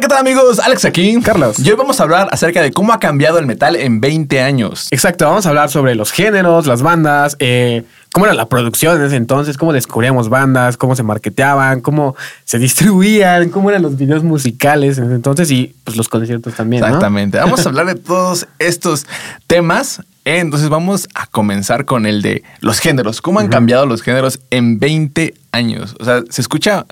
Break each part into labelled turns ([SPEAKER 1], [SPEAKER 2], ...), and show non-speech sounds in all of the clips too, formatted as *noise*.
[SPEAKER 1] ¿qué tal amigos? Alex aquí.
[SPEAKER 2] Carlos.
[SPEAKER 1] Y hoy vamos a hablar acerca de cómo ha cambiado el metal en 20 años.
[SPEAKER 2] Exacto, vamos a hablar sobre los géneros, las bandas, eh, cómo era la producción en ese entonces, cómo descubríamos bandas, cómo se marketeaban, cómo se distribuían, cómo eran los videos musicales en ese entonces y pues los conciertos también. ¿no?
[SPEAKER 1] Exactamente. Vamos
[SPEAKER 2] *laughs*
[SPEAKER 1] a hablar de todos estos temas. Eh, Entonces vamos a comenzar con el de los géneros. ¿Cómo han cambiado los géneros en 20 años? O sea, se
[SPEAKER 2] *laughs*
[SPEAKER 1] escucha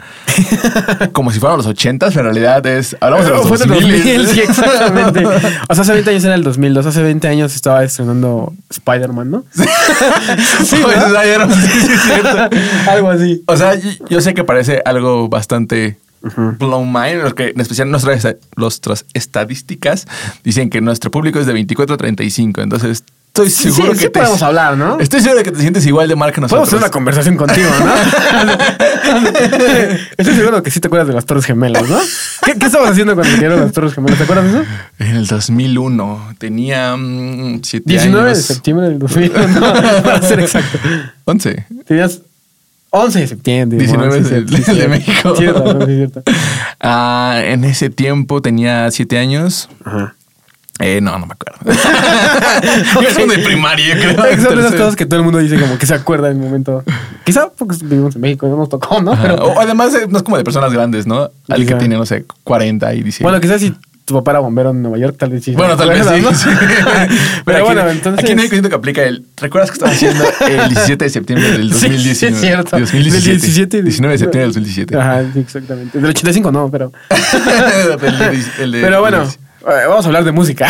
[SPEAKER 1] como si fueran los 80, pero en realidad es... Hablamos de los
[SPEAKER 2] Eh, Fue del 2000,
[SPEAKER 1] 2000.
[SPEAKER 2] sí,
[SPEAKER 1] *laughs*
[SPEAKER 2] exactamente. O sea, hace 20 años era el 2002, hace 20 años estaba estrenando Spider-Man, ¿no? *laughs*
[SPEAKER 1] sí,
[SPEAKER 2] ¿no?
[SPEAKER 1] sí, sí, es cierto.
[SPEAKER 2] *laughs* Algo así.
[SPEAKER 1] O sea, yo, yo sé que parece algo bastante blown mind, lo que en especial nuestras, nuestras estadísticas dicen que nuestro público es de 24 a 35. Entonces, estoy
[SPEAKER 2] Sí,
[SPEAKER 1] seguro
[SPEAKER 2] sí
[SPEAKER 1] que te,
[SPEAKER 2] podemos hablar, ¿no?
[SPEAKER 1] Estoy seguro que te sientes igual de mal que
[SPEAKER 2] Podemos
[SPEAKER 1] nosotros.
[SPEAKER 2] hacer una conversación contigo, ¿no?
[SPEAKER 1] *laughs*
[SPEAKER 2] Estoy seguro que sí te acuerdas de las Torres Gemelas, ¿no? ¿Qué, qué estabas haciendo cuando vinieron las Torres Gemelas? ¿Te acuerdas de eso?
[SPEAKER 1] En el 2001 tenía 7
[SPEAKER 2] 19
[SPEAKER 1] años.
[SPEAKER 2] de septiembre *laughs* del 2001, para
[SPEAKER 1] *laughs*
[SPEAKER 2] ser exacto.
[SPEAKER 1] 11.
[SPEAKER 2] Tenías 11 de septiembre.
[SPEAKER 1] 19
[SPEAKER 2] 11
[SPEAKER 1] de-
[SPEAKER 2] septiembre,
[SPEAKER 1] de
[SPEAKER 2] sí,
[SPEAKER 1] México.
[SPEAKER 2] Cierto, sí, cierto.
[SPEAKER 1] Ah, en ese tiempo tenía 7 años.
[SPEAKER 2] Ajá.
[SPEAKER 1] Eh, no, no me
[SPEAKER 2] *laughs*
[SPEAKER 1] acuerdo. *laughs* *laughs* Yo soy de primaria, creo.
[SPEAKER 2] Son esas
[SPEAKER 1] Tercero.
[SPEAKER 2] cosas que todo el mundo dice como que se acuerda en el momento. Quizá porque vivimos en México, no nos tocó, ¿no?
[SPEAKER 1] Ajá.
[SPEAKER 2] Pero,
[SPEAKER 1] O además, eh, no es como de personas grandes, ¿no? Alguien que
[SPEAKER 2] Quizá.
[SPEAKER 1] tiene, no sé, 40 y dice.
[SPEAKER 2] Bueno, quizás si tu papá era bombero en Nueva York, tal vez sí.
[SPEAKER 1] Bueno, tal vez sí. *laughs*
[SPEAKER 2] ¿no?
[SPEAKER 1] sí.
[SPEAKER 2] *laughs* Pero,
[SPEAKER 1] aquí-
[SPEAKER 2] bueno, entonces...
[SPEAKER 1] Aquí en México siento que aplica el. ¿Recuerdas que estaba haciendo el 17 de septiembre del
[SPEAKER 2] *laughs* Sí,
[SPEAKER 1] 2019?
[SPEAKER 2] sí, es cierto.
[SPEAKER 1] 2017.
[SPEAKER 2] Del 17 y-
[SPEAKER 1] 19 de septiembre del 2017.
[SPEAKER 2] Ajá, sí, exactamente. Del 85 no, pero...
[SPEAKER 1] *laughs* El de- el de-
[SPEAKER 2] pero bueno,
[SPEAKER 1] el de-
[SPEAKER 2] eh, vamos a hablar de música.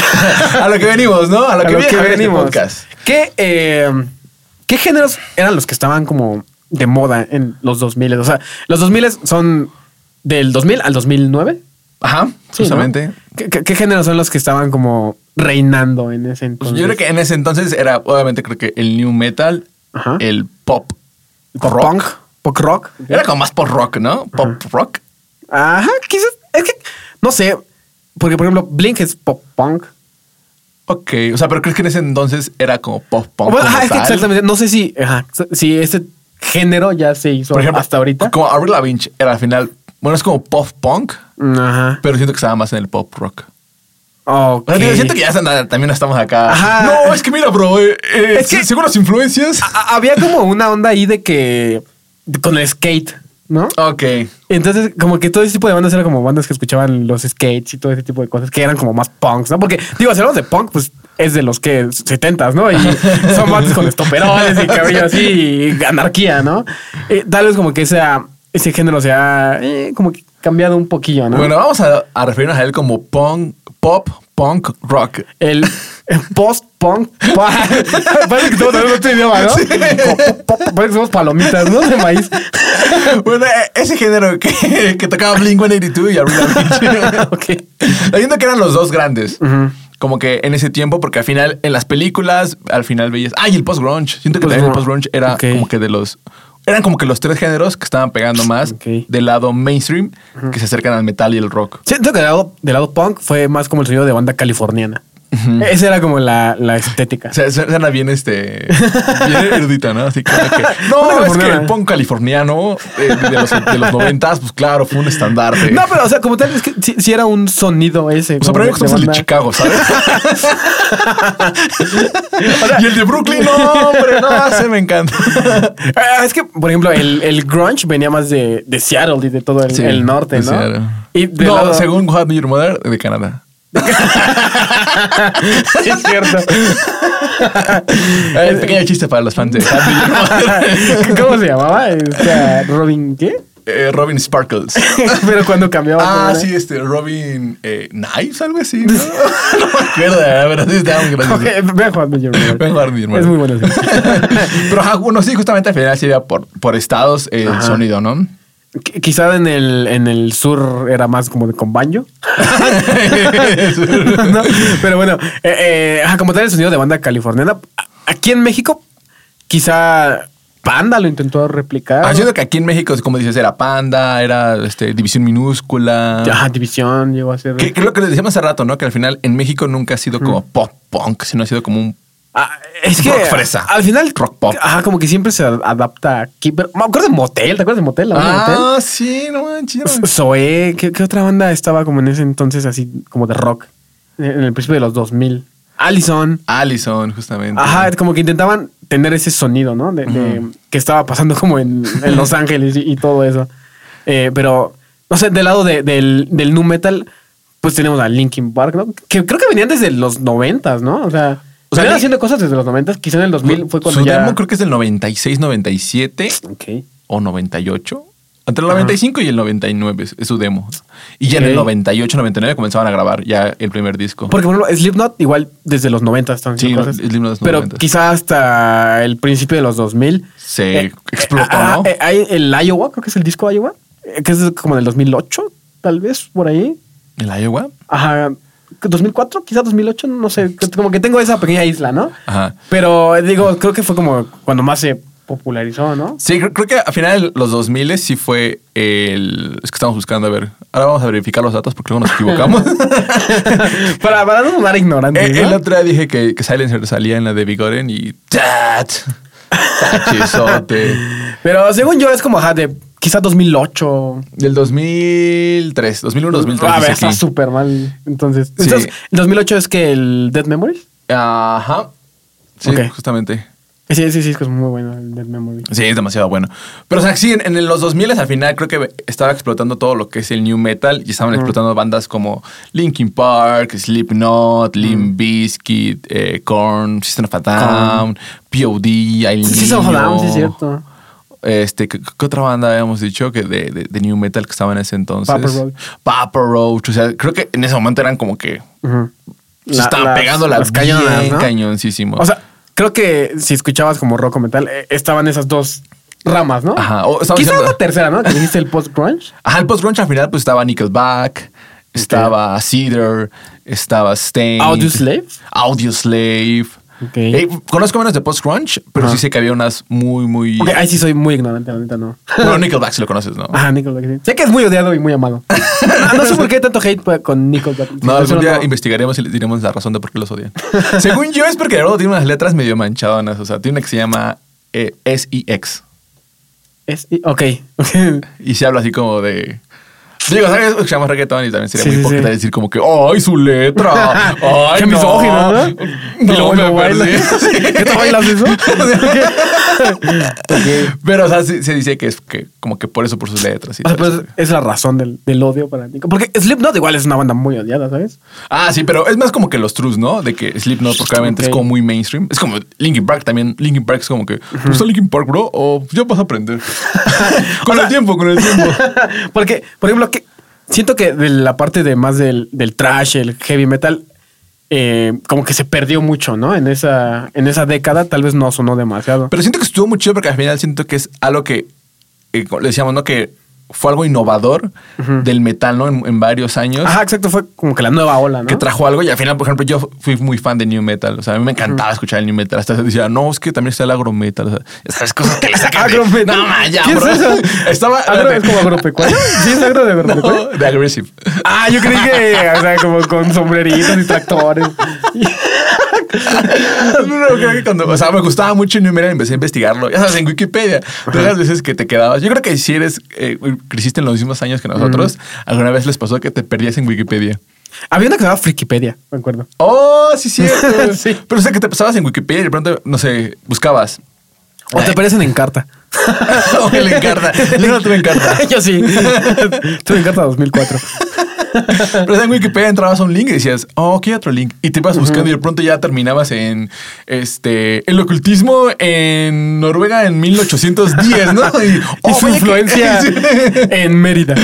[SPEAKER 1] A lo que venimos, ¿no? *laughs*
[SPEAKER 2] *laughs*
[SPEAKER 1] A lo que, viene a ver este podcast.
[SPEAKER 2] ¿Qué, eh, ¿Qué géneros eran los que estaban como de moda en los 2000? O sea, los 2000 son del 2000 al 2009.
[SPEAKER 1] Ajá,
[SPEAKER 2] Sí, ¿no?
[SPEAKER 1] justamente.
[SPEAKER 2] ¿Qué, qué, qué géneros son los que estaban como reinando en ese
[SPEAKER 1] Pues
[SPEAKER 2] entonces?
[SPEAKER 1] yo creo que en ese entonces era, obviamente, creo que el new metal,
[SPEAKER 2] Ajá.
[SPEAKER 1] el pop.
[SPEAKER 2] Pop
[SPEAKER 1] rock.
[SPEAKER 2] punk, pop rock.
[SPEAKER 1] Era como más pop rock, ¿no? Pop rock.
[SPEAKER 2] Ajá, quizás. Es que no sé, porque por ejemplo, Blink es pop punk.
[SPEAKER 1] Ok, o sea, pero crees que en ese entonces era como pop punk.
[SPEAKER 2] Bueno,
[SPEAKER 1] como
[SPEAKER 2] ajá, es que
[SPEAKER 1] tal?
[SPEAKER 2] exactamente. No sé si, ajá, si este género ya se hizo
[SPEAKER 1] Por ejemplo,
[SPEAKER 2] hasta ahorita.
[SPEAKER 1] Como Avril Lavigne era al final, bueno, es como pop punk,
[SPEAKER 2] Ajá.
[SPEAKER 1] pero siento que estaba más en el pop rock.
[SPEAKER 2] Ok.
[SPEAKER 1] O sea, digo, siento que ya se anda- también estamos acá.
[SPEAKER 2] Ajá.
[SPEAKER 1] No, es que mira, bro, eh, eh,
[SPEAKER 2] Es
[SPEAKER 1] se-
[SPEAKER 2] que-
[SPEAKER 1] según las influencias.
[SPEAKER 2] A- Había como una onda ahí de que. con el skate, ¿no?
[SPEAKER 1] Ok.
[SPEAKER 2] Entonces, como que todo ese tipo de bandas eran como bandas que escuchaban los skates y todo ese tipo de cosas que eran como más punks, ¿no? Porque, digo, si hablamos de punk, pues es de los que 70
[SPEAKER 1] *laughs*
[SPEAKER 2] ¿no? Y son bandas con estoperoles y cabello así y anarquía, ¿no? Eh, tal vez como que sea, ese género se ha eh, como que cambiado un poquillo, ¿no?
[SPEAKER 1] Bueno, vamos a, a referirnos a él como punk, pop, punk,
[SPEAKER 2] *laughs*
[SPEAKER 1] rock. *laughs*
[SPEAKER 2] El el post-punk. *laughs* pa- Parece que estamos hablando otro idioma, ¿no?
[SPEAKER 1] Sí.
[SPEAKER 2] Po- po- Parece que somos palomitas, ¿no? De maíz. *laughs*
[SPEAKER 1] Bueno, eh, ese género que, que tocaba Blink-182 y Avril Lavigne.
[SPEAKER 2] *laughs* ok.
[SPEAKER 1] La gente que eran los dos grandes.
[SPEAKER 2] Ujú.
[SPEAKER 1] Como que en ese tiempo, porque al final, en las películas, al final veías. ¡Ay, el post-grunge! Siento que también el
[SPEAKER 2] Post-grunge.
[SPEAKER 1] post-grunge era
[SPEAKER 2] Ok.
[SPEAKER 1] como que de los. Eran como que los tres géneros que estaban pegando más
[SPEAKER 2] Ok.
[SPEAKER 1] del lado mainstream que se acercan al metal y el rock.
[SPEAKER 2] Siento que del lado, del lado punk fue más como el sonido de banda californiana. Esa era como la, la estética.
[SPEAKER 1] O sea, su- suena bien este. Bien
[SPEAKER 2] *laughs*
[SPEAKER 1] erudita, ¿no? Así como que.
[SPEAKER 2] Una
[SPEAKER 1] No, es que
[SPEAKER 2] californiana.
[SPEAKER 1] el punk californiano eh, de, los, de los noventas, pues claro, fue un estandarte.
[SPEAKER 2] No, pero, o sea, como tal, es que sí, sí era un sonido ese.
[SPEAKER 1] O sea,
[SPEAKER 2] como
[SPEAKER 1] pero a mí me
[SPEAKER 2] de-
[SPEAKER 1] gusta más
[SPEAKER 2] de
[SPEAKER 1] el de
[SPEAKER 2] banda.
[SPEAKER 1] Chicago, ¿sabes? y el de Brooklyn, no, hombre, no, ese me encanta.
[SPEAKER 2] *laughs* Ah, Es que, por ejemplo, el, el grunge venía más de, de Seattle y de todo el,
[SPEAKER 1] Sí,
[SPEAKER 2] *laughs* el norte,
[SPEAKER 1] de
[SPEAKER 2] ¿no?
[SPEAKER 1] Seattle.
[SPEAKER 2] Y del
[SPEAKER 1] no,
[SPEAKER 2] lado- *laughs*
[SPEAKER 1] según How I Met Your Mother, de Canadá.
[SPEAKER 2] Sí, es *laughs* cierto.
[SPEAKER 1] Eh, pequeño chiste para los fans de How I Met Your Mother. *laughs*
[SPEAKER 2] *laughs* ¿Cómo se llamaba? Este, Robin, ¿qué? *laughs*
[SPEAKER 1] Eh, Robin Sparkles.
[SPEAKER 2] Pero cuando cambiaba.
[SPEAKER 1] Ah,
[SPEAKER 2] ¿no?
[SPEAKER 1] sí, este, Robin eh, Knives, algo
[SPEAKER 2] *laughs*
[SPEAKER 1] así. No, no me acuerdo, la verdad, sí, estaba muy gracioso.
[SPEAKER 2] Ok, Ve a Juan de Your Mother.
[SPEAKER 1] Ve a Juan de Your
[SPEAKER 2] Es muy
[SPEAKER 1] Mother.
[SPEAKER 2] bueno. sí.
[SPEAKER 1] *laughs* Pero ajá, bueno, sí, justamente al final sería por, por estados eh, el sonido,
[SPEAKER 2] *laughs*
[SPEAKER 1] ¿no?
[SPEAKER 2] Qu- Quizá en el, en el sur era más como de con baño. *laughs* No, Pero bueno, eh, eh, ajá, como tal el sonido de banda californiana. a- Aquí en México, quizá Panda lo intentó replicar.
[SPEAKER 1] Ah, yo creo que aquí en México, como dices, era Panda, era este, División Minúscula.
[SPEAKER 2] Ajá, División llegó a ser. Mm.
[SPEAKER 1] Que, que es lo que les decíamos hace rato, ¿no? Que al final en México nunca ha sido como pop punk, sino ha sido como un
[SPEAKER 2] Ah, es que
[SPEAKER 1] Rock fresa.
[SPEAKER 2] al final
[SPEAKER 1] Rock pop.
[SPEAKER 2] Ajá, como que siempre se adapta aquí. pero- me acuerdo de Motel, ¿te acuerdas de Motel? La banda de
[SPEAKER 1] Ah, sí, no manches.
[SPEAKER 2] *laughs* Motel. Zoé, ¿qué, qué otra banda estaba como en ese entonces así como de rock? En el principio de los 2000. Allison.
[SPEAKER 1] Allison, justamente.
[SPEAKER 2] Ajá, como que intentaban tener ese sonido, ¿no? De, de- que estaba pasando como en, en Los Ángeles y, y todo eso. Eh, pero, no sé, del lado de- del, del nu metal, pues tenemos a Linkin Park, ¿no? Que creo que venían desde los noventas, ¿no? O sea,
[SPEAKER 1] O sea,
[SPEAKER 2] venían
[SPEAKER 1] Lin-
[SPEAKER 2] haciendo cosas desde los noventas. Quizá en el 2000 fue cuando
[SPEAKER 1] Su
[SPEAKER 2] ya...
[SPEAKER 1] demo creo que es del 96, 97
[SPEAKER 2] Ok.
[SPEAKER 1] o 98. Entre el 95 y el 99 es es su demo. Y ya en el
[SPEAKER 2] Ok.
[SPEAKER 1] 98, 99 comenzaban a grabar ya el primer disco.
[SPEAKER 2] Porque, por ejemplo, Slipknot igual desde los 90 están haciendo
[SPEAKER 1] Sí,
[SPEAKER 2] cosas.
[SPEAKER 1] Slipknot es
[SPEAKER 2] pero
[SPEAKER 1] 90s.
[SPEAKER 2] quizá hasta el principio de los 2000.
[SPEAKER 1] Se Eh, explotó,
[SPEAKER 2] ah,
[SPEAKER 1] ¿no?
[SPEAKER 2] eh, hay el Iowa, creo que es el disco Iowa, eh, que es como del 2008, tal vez, por ahí.
[SPEAKER 1] ¿El Iowa?
[SPEAKER 2] Ajá. 2004, quizá 2008, no sé. Como que tengo esa pequeña isla, ¿no?
[SPEAKER 1] Ajá.
[SPEAKER 2] Pero eh, digo, creo que fue como cuando más se popularizó, ¿no? *laughs*
[SPEAKER 1] Sí, creo, creo que a final de los 2000 sí fue el... Es que estamos buscando, a ver. Ahora vamos a verificar los datos porque luego nos equivocamos.
[SPEAKER 2] *laughs*
[SPEAKER 1] Eh,
[SPEAKER 2] para, para no sonar ignorante.
[SPEAKER 1] el, el otro día dije que, que Silencer salía en la de Vigoren y... ¡Tat! Tachizote.
[SPEAKER 2] Pero según yo es como, ajá, de quizá 2008.
[SPEAKER 1] Del 2003, 2001, 2003.
[SPEAKER 2] A ver,
[SPEAKER 1] dice
[SPEAKER 2] Ah, está
[SPEAKER 1] aquí.
[SPEAKER 2] súper mal. Entonces,
[SPEAKER 1] Sí.
[SPEAKER 2] entonces, ¿el 2008 es que el Dead Memories?
[SPEAKER 1] Ajá. Sí,
[SPEAKER 2] Ok.
[SPEAKER 1] justamente.
[SPEAKER 2] Sí, sí, sí, es que es muy bueno el Dead Memories.
[SPEAKER 1] Sí, es demasiado bueno. Pero, o sea, sí, en, en los 2000 al final creo que estaba explotando todo lo que es el new metal y estaban explotando bandas como Linkin Park, Slipknot, Limp Bizkit, eh, Korn, System of a Down, POD, I
[SPEAKER 2] System of a Down, sí, es cierto.
[SPEAKER 1] Este, ¿qué, qué otra banda habíamos dicho que de, de- de new metal que estaba en ese entonces?
[SPEAKER 2] Papa Roach.
[SPEAKER 1] Papa Roach. O sea, creo que en ese momento eran como que
[SPEAKER 2] Ujú.
[SPEAKER 1] se
[SPEAKER 2] La-
[SPEAKER 1] estaban
[SPEAKER 2] las-
[SPEAKER 1] pegando las
[SPEAKER 2] las cañonas, ¿no?
[SPEAKER 1] cañoncísimo.
[SPEAKER 2] O sea, creo que si escuchabas como rock o metal, eh, estaban esas dos ramas, ¿no?
[SPEAKER 1] Ajá, o estaba
[SPEAKER 2] Quizás
[SPEAKER 1] diciendo-
[SPEAKER 2] la tercera, ¿no? Que dijiste el
[SPEAKER 1] *laughs*
[SPEAKER 2] post-grunge.
[SPEAKER 1] Ajá, el post-grunge al final pues estaba Nickelback, estaba Cedar, estaba Stain.
[SPEAKER 2] Audioslave.
[SPEAKER 1] Audioslave.
[SPEAKER 2] Ok.
[SPEAKER 1] Eh, conozco menos de post-grunge, pero
[SPEAKER 2] Ajá.
[SPEAKER 1] sí sé que había unas muy, muy...
[SPEAKER 2] Ok, Ah, ahí sí soy muy ignorante, la neta, no.
[SPEAKER 1] *laughs* Bueno, Nickelback si lo conoces, ¿no?
[SPEAKER 2] Ajá, Nickelback. sí. Sé que es muy odiado y
[SPEAKER 1] *laughs*
[SPEAKER 2] muy amado. Ah, no, no sé por qué hay tanto hate pa- con Nickelback.
[SPEAKER 1] No,
[SPEAKER 2] Solo
[SPEAKER 1] algún día
[SPEAKER 2] no-
[SPEAKER 1] investigaremos y les diremos la razón de por qué los
[SPEAKER 2] *laughs*
[SPEAKER 1] odian. Según yo es porque de verdad tiene unas letras medio manchadonas. O sea, tiene una que se llama eh, S.I.X.
[SPEAKER 2] Es- y- ok. *laughs*
[SPEAKER 1] Y se habla así como de... Digo, ¿sabes? Porque se llama reggaetón y también sería
[SPEAKER 2] Sí,
[SPEAKER 1] muy
[SPEAKER 2] sí,
[SPEAKER 1] hipócrita
[SPEAKER 2] sí.
[SPEAKER 1] decir como que ¡Ay, su letra!
[SPEAKER 2] *laughs*
[SPEAKER 1] ¡Ay,
[SPEAKER 2] Qué
[SPEAKER 1] no!
[SPEAKER 2] misógino, ¿no? Y
[SPEAKER 1] No,
[SPEAKER 2] luego
[SPEAKER 1] me
[SPEAKER 2] lo baila.
[SPEAKER 1] perdí.
[SPEAKER 2] *laughs* ¿Qué te
[SPEAKER 1] *laughs*
[SPEAKER 2] bailas eso? *laughs* Ok.
[SPEAKER 1] Pero, o sea, sí- se, dice que es que, como que por eso, por sus letras. y
[SPEAKER 2] O sea,
[SPEAKER 1] todo
[SPEAKER 2] pues
[SPEAKER 1] eso.
[SPEAKER 2] es la razón del, del odio para Nico. Porque Slipknot igual es una banda muy odiada, ¿sabes?
[SPEAKER 1] Ah, sí, pero es más como que los trus, ¿no? De que Slipknot, porque obviamente
[SPEAKER 2] Ok.
[SPEAKER 1] es como muy mainstream. Es como Linkin Park también. Linkin Park es como que, ¿te gusta Linkin Park, bro? O ya vas a
[SPEAKER 2] *laughs*
[SPEAKER 1] aprender. con el tiempo, con el tiempo.
[SPEAKER 2] Porque, por ejemplo, que siento que de la parte de más del, del trash, el heavy metal, eh, como que se perdió mucho, ¿no? En esa, en esa década tal vez no sonó demasiado.
[SPEAKER 1] Pero siento que estuvo muy chido porque al final siento que es algo que eh, como le decíamos, ¿no? Que fue algo innovador del metal, ¿no? En, en varios años.
[SPEAKER 2] Ajá, exacto, fue como que la nueva ola, ¿no?
[SPEAKER 1] Que trajo algo y al final, por ejemplo, yo fui muy fan de New Metal. O sea, a mí me encantaba escuchar el New Metal. Hasta decía, no, es que también está el agrometal. O sea, esas
[SPEAKER 2] *laughs*
[SPEAKER 1] cosas que le sacan. de-
[SPEAKER 2] Agrometal.
[SPEAKER 1] No, man, ya,
[SPEAKER 2] ¿Qué
[SPEAKER 1] bro.
[SPEAKER 2] es eso?
[SPEAKER 1] *laughs* Estaba.
[SPEAKER 2] Agro, ¿Es como agropecuario? ¿Sí es agro de agropecuario?
[SPEAKER 1] *laughs* No, de Aggressive.
[SPEAKER 2] Ah, yo creí que, o sea, como con sombreritos y
[SPEAKER 1] *laughs*
[SPEAKER 2] tractores.
[SPEAKER 1] No, no, creo que cuando, o sea, me gustaba mucho New Metal, empecé a investigarlo. Ya sabes, en Wikipedia, todas las veces que te quedabas. Yo creo que si eres, eh, creciste en los mismos años que nosotros, alguna vez les pasó que te perdías en Wikipedia.
[SPEAKER 2] Había una que se llamaba Frikipedia, me acuerdo.
[SPEAKER 1] Oh, sí, cierto.
[SPEAKER 2] *laughs* Sí.
[SPEAKER 1] Pero o sea, que te pasabas en Wikipedia y de pronto, no sé, buscabas. *laughs*
[SPEAKER 2] O te parecen en carta.
[SPEAKER 1] O que le encarta.
[SPEAKER 2] *laughs*
[SPEAKER 1] *laughs* Yo no tuve encarta.
[SPEAKER 2] Yo *laughs* sí. Tuve en carta 2004.
[SPEAKER 1] Pero en Wikipedia entrabas a un link y decías, oh, aquí hay otro link. Y te ibas buscando y de pronto ya terminabas en este el ocultismo en Noruega en 1810, ¿no? Y,
[SPEAKER 2] *laughs* Y
[SPEAKER 1] oh,
[SPEAKER 2] su
[SPEAKER 1] vaya que- *laughs*
[SPEAKER 2] influencia
[SPEAKER 1] Sí.
[SPEAKER 2] en Mérida.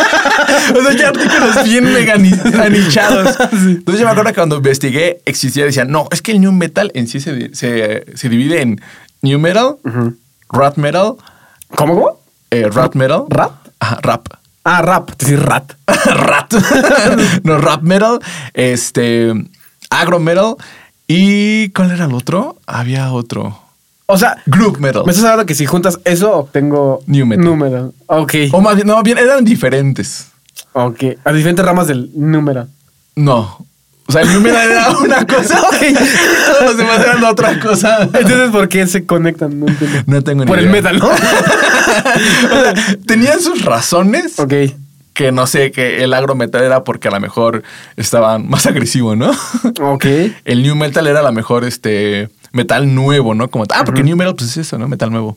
[SPEAKER 1] *laughs* o sea, ya artículos bien mega ni- anichados. Entonces yo me acuerdo que cuando investigué, existía, decía, no, es que el new metal en sí se, di- se, se divide en new metal, rat metal,
[SPEAKER 2] ¿Cómo, cómo?
[SPEAKER 1] eh, rat metal.
[SPEAKER 2] ¿Rat?
[SPEAKER 1] Ajá, rap. *laughs*
[SPEAKER 2] Ah, rap. Te decís rat.
[SPEAKER 1] rat. no, rap metal, este, agro metal y ¿cuál era el otro? Había otro.
[SPEAKER 2] O sea,
[SPEAKER 1] Group metal.
[SPEAKER 2] me estás hablando que si juntas eso obtengo
[SPEAKER 1] New metal.
[SPEAKER 2] número. Ok.
[SPEAKER 1] O más bien, no, bien, eran diferentes.
[SPEAKER 2] Ok. A diferentes ramas del número.
[SPEAKER 1] No. O sea, el Luminal era una cosa y
[SPEAKER 2] *laughs*
[SPEAKER 1] todos los demás eran otra cosa.
[SPEAKER 2] Entonces, ¿por qué se conectan? No entiendo.
[SPEAKER 1] No tengo ni
[SPEAKER 2] Por el
[SPEAKER 1] idea.
[SPEAKER 2] metal,
[SPEAKER 1] *laughs*
[SPEAKER 2] ¿no?
[SPEAKER 1] O
[SPEAKER 2] *laughs*
[SPEAKER 1] sea, tenían sus razones.
[SPEAKER 2] ok.
[SPEAKER 1] Que no sé, que el agro metal era porque a lo mejor estaban más agresivos, ¿no? *laughs*
[SPEAKER 2] Ok.
[SPEAKER 1] El new metal era a lo mejor este metal nuevo, ¿no? Como ah, porque new metal pues es eso, ¿no? Metal nuevo.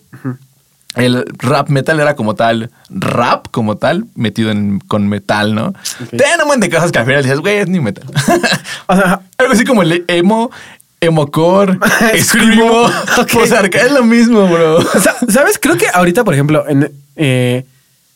[SPEAKER 1] El rap metal era como tal, rap como tal, metido en, con metal, ¿no?
[SPEAKER 2] Ok.
[SPEAKER 1] Ten un montón de cosas que al final dices, güey, es new metal. *laughs*
[SPEAKER 2] O sea,
[SPEAKER 1] Algo así como el emo, emocore,
[SPEAKER 2] *laughs*
[SPEAKER 1] screamo, *laughs*
[SPEAKER 2] Ok.
[SPEAKER 1] posarca, es lo mismo, bro.
[SPEAKER 2] Sa- ¿Sabes? Creo que ahorita, por ejemplo, en, eh,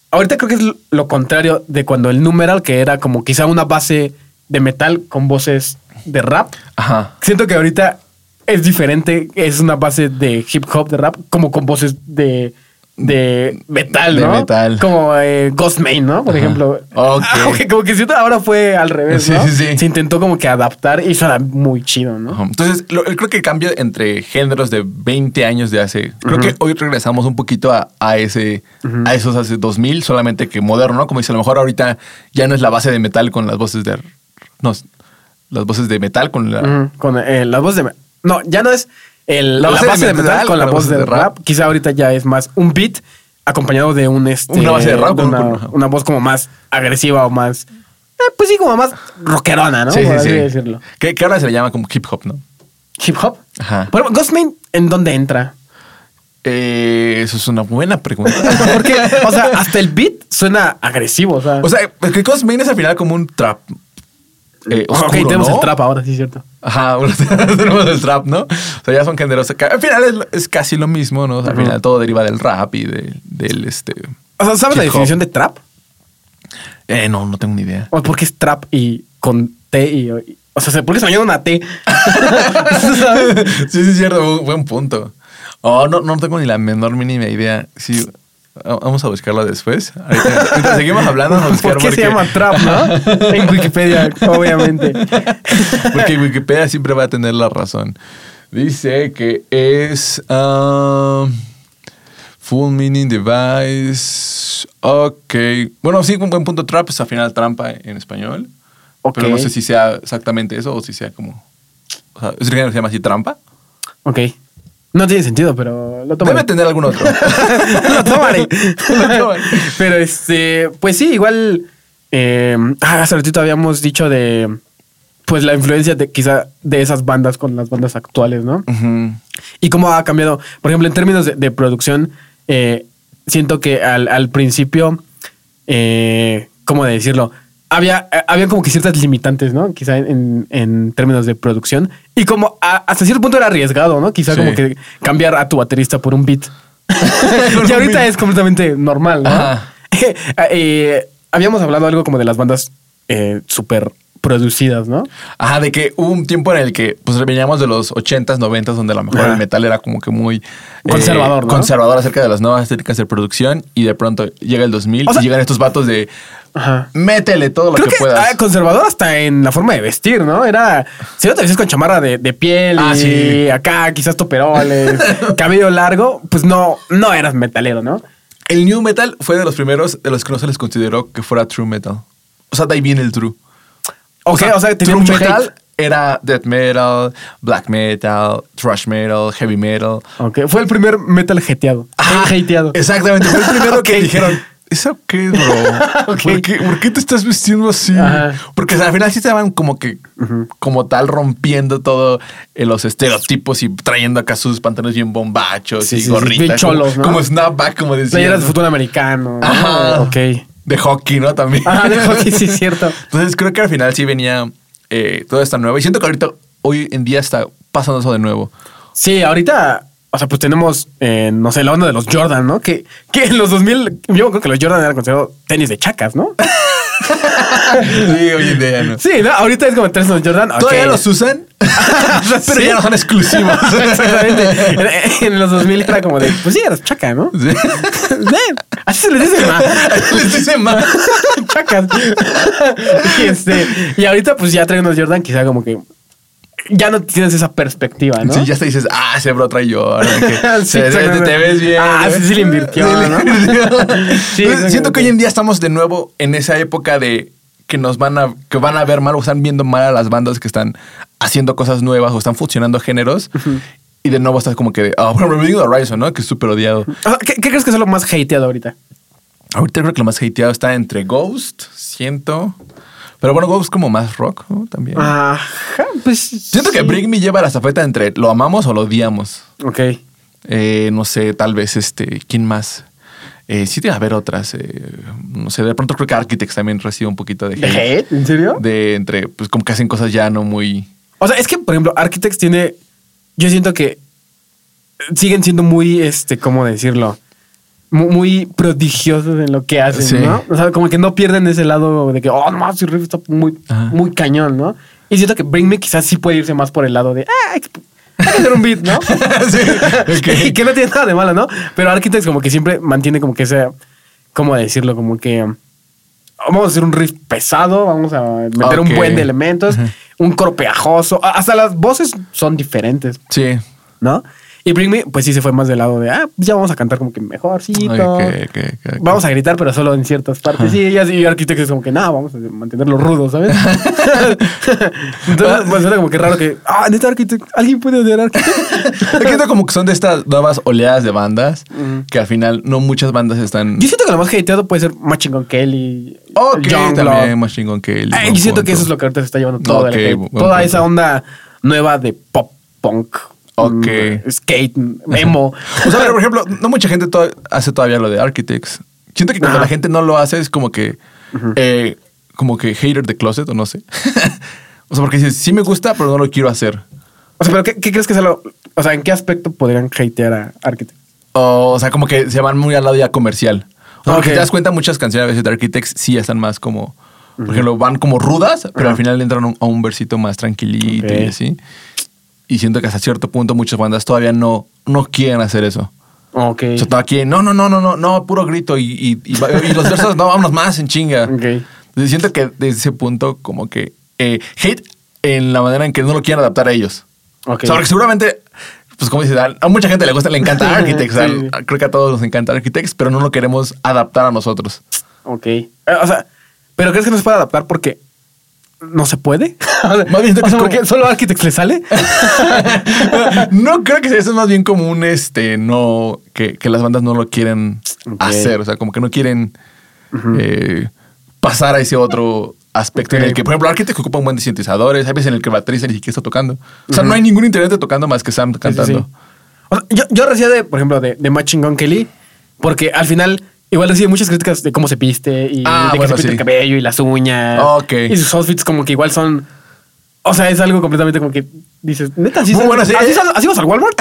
[SPEAKER 2] ahorita creo que es lo- lo contrario de cuando el numeral, que era como quizá una base de metal con voces de rap.
[SPEAKER 1] Ajá.
[SPEAKER 2] Siento que ahorita es diferente, es una base de hip hop, de rap, como con voces de, de metal,
[SPEAKER 1] De
[SPEAKER 2] ¿no?
[SPEAKER 1] metal.
[SPEAKER 2] Como eh, Ghost Main, ¿no? Por
[SPEAKER 1] Ajá.
[SPEAKER 2] ejemplo.
[SPEAKER 1] Ok.
[SPEAKER 2] Ah, *laughs* ok, Como que siento ahora fue al revés,
[SPEAKER 1] Sí,
[SPEAKER 2] ¿no?
[SPEAKER 1] sí, sí.
[SPEAKER 2] Se intentó como que adaptar y suena muy chido, ¿no?
[SPEAKER 1] Ajá. Entonces, lo- creo que el cambio entre géneros de 20 años de hace. Creo que hoy regresamos un poquito a, a ese, a esos hace 2000, solamente que moderno, ¿no? Como dice, a lo mejor ahorita ya no es la base de metal con las voces de. No, es- las voces de metal con la.
[SPEAKER 2] Ujú, Con eh, la voz de. me- No, ya no es el- la, base de metal, con la voz de, rap. Quizá ahorita ya es más un beat acompañado de un. Este,
[SPEAKER 1] Una base de rap, con-
[SPEAKER 2] una,
[SPEAKER 1] con-
[SPEAKER 2] una voz como más agresiva o más. eh, pues sí, como más rockerona, ¿no?
[SPEAKER 1] Sí,
[SPEAKER 2] Por
[SPEAKER 1] sí,
[SPEAKER 2] así
[SPEAKER 1] sí.
[SPEAKER 2] decirlo.
[SPEAKER 1] Que, que ahora se le llama como hip hop, ¿no?
[SPEAKER 2] Hip hop.
[SPEAKER 1] Ajá.
[SPEAKER 2] Pero Ghostman, ¿en dónde entra?
[SPEAKER 1] Eh, eso es una buena
[SPEAKER 2] *laughs*
[SPEAKER 1] pregunta.
[SPEAKER 2] Porque, o sea,
[SPEAKER 1] *laughs*
[SPEAKER 2] hasta el beat suena agresivo, o sea.
[SPEAKER 1] O sea, que Cosmain es al final como un trap. eh,
[SPEAKER 2] Ok,
[SPEAKER 1] oscuro,
[SPEAKER 2] tenemos
[SPEAKER 1] ¿no?
[SPEAKER 2] el trap ahora, sí, cierto.
[SPEAKER 1] Ajá, *laughs* bueno, tenemos el trap, ¿no? O sea, ya son géneros. que Al final es, es casi lo mismo, ¿no? O sea, al
[SPEAKER 2] Ujú.
[SPEAKER 1] final todo deriva del rap y de- del este.
[SPEAKER 2] O sea, ¿sabes la
[SPEAKER 1] Hip hop.
[SPEAKER 2] definición de trap?
[SPEAKER 1] Eh, no, no tengo ni idea.
[SPEAKER 2] O porque es trap y con T y. y- o sea, ¿por qué se me
[SPEAKER 1] *laughs*
[SPEAKER 2] llama una T? ¿Sabes?
[SPEAKER 1] sí, sí, es cierto, bu- buen punto. Oh, no, no tengo ni la menor mínima idea. Sí, va- vamos a buscarla después. Ahorita,
[SPEAKER 2] *laughs*
[SPEAKER 1] mientras seguimos hablando, vamos a buscar
[SPEAKER 2] ¿Por qué se llama trap, no?
[SPEAKER 1] *laughs*
[SPEAKER 2] En Wikipedia, obviamente.
[SPEAKER 1] Porque Wikipedia siempre va a tener la razón. Dice que es ah, Full Meaning Device. Ok. Bueno, sí, un buen punto. Trap es al final trampa en español.
[SPEAKER 2] Ok.
[SPEAKER 1] Pero no sé si sea exactamente eso o si sea como. O sea, ¿Es el género que se llama así trampa?
[SPEAKER 2] Ok. No tiene sentido, pero lo tomaré.
[SPEAKER 1] Debe tener algún
[SPEAKER 2] *laughs*
[SPEAKER 1] otro.
[SPEAKER 2] lo tomaré.
[SPEAKER 1] *laughs* Lo tomaré.
[SPEAKER 2] pero este, pues sí, igual. eh, ah, hace ratito habíamos dicho de. Pues la influencia de quizá de esas bandas con las bandas actuales, ¿no?
[SPEAKER 1] Ujú.
[SPEAKER 2] Y cómo ha cambiado, por ejemplo, en términos de, de producción, eh, siento que al, al principio, eh, ¿cómo decirlo? Había, eh, habían como que ciertas limitantes, ¿no? Quizá en, en términos de producción. Y como a- hasta cierto punto era arriesgado, ¿no? Quizá
[SPEAKER 1] Sí.
[SPEAKER 2] como que cambiar a tu baterista por un beat.
[SPEAKER 1] *laughs* Por
[SPEAKER 2] y
[SPEAKER 1] un
[SPEAKER 2] ahorita
[SPEAKER 1] beat.
[SPEAKER 2] es completamente normal, ¿no?
[SPEAKER 1] Ajá.
[SPEAKER 2] *laughs* Eh, habíamos hablado algo como de las bandas eh, súper producidas, ¿no?
[SPEAKER 1] Ajá, de que hubo un tiempo en el que pues veníamos de los 80s, 90s, donde a lo mejor
[SPEAKER 2] Ajá.
[SPEAKER 1] el metal era como que muy eh,
[SPEAKER 2] Conservador, ¿no?
[SPEAKER 1] conservador acerca de las nuevas técnicas de producción y de pronto llega el 2000
[SPEAKER 2] O sea-
[SPEAKER 1] y llegan estos vatos de
[SPEAKER 2] Ajá.
[SPEAKER 1] métele todo lo
[SPEAKER 2] Creo
[SPEAKER 1] que,
[SPEAKER 2] que,
[SPEAKER 1] puedas.
[SPEAKER 2] ah, conservador hasta en la forma de vestir, ¿no? Era. Si no te vestías con chamarra de, de piel
[SPEAKER 1] Ah,
[SPEAKER 2] y
[SPEAKER 1] sí.
[SPEAKER 2] acá quizás *laughs* toperoles, cabello largo, pues no, no eras metalero, ¿no?
[SPEAKER 1] El new metal fue de los primeros de los que no se les consideró que fuera true metal. O sea, de ahí viene el true.
[SPEAKER 2] Ok, o sea, tenía
[SPEAKER 1] true
[SPEAKER 2] mucho
[SPEAKER 1] metal
[SPEAKER 2] metal.
[SPEAKER 1] era death metal, black metal, thrash metal, heavy metal. Ah,
[SPEAKER 2] Fue el primer metal jeteado. hateado.
[SPEAKER 1] Exactamente, fue el primero que
[SPEAKER 2] *laughs* Ok.
[SPEAKER 1] dijeron. ¿Eso qué, bro?
[SPEAKER 2] *laughs* Ok.
[SPEAKER 1] ¿Por, qué, por qué te estás vistiendo así?
[SPEAKER 2] Ajá.
[SPEAKER 1] Porque o sea, al final sí estaban como que, como tal, rompiendo todo eh, los estereotipos y trayendo acá sus pantalones bien bombachos
[SPEAKER 2] Sí,
[SPEAKER 1] y
[SPEAKER 2] sí, sí,
[SPEAKER 1] gorritas.
[SPEAKER 2] bien cholos,
[SPEAKER 1] como,
[SPEAKER 2] ¿no?
[SPEAKER 1] como snapback, como decía.
[SPEAKER 2] Playeras de fútbol americano. ¿no?
[SPEAKER 1] Ajá.
[SPEAKER 2] Ah, Ok.
[SPEAKER 1] De hockey, ¿no? También.
[SPEAKER 2] Ajá, Ah, de
[SPEAKER 1] *laughs*
[SPEAKER 2] hockey, sí, cierto.
[SPEAKER 1] Entonces creo que al final sí venía eh, toda esta nueva. Y siento que ahorita, hoy en día, está pasando eso de nuevo.
[SPEAKER 2] Sí, ahorita. O sea, pues tenemos, eh, no sé, la onda de los Jordan, ¿no? Que, que en los 2000, yo creo que los Jordan eran considerados tenis de chacas, *laughs* ¿no?
[SPEAKER 1] sí, hoy en día, ¿no?
[SPEAKER 2] Sí, ¿no? ahorita es como tres los Jordan. ok.
[SPEAKER 1] Todavía los
[SPEAKER 2] *laughs*
[SPEAKER 1] usan, pero
[SPEAKER 2] Sí.
[SPEAKER 1] ya no son exclusivos.
[SPEAKER 2] *laughs* Exactamente. En los 2000 era como de, pues sí, eras chaca, ¿no? *laughs*
[SPEAKER 1] Sí. *laughs*
[SPEAKER 2] Ven, Así se les dice ma.
[SPEAKER 1] Les dice más.
[SPEAKER 2] *laughs* Chacas. Y, este, y ahorita, pues ya traen unos Jordan, quizá como que ya no tienes esa perspectiva, ¿no? Ah,
[SPEAKER 1] Sí, ya te dices, ah, ese bro trae Jordan. que
[SPEAKER 2] *laughs* Sí,
[SPEAKER 1] se- te,
[SPEAKER 2] exactamente.
[SPEAKER 1] te ves bien.
[SPEAKER 2] Ah,
[SPEAKER 1] ¿no?
[SPEAKER 2] sí, sí le invirtió,
[SPEAKER 1] Sí, le
[SPEAKER 2] ¿no?
[SPEAKER 1] invirtió.
[SPEAKER 2] *laughs* Sí,
[SPEAKER 1] Entonces, siento
[SPEAKER 2] exactamente.
[SPEAKER 1] que hoy en día estamos de nuevo en esa época de que nos van a, que van a ver mal o están viendo mal a las bandas que están haciendo cosas nuevas o están funcionando géneros. Y de nuevo estás como que, ah, bueno, Bring the Horizon, ¿no? Que es súper odiado.
[SPEAKER 2] O sea, ¿Qué, qué crees que es lo más hateado ahorita?
[SPEAKER 1] Ahorita creo que lo más hateado está entre Ghost, siento. Pero bueno, Ghost como más rock ¿no? también.
[SPEAKER 2] Ajá, pues.
[SPEAKER 1] siento que
[SPEAKER 2] Ah, sí.
[SPEAKER 1] Bring Me lleva la zafeta entre lo amamos o lo odiamos.
[SPEAKER 2] Ok.
[SPEAKER 1] Eh, no sé, tal vez este, ¿quién más? Eh, sí debe haber otras. eh, no sé, de pronto creo que Architects también recibe un poquito de hate.
[SPEAKER 2] ¿Hate? ¿En serio?
[SPEAKER 1] De entre, pues como que hacen cosas ya no
[SPEAKER 2] *laughs*
[SPEAKER 1] muy.
[SPEAKER 2] O sea, es que, por ejemplo, Architects tiene. Yo siento que siguen siendo muy, este, ¿cómo decirlo? Mu- Muy, prodigiosos en lo que hacen,
[SPEAKER 1] Sí.
[SPEAKER 2] ¿no? O sea, como que no pierden ese lado de que, oh, no, su riff está muy,
[SPEAKER 1] Ajá.
[SPEAKER 2] muy cañón, ¿no? Y siento que Bring Me quizás sí puede irse más por el lado de, ah, exp- hay que hacer un
[SPEAKER 1] *laughs*
[SPEAKER 2] beat, ¿no?
[SPEAKER 1] Sí, ok.
[SPEAKER 2] *laughs* Y que no tiene nada de malo, ¿no? Pero Architects como que siempre mantiene como que ese, ¿cómo decirlo? Como que um, vamos a hacer un riff pesado, vamos a meter un
[SPEAKER 1] Ok.
[SPEAKER 2] buen de elementos,
[SPEAKER 1] Ajá.
[SPEAKER 2] un corpeajoso, a- hasta las voces son diferentes,
[SPEAKER 1] Sí.
[SPEAKER 2] ¿no? Y Bring Me, pues sí se fue más del lado de, ah, ya vamos a cantar como que mejorcito.
[SPEAKER 1] Ok, ok, ok, ok. *laughs*
[SPEAKER 2] Vamos a gritar, pero solo en ciertas partes. Sí, y así, y Architects es como que, no, vamos a mantenerlo rudo, ¿sabes?
[SPEAKER 1] *laughs*
[SPEAKER 2] *laughs* Entonces, pues era como que raro que, ah, neta Architects, ¿alguien puede odiar Architects?
[SPEAKER 1] *laughs* Es que siento como que son de estas nuevas oleadas de bandas que al final no muchas bandas están.
[SPEAKER 2] Yo siento que lo más hateado puede ser Machine Gun Kelly.
[SPEAKER 1] Ok,
[SPEAKER 2] Youngblood.
[SPEAKER 1] también más chingón que él.
[SPEAKER 2] Eh,
[SPEAKER 1] buen
[SPEAKER 2] yo siento
[SPEAKER 1] punto.
[SPEAKER 2] que eso es lo que ahorita se está llevando todo
[SPEAKER 1] Ok,
[SPEAKER 2] el hate.
[SPEAKER 1] buen
[SPEAKER 2] Toda
[SPEAKER 1] punto.
[SPEAKER 2] esa onda nueva de pop punk.
[SPEAKER 1] Ok.
[SPEAKER 2] mm, skate, memo.
[SPEAKER 1] O sea, pero,
[SPEAKER 2] *laughs*
[SPEAKER 1] por ejemplo, no mucha gente to- hace todavía lo de Architects. Siento que cuando
[SPEAKER 2] Ajá.
[SPEAKER 1] la gente no lo hace es como que. eh, como que hater de closet o no sé. *laughs* o sea, porque dices, sí me gusta, pero no lo quiero hacer.
[SPEAKER 2] O sea, pero ¿qué, qué crees que sea lo. O sea, ¿en qué aspecto podrían hatear a Architect?
[SPEAKER 1] O, o sea, como que se van muy al lado ya comercial. O sea, porque
[SPEAKER 2] Ok.
[SPEAKER 1] te das cuenta, muchas canciones a veces de Architects sí ya están más como. Por ejemplo, van como rudas, pero al final entran un- a un versito más tranquilito
[SPEAKER 2] Ok.
[SPEAKER 1] y así. Y siento que hasta cierto punto muchas bandas todavía no, no quieren hacer eso.
[SPEAKER 2] Ok.
[SPEAKER 1] O sea, todo aquí, no, no, no, no, no, no, puro grito y, y- y va- y los versos, no, vámonos más en chinga.
[SPEAKER 2] *laughs* Ok.
[SPEAKER 1] Entonces siento que desde ese punto como que eh, hate en la manera en que no lo quieren adaptar a ellos.
[SPEAKER 2] Ok.
[SPEAKER 1] O sea, porque seguramente, pues como dices, a, a mucha gente le gusta, le encanta Architects, o sea,
[SPEAKER 2] *laughs* Sí, sí.
[SPEAKER 1] creo que a todos nos encanta Architects, pero no lo queremos adaptar a nosotros.
[SPEAKER 2] Ok. Eh, O sea, ¿pero crees que no se puede adaptar porque no se puede? *laughs* O sea,
[SPEAKER 1] Más bien,
[SPEAKER 2] o sea,
[SPEAKER 1] como-
[SPEAKER 2] ¿por qué solo a Architects
[SPEAKER 1] *laughs*
[SPEAKER 2] le sale?
[SPEAKER 1] no creo que sea- eso es más bien común, este, no, que, que las bandas no lo quieren
[SPEAKER 2] Ok.
[SPEAKER 1] hacer, o sea, como que no quieren eh, pasar a ese otro aspecto en
[SPEAKER 2] Ok.
[SPEAKER 1] el que, por ejemplo, Architects ocupa un buen de sintetizadores, hay veces en el que el baterista ni siquiera está tocando. O sea, no hay ningún integrante tocando más que Sam cantando.
[SPEAKER 2] Sí, sí, sí. O sea, yo, yo recibía de, por ejemplo, de, de Machine Gun Kelly, porque al final igual recibe muchas críticas de cómo se viste y
[SPEAKER 1] Ah,
[SPEAKER 2] de
[SPEAKER 1] bueno,
[SPEAKER 2] que se pinta el
[SPEAKER 1] sí.
[SPEAKER 2] cabello y las uñas.
[SPEAKER 1] Ok.
[SPEAKER 2] Y sus outfits como que igual son... O sea, es algo completamente como que dices, neta, ¿sí
[SPEAKER 1] Muy
[SPEAKER 2] sal-
[SPEAKER 1] bueno, sí,
[SPEAKER 2] ¿así,
[SPEAKER 1] eh.
[SPEAKER 2] sal- así vas
[SPEAKER 1] *laughs*
[SPEAKER 2] al Walmart?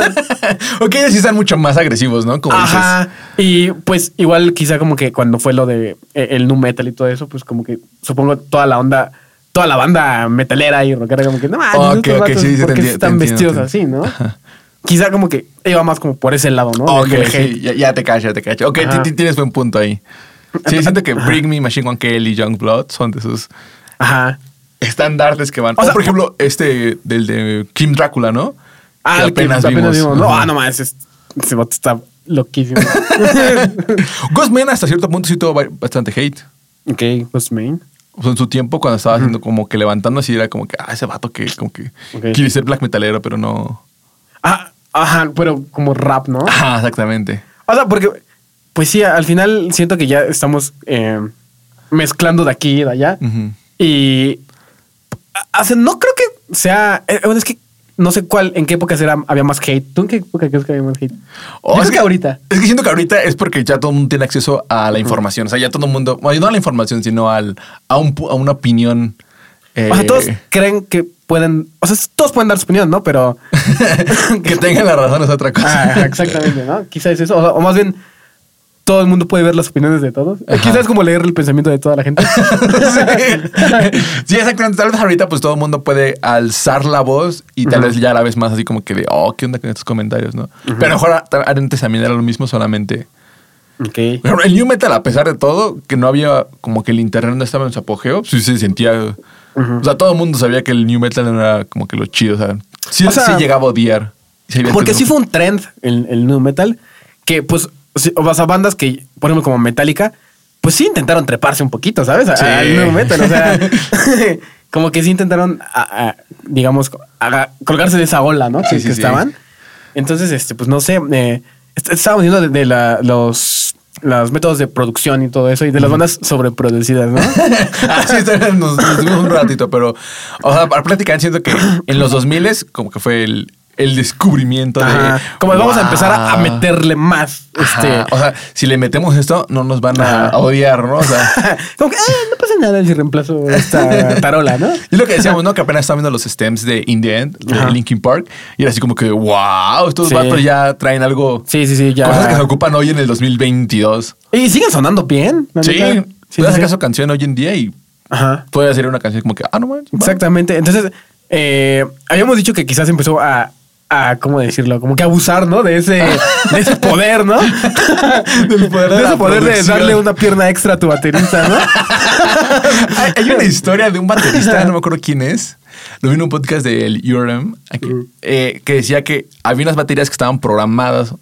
[SPEAKER 1] *laughs* ok, ellos sí están mucho más agresivos, ¿no? Como dices.
[SPEAKER 2] Ajá. Y pues igual quizá como que cuando fue lo de eh, el nu metal y todo eso, pues como que supongo toda la onda, toda la banda metalera y rockera como que no manches,
[SPEAKER 1] Ok,
[SPEAKER 2] estos
[SPEAKER 1] ok,
[SPEAKER 2] vatos,
[SPEAKER 1] sí, sí, te
[SPEAKER 2] ¿por qué
[SPEAKER 1] entiendo,
[SPEAKER 2] están
[SPEAKER 1] te entiendo,
[SPEAKER 2] vestidos
[SPEAKER 1] te
[SPEAKER 2] así,
[SPEAKER 1] entiendo.
[SPEAKER 2] no?
[SPEAKER 1] Ajá.
[SPEAKER 2] Quizá como que iba más como por ese lado, ¿no?
[SPEAKER 1] Ok,
[SPEAKER 2] Del- del Oh, hate.
[SPEAKER 1] sí, ya, ya te cacho, ya te cacho. Ok,
[SPEAKER 2] Ajá.
[SPEAKER 1] ti- ti- tienes buen punto ahí. Sí, siento
[SPEAKER 2] *laughs*
[SPEAKER 1] que Bring Me, Machine Gun Kelly, Young Blood son de sus
[SPEAKER 2] Ajá.
[SPEAKER 1] estandartes que van.
[SPEAKER 2] O
[SPEAKER 1] O,
[SPEAKER 2] sea,
[SPEAKER 1] por ejemplo, este del de Kim Drácula, ¿no?
[SPEAKER 2] Ah,
[SPEAKER 1] que
[SPEAKER 2] el que
[SPEAKER 1] apenas vimos.
[SPEAKER 2] No,
[SPEAKER 1] Ajá. *laughs*
[SPEAKER 2] ah, no más, es- ese vato está loquísimo.
[SPEAKER 1] Ghostman hasta cierto punto sí tuvo ba- bastante hate.
[SPEAKER 2] ok, pues main.
[SPEAKER 1] O sea, en su tiempo cuando estaba haciendo como que levantando así era como que, ah, ese vato que como que
[SPEAKER 2] Ok.
[SPEAKER 1] quiere ser black metalero, pero no.
[SPEAKER 2] Ah, ajá, pero como rap, ¿no?
[SPEAKER 1] Ajá, exactamente.
[SPEAKER 2] O sea, porque, pues sí, al final siento que ya estamos eh, mezclando de aquí y de allá.
[SPEAKER 1] Ujú.
[SPEAKER 2] Y. a- o sea, no creo que sea. eh, bueno, es que no sé cuál, en qué época será, había más hate. ¿Tú en qué época crees que había más hate?
[SPEAKER 1] O
[SPEAKER 2] Yo creo que ahorita.
[SPEAKER 1] Oh, Es que siento que ahorita es porque ya todo el mundo tiene acceso a la información. O sea, ya todo el mundo, bueno, no a la información, sino al, a, un pu- a una opinión. eh, *laughs*
[SPEAKER 2] O sea, todos creen que pueden. O sea, todos pueden dar su opinión, ¿no? Pero.
[SPEAKER 1] que tengan la razón es otra cosa.
[SPEAKER 2] Ah, exactamente, ¿no? Quizás es eso. O, sea, o más bien, todo el mundo puede ver las opiniones de todos. Eh, Quizás es como leer el pensamiento de toda la gente.
[SPEAKER 1] *laughs*
[SPEAKER 2] *laughs*
[SPEAKER 1] sí. *laughs* Sí, exactamente. Tal vez ahorita pues todo el mundo puede alzar la voz y tal vez ya la ves más así como que de, oh, ¿qué onda con estos comentarios, no? Pero a lo mejor a- antes también era lo mismo solamente.
[SPEAKER 2] ok.
[SPEAKER 1] Por ejemplo, El New Metal, a pesar de todo, que no había como que el internet no estaba en su apogeo, sí se sentía. O sea, todo el mundo sabía que el New Metal no era como que lo chido. O sea, sí,
[SPEAKER 2] O sea,
[SPEAKER 1] sí llegaba a odiar. Sí había
[SPEAKER 2] Porque
[SPEAKER 1] este
[SPEAKER 2] sí
[SPEAKER 1] grupo.
[SPEAKER 2] fue un trend el, el nu metal, que pues, sí, o sea, bandas que, por ejemplo, como Metallica, pues sí intentaron treparse un poquito, ¿sabes? A-
[SPEAKER 1] Sí.
[SPEAKER 2] a- Al nuevo metal,
[SPEAKER 1] *laughs*
[SPEAKER 2] o sea, *laughs* como que sí intentaron, a- a- digamos, aga- colgarse de esa ola, ¿no?
[SPEAKER 1] Sí,
[SPEAKER 2] que,
[SPEAKER 1] sí,
[SPEAKER 2] que
[SPEAKER 1] sí.
[SPEAKER 2] estaban. Entonces, este, pues no sé, eh, est- estábamos viendo de, de la- los, los métodos de producción y todo eso, y de las bandas sobreproducidas,
[SPEAKER 1] *laughs*
[SPEAKER 2] ¿no?
[SPEAKER 1] Así nos, *laughs* nos dimos un ratito, pero, o sea, para platicar, siento que en los 2000 como que fue el, el descubrimiento
[SPEAKER 2] Ajá.
[SPEAKER 1] de.
[SPEAKER 2] Como vamos a
[SPEAKER 1] "Wow".
[SPEAKER 2] empezar a, a meterle más, este,
[SPEAKER 1] Ajá. O sea, si le metemos esto, no nos van a
[SPEAKER 2] Ajá.
[SPEAKER 1] odiar, ¿no? O sea.
[SPEAKER 2] *laughs* Como que, "Ah, no pasa nada si
[SPEAKER 1] *laughs*
[SPEAKER 2] reemplazo esta tarola, ¿no?
[SPEAKER 1] Y lo que decíamos, ¿no? Que apenas estaban viendo los stems de In the End, de
[SPEAKER 2] Ajá.
[SPEAKER 1] Linkin Park. Y era así como que, wow, estos
[SPEAKER 2] Sí.
[SPEAKER 1] vatos ya traen algo.
[SPEAKER 2] Sí, sí, sí, ya.
[SPEAKER 1] Cosas que se ocupan hoy en el 2022.
[SPEAKER 2] Y siguen sonando bien. la
[SPEAKER 1] Sí.
[SPEAKER 2] neta.
[SPEAKER 1] Tú das acaso canción hoy en día y
[SPEAKER 2] Ajá.
[SPEAKER 1] puede ser una canción como que, ah, no manches. va.
[SPEAKER 2] Exactamente. Entonces, eh, habíamos dicho que quizás empezó a, a, ¿cómo decirlo? Como que abusar, ¿no? De ese, de ese poder,
[SPEAKER 1] *laughs*
[SPEAKER 2] ¿no? Del
[SPEAKER 1] poder de
[SPEAKER 2] de ese
[SPEAKER 1] la
[SPEAKER 2] poder de
[SPEAKER 1] producción.
[SPEAKER 2] darle una pierna extra a tu baterista,
[SPEAKER 1] *laughs*
[SPEAKER 2] ¿no?
[SPEAKER 1] Hay, hay una historia de un baterista, no me acuerdo quién es. Lo vi en un podcast del URM aquí, eh, que decía que había unas baterías que estaban programadas.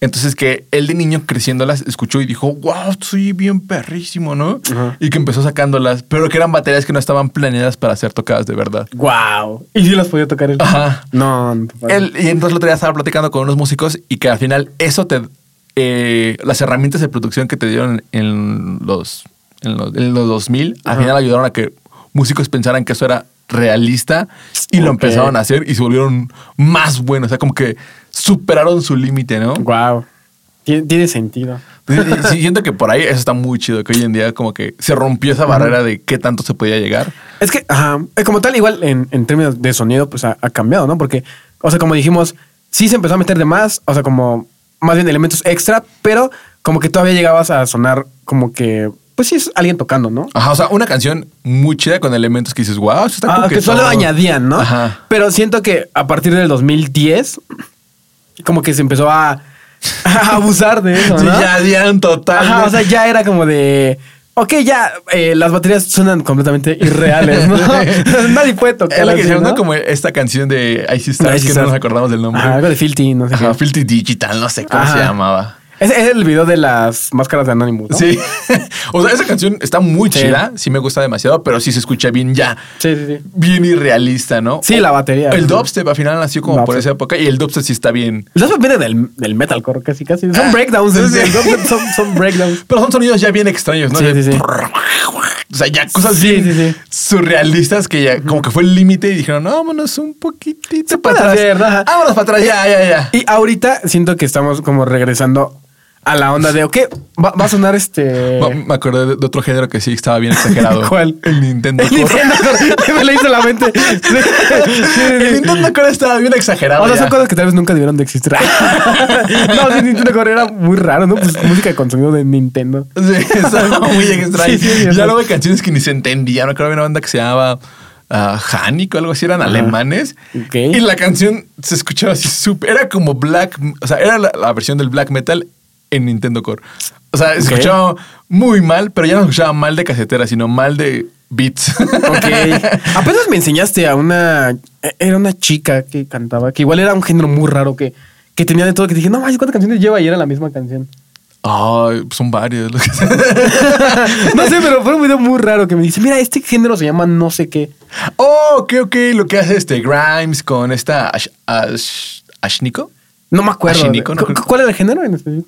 [SPEAKER 1] Entonces que él de niño creciéndolas escuchó y dijo, wow, soy bien perrísimo, ¿no? Y que empezó sacándolas, pero que eran baterías que no estaban planeadas para ser tocadas de verdad.
[SPEAKER 2] wow. Y sí las podía tocar él.
[SPEAKER 1] Ajá.
[SPEAKER 2] No, no te pases.
[SPEAKER 1] Él- y entonces el otro día estaba platicando con unos músicos y que al final eso te... eh, las herramientas de producción que te dieron en los, en los, en los 2000, al final ayudaron a que músicos pensaran que eso era realista y lo
[SPEAKER 2] Ok.
[SPEAKER 1] empezaron a hacer y se volvieron más buenos. O sea, como que superaron su límite, ¿no?
[SPEAKER 2] Wow. Tiene, tiene sentido.
[SPEAKER 1] Entonces, sí, Siento que por ahí eso está muy chido, que hoy en día como que se rompió esa barrera de qué tanto se podía llegar.
[SPEAKER 2] Es que, ajá, eh, como tal, igual en, en términos de sonido, pues ha, ha cambiado, ¿no? Porque, o sea, como dijimos, sí se empezó a meter de más, o sea, como más bien elementos extra, pero como que todavía llegabas a sonar como que, pues sí es alguien tocando, ¿no?
[SPEAKER 1] Ajá, o sea, una canción muy chida con elementos que dices, wow, eso Ah, está
[SPEAKER 2] Ah, que solo
[SPEAKER 1] coquetón".
[SPEAKER 2] añadían, ¿no?
[SPEAKER 1] Ajá.
[SPEAKER 2] Pero siento que a partir del 2010, como que se empezó a, *laughs* a abusar de eso,
[SPEAKER 1] Sí,
[SPEAKER 2] ¿no?
[SPEAKER 1] ya dieron total.
[SPEAKER 2] Ajá,
[SPEAKER 1] ¿no?
[SPEAKER 2] o sea, ya era como de. Ok, ya eh, las baterías suenan completamente irreales,
[SPEAKER 1] *laughs*
[SPEAKER 2] ¿no? *laughs* Nadie puede tocar.
[SPEAKER 1] Es lo que
[SPEAKER 2] así,
[SPEAKER 1] hicieron, ¿no?
[SPEAKER 2] ¿no?
[SPEAKER 1] Como esta canción de Icy *laughs* Stars,
[SPEAKER 2] Icy
[SPEAKER 1] que
[SPEAKER 2] Stars.
[SPEAKER 1] no nos acordamos del nombre.
[SPEAKER 2] Ajá, algo de Filthy, no sé
[SPEAKER 1] Ajá,
[SPEAKER 2] qué.
[SPEAKER 1] Filthy Digital, no sé cómo
[SPEAKER 2] Ajá.
[SPEAKER 1] se llamaba.
[SPEAKER 2] Ese es el video de las máscaras de Anonymous, ¿no?
[SPEAKER 1] Sí. *laughs* o sea, esa canción está muy
[SPEAKER 2] Sí.
[SPEAKER 1] chida, sí me gusta demasiado, pero sí se escucha bien ya.
[SPEAKER 2] Sí, sí, sí.
[SPEAKER 1] Bien irrealista, ¿no?
[SPEAKER 2] Sí, la batería.
[SPEAKER 1] El dubstep al final nació como por
[SPEAKER 2] Dubstep.
[SPEAKER 1] esa época y el dubstep sí está bien.
[SPEAKER 2] El dubstep viene del, del metalcore casi, casi. Son
[SPEAKER 1] Ah,
[SPEAKER 2] breakdowns. el-
[SPEAKER 1] sí.
[SPEAKER 2] el dubstep son, son breakdowns.
[SPEAKER 1] Pero son sonidos ya bien extraños, ¿no?
[SPEAKER 2] Sí,
[SPEAKER 1] De-
[SPEAKER 2] sí, sí.
[SPEAKER 1] *laughs* O sea, ya cosas
[SPEAKER 2] Sí,
[SPEAKER 1] bien
[SPEAKER 2] sí, sí.
[SPEAKER 1] surrealistas que ya como que fue el límite y dijeron, "No, vámonos un poquitito
[SPEAKER 2] Se
[SPEAKER 1] para
[SPEAKER 2] puede
[SPEAKER 1] atrás.
[SPEAKER 2] hacer, ¿no? Ajá.
[SPEAKER 1] Vámonos para atrás, ya, ya, ya.
[SPEAKER 2] Y ahorita siento que estamos como regresando a la onda de, ok, va, va a sonar este...
[SPEAKER 1] Ma- Me acordé de, de otro género que sí estaba bien exagerado.
[SPEAKER 2] *laughs* ¿Cuál?
[SPEAKER 1] El Nintendo
[SPEAKER 2] El
[SPEAKER 1] Core.
[SPEAKER 2] Nintendo Core. *laughs* Me lo hizo la mente. Sí, sí, sí.
[SPEAKER 1] El Nintendo Core estaba bien exagerado.
[SPEAKER 2] O sea,
[SPEAKER 1] ya.
[SPEAKER 2] son cosas que tal vez nunca debieron de existir. *laughs* no, sí, Nintendo Core era muy raro, ¿no? Pues música con sonido de Nintendo.
[SPEAKER 1] Sí,
[SPEAKER 2] *laughs*
[SPEAKER 1] estaba muy extraño.
[SPEAKER 2] Sí, sí, es cierto.
[SPEAKER 1] ya luego hay canciones que ni se entendían. Me acuerdo de una banda que se llamaba ah, Hanik o algo así, eran alemanes.
[SPEAKER 2] Ok.
[SPEAKER 1] Y la canción se escuchaba así súper. Era como black. O sea, era la, la versión del black metal en Nintendo Core. O sea, se
[SPEAKER 2] Ok.
[SPEAKER 1] escuchaba muy mal, pero ya no se escuchaba mal de casetera, sino mal de beats.
[SPEAKER 2] Ok. Apenas me enseñaste a una. e-, Era una chica que cantaba, que igual era un género muy raro que, que tenía de todo. Que dije, no mames, ¿cuántas canciones lleva? Y era la misma canción.
[SPEAKER 1] *laughs*
[SPEAKER 2] *laughs*
[SPEAKER 1] Ay, pues son varios. los que-
[SPEAKER 2] No sé, pero fue un video muy raro que me dice, mira, este género se llama no sé qué.
[SPEAKER 1] *laughs* Oh, ok, ok. Lo que hace este Grimes con esta Ash, Ash- Ashnico
[SPEAKER 2] No me acuerdo.
[SPEAKER 1] Ashinico, ¿no?
[SPEAKER 2] ¿Cu- cu- ¿Cuál era el género en específico?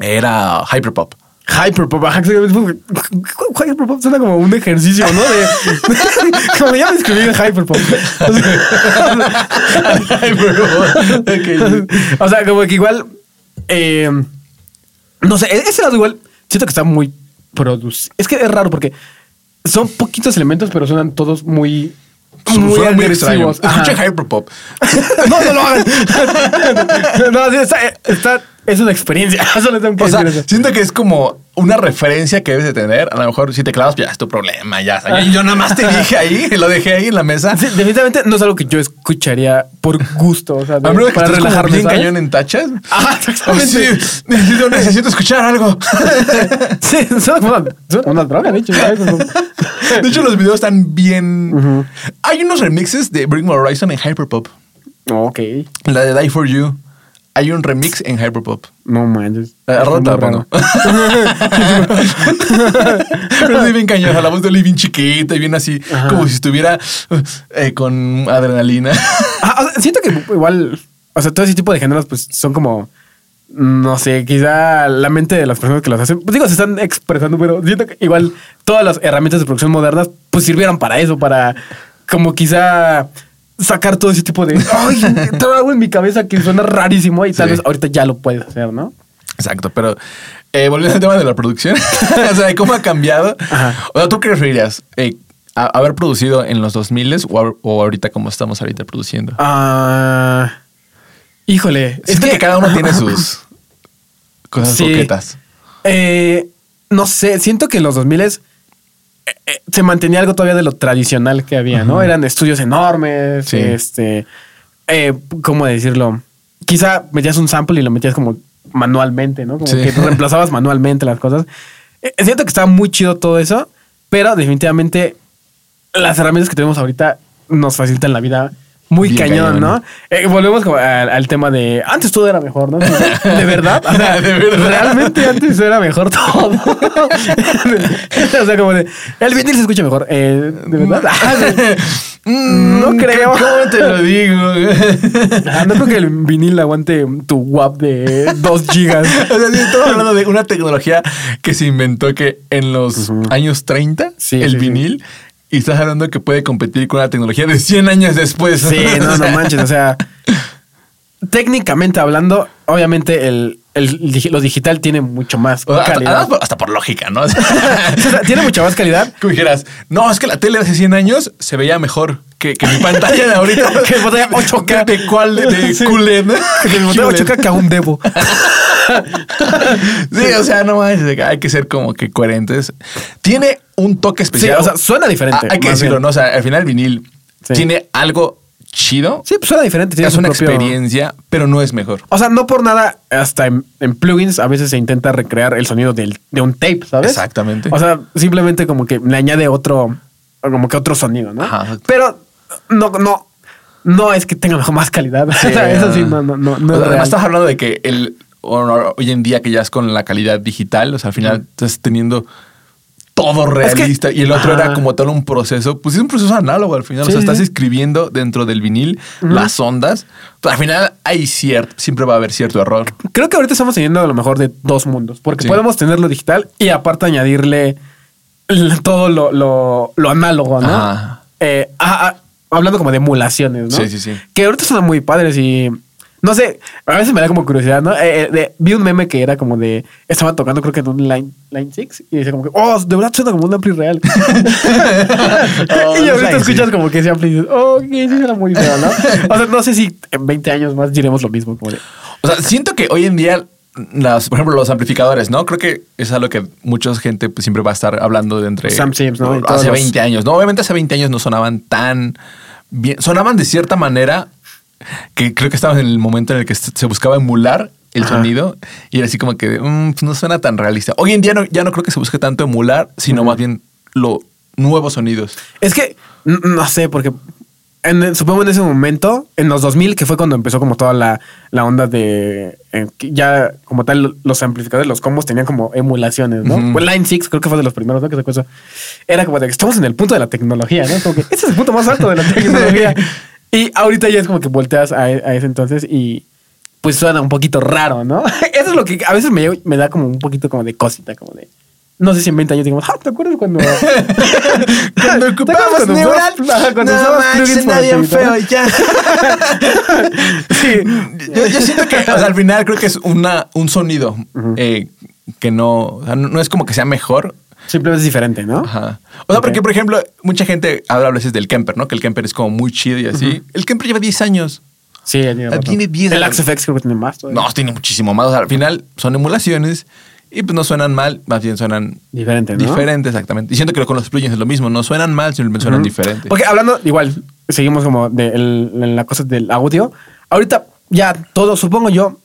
[SPEAKER 1] era Hyperpop.
[SPEAKER 2] Hyperpop, ajá, exactamente. Cu- Hyperpop suena como un ejercicio, ¿no? De, *laughs* como ya me escribí en Hyperpop. O sea,
[SPEAKER 1] Hyperpop. ok.
[SPEAKER 2] o sea, como que igual. eh, no sé, e-, ese lado igual. Siento que está muy producido. Es que es raro porque son poquitos elementos, pero suenan todos muy. Muy
[SPEAKER 1] Suena muy extraño.
[SPEAKER 2] agresivos. Ajá.
[SPEAKER 1] Escuchen *laughs* Hyperpop.
[SPEAKER 2] no, no lo *laughs* hagan. *laughs* no, sí, está, está- es una experiencia. *laughs* Solo tengo que
[SPEAKER 1] O sea,
[SPEAKER 2] decir eso.
[SPEAKER 1] siento que es como una referencia que debes de tener. A lo mejor si te clavas, ya es tu problema. Ya, ya- yo nada más te dije ahí, *laughs* lo dejé ahí en la mesa.
[SPEAKER 2] Sí, definitivamente no es algo que yo escucharía por gusto, o sea, de-
[SPEAKER 1] A menos que
[SPEAKER 2] para
[SPEAKER 1] estés como
[SPEAKER 2] relajarme.
[SPEAKER 1] bien
[SPEAKER 2] ¿sabes?
[SPEAKER 1] cañón en tachas.
[SPEAKER 2] Ajá, exactamente.
[SPEAKER 1] sí, necesito, necesito escuchar
[SPEAKER 2] *laughs*
[SPEAKER 1] algo.
[SPEAKER 2] Sí, son como una, son una droga, de hecho. ¿sabes? Son-
[SPEAKER 1] De hecho, los videos están bien. Hay unos remixes de Bring Me Horizon en Hyperpop.
[SPEAKER 2] *laughs* Ok.
[SPEAKER 1] La de Die for You. hay un remix en Hyperpop.
[SPEAKER 2] No manches.
[SPEAKER 1] Eh,
[SPEAKER 2] Está
[SPEAKER 1] Rata,
[SPEAKER 2] muy
[SPEAKER 1] bueno.
[SPEAKER 2] raro.
[SPEAKER 1] *laughs* Pero sí, bien cañosa. La voz de Oli bien chiquita y bien así,
[SPEAKER 2] Ajá.
[SPEAKER 1] como si estuviera eh, con adrenalina. *laughs*
[SPEAKER 2] Ah, o sea, siento que igual, o sea, todo ese tipo de géneros, pues son como, no sé, quizá la mente de las personas que los hacen, pues digo, se están expresando, pero siento que igual todas las herramientas de producción modernas, pues sirvieron para eso, para como quizá sacar todo ese tipo de, ay, todo algo en mi cabeza que suena rarísimo y tal
[SPEAKER 1] Sí.
[SPEAKER 2] vez ahorita ya lo puedes hacer, ¿no?
[SPEAKER 1] Exacto, pero eh, volviendo al tema de la producción, *laughs* o sea, de cómo ha cambiado.
[SPEAKER 2] Ajá.
[SPEAKER 1] O sea, ¿tú qué preferirías? Eh, a- ¿Haber producido en los 2000 o, a- o ahorita como estamos ahorita produciendo?
[SPEAKER 2] Ah, híjole,
[SPEAKER 1] Es que, cada uno tiene sus cosas
[SPEAKER 2] Sí.
[SPEAKER 1] coquetas.
[SPEAKER 2] Eh, no sé, siento que en los 2000 es, eh, eh, se mantenía algo todavía de lo tradicional que había, ¿no?
[SPEAKER 1] Ajá.
[SPEAKER 2] Eran estudios enormes,
[SPEAKER 1] Sí.
[SPEAKER 2] este, eh, ¿cómo decirlo? Quizá metías un sample y lo metías como manualmente, ¿no? Como
[SPEAKER 1] Sí. *laughs*
[SPEAKER 2] que reemplazabas manualmente las cosas. Eh, siento que estaba muy chido todo eso, pero definitivamente las herramientas que tenemos ahorita nos facilitan la vida muy
[SPEAKER 1] Bien
[SPEAKER 2] cañón,
[SPEAKER 1] cañón.
[SPEAKER 2] ¿no? Eh, volvemos como al, al tema de antes todo era mejor,
[SPEAKER 1] *laughs*
[SPEAKER 2] ¿no? De verdad, o sea,
[SPEAKER 1] De verdad.
[SPEAKER 2] realmente antes era mejor todo. *laughs* o sea, como de el vinil se escucha mejor, eh, de
[SPEAKER 1] *laughs*
[SPEAKER 2] *laughs* verdad.
[SPEAKER 1] Mm,
[SPEAKER 2] No creo.
[SPEAKER 1] ¿Cómo te lo
[SPEAKER 2] *laughs*
[SPEAKER 1] digo?
[SPEAKER 2] Ah, No creo que el vinil aguante tu WAP de 2 gigas.
[SPEAKER 1] O sea, sí, estamos hablando de una tecnología que se inventó que en los años 30,
[SPEAKER 2] Sí,
[SPEAKER 1] el
[SPEAKER 2] sí, sí.
[SPEAKER 1] vinil, y estás hablando que puede competir con una tecnología de 100 años después.
[SPEAKER 2] *laughs* Sí,
[SPEAKER 1] *laughs*
[SPEAKER 2] no,
[SPEAKER 1] O
[SPEAKER 2] no
[SPEAKER 1] sea,
[SPEAKER 2] manches. O sea, técnicamente hablando, obviamente el, el dig- lo digital tiene mucho más
[SPEAKER 1] o sea, hasta,
[SPEAKER 2] calidad.
[SPEAKER 1] además por- hasta por lógica, ¿no? *laughs* O sea,
[SPEAKER 2] *laughs* O sea, tiene mucha más calidad.
[SPEAKER 1] que dijeras, no, es que la tele de hace 100 años se veía mejor que, que mi pantalla de ahorita.
[SPEAKER 2] *laughs* Que mi pantalla 8K.
[SPEAKER 1] De cuál, de
[SPEAKER 2] *laughs* Sí.
[SPEAKER 1] QLED.
[SPEAKER 2] Que me botaba choca que
[SPEAKER 1] *laughs*
[SPEAKER 2] aún debo.
[SPEAKER 1] Sí, o sea, no manches, hay que ser como que coherentes. Tiene un toque
[SPEAKER 2] Sí,
[SPEAKER 1] especial.
[SPEAKER 2] o sea, suena diferente.
[SPEAKER 1] Ah, hay que
[SPEAKER 2] más
[SPEAKER 1] decirlo,
[SPEAKER 2] bien.
[SPEAKER 1] ¿no? O sea, al final el vinil
[SPEAKER 2] Sí.
[SPEAKER 1] tiene algo chido.
[SPEAKER 2] Sí, pues suena diferente. Tiene
[SPEAKER 1] es
[SPEAKER 2] su
[SPEAKER 1] una
[SPEAKER 2] propio-
[SPEAKER 1] experiencia, pero no es mejor.
[SPEAKER 2] O sea, no por nada, hasta en, en plugins a veces se intenta recrear el sonido del- de un tape, ¿sabes?
[SPEAKER 1] Exactamente.
[SPEAKER 2] O sea, simplemente como que le añade otro, como que otro sonido, ¿no?
[SPEAKER 1] Ajá, exacto.
[SPEAKER 2] Pero no, no, no es que tenga más calidad. o sea, *laughs* eso sí, ah. no, no,
[SPEAKER 1] O
[SPEAKER 2] no. no es
[SPEAKER 1] sea,
[SPEAKER 2] real.
[SPEAKER 1] además estás hablando de que el bueno, hoy en día que ya es con la calidad digital, o sea, al final estás teniendo todo
[SPEAKER 2] Mm. Es que-
[SPEAKER 1] realista y el otro
[SPEAKER 2] Ajá.
[SPEAKER 1] era como tal un proceso, pues es un proceso análogo al final,
[SPEAKER 2] Sí,
[SPEAKER 1] o sea,
[SPEAKER 2] sí,
[SPEAKER 1] estás
[SPEAKER 2] sí.
[SPEAKER 1] escribiendo dentro del vinil las ondas, pero al final hay cierto, siempre va a haber cierto error.
[SPEAKER 2] Creo que ahorita estamos teniendo a lo mejor de dos mundos, porque
[SPEAKER 1] Sí.
[SPEAKER 2] podemos tener lo digital y aparte añadirle l- todo lo, lo- lo análogo, ¿no?
[SPEAKER 1] Ajá.
[SPEAKER 2] Eh, ah, ah, hablando como de emulaciones, ¿no?
[SPEAKER 1] Sí, sí, sí.
[SPEAKER 2] Que ahorita son muy padres y no sé, a veces me da como curiosidad, ¿no? Eh, eh, de- vi un meme que era como de, estaba tocando creo que en un Line, line 6 y decía como que, oh, de verdad suena como un
[SPEAKER 1] *laughs*
[SPEAKER 2] ampli real. *laughs*
[SPEAKER 1] Oh,
[SPEAKER 2] y
[SPEAKER 1] Line
[SPEAKER 2] ahorita
[SPEAKER 1] Six.
[SPEAKER 2] escuchas como que ese ampli y dices, oh, que sí suena muy feo, ¿no? O sea, no sé si en 20 años más diremos lo mismo. Como de,
[SPEAKER 1] O sea, siento que hoy en día, las, por ejemplo, los amplificadores, ¿no? Creo que es algo que mucha gente pues, siempre va a estar hablando de entre...
[SPEAKER 2] Sam Sims, ¿no? Y todos
[SPEAKER 1] Hace
[SPEAKER 2] los-
[SPEAKER 1] 20 años, ¿no? Obviamente hace 20 años no sonaban tan bien. Sonaban de cierta manera que creo que estaban en el momento en el que se buscaba emular el
[SPEAKER 2] Ajá.
[SPEAKER 1] sonido y era así como que mm, pues, no suena tan realista. Hoy en día no, ya no creo que se busque tanto emular, sino más bien los nuevos sonidos.
[SPEAKER 2] Es que n- no sé, porque en- e, supongo en ese momento, en los 2000, que fue cuando empezó como toda la, la onda de. eh, que ya como tal, los amplificadores, los combos tenían como emulaciones, ¿no?
[SPEAKER 1] Ujú.
[SPEAKER 2] Pues Line 6, creo que fue de los primeros, ¿no? Que sacó eso. Era como de que estamos en el punto de la tecnología, ¿no? Como que ese es el punto más alto de la tecnología. y ahorita ya es como que volteas a, e- a ese entonces y. Pues suena un poquito raro, ¿no? *laughs* Eso es lo que a veces me, me da como un poquito como de cosita, como de. No sé si en 20 años digamos, ah, ¿te acuerdas cuando
[SPEAKER 1] Cuando
[SPEAKER 2] *laughs*
[SPEAKER 1] *laughs*
[SPEAKER 2] ¿Te acuerdas
[SPEAKER 1] ocupamos
[SPEAKER 2] cuando
[SPEAKER 1] neural,
[SPEAKER 2] usabas- ajá, *laughs* cuando usabas plugins para
[SPEAKER 1] nadie
[SPEAKER 2] tu guitarra?
[SPEAKER 1] feo, ya.
[SPEAKER 2] *laughs* Sí.
[SPEAKER 1] *laughs* yo, yo siento
[SPEAKER 2] *laughs*
[SPEAKER 1] que o sea, al final creo que es una, un sonido eh, que no, o sea, no, no es como que sea mejor.
[SPEAKER 2] Simplemente es diferente, ¿no?
[SPEAKER 1] Ajá. O sea,
[SPEAKER 2] Ok.
[SPEAKER 1] porque, por ejemplo, mucha gente habla a veces del Kemper, ¿no? Que el Kemper es como muy chido y así. El Kemper lleva 10 años.
[SPEAKER 2] Sí, tiene,
[SPEAKER 1] Ah,
[SPEAKER 2] razón.
[SPEAKER 1] tiene 10
[SPEAKER 2] El
[SPEAKER 1] años.
[SPEAKER 2] Axe FX creo que tiene más. todavía.
[SPEAKER 1] No, tiene muchísimo más. O sea, al final son emulaciones y pues no suenan mal, más bien suenan
[SPEAKER 2] Diferente, ¿no?
[SPEAKER 1] diferentes, exactamente. Y siento que con los plugins es lo mismo, no suenan mal, simplemente suenan diferentes.
[SPEAKER 2] Porque hablando, igual, seguimos como de el- en la cosa del audio. Ahorita ya todo, supongo yo,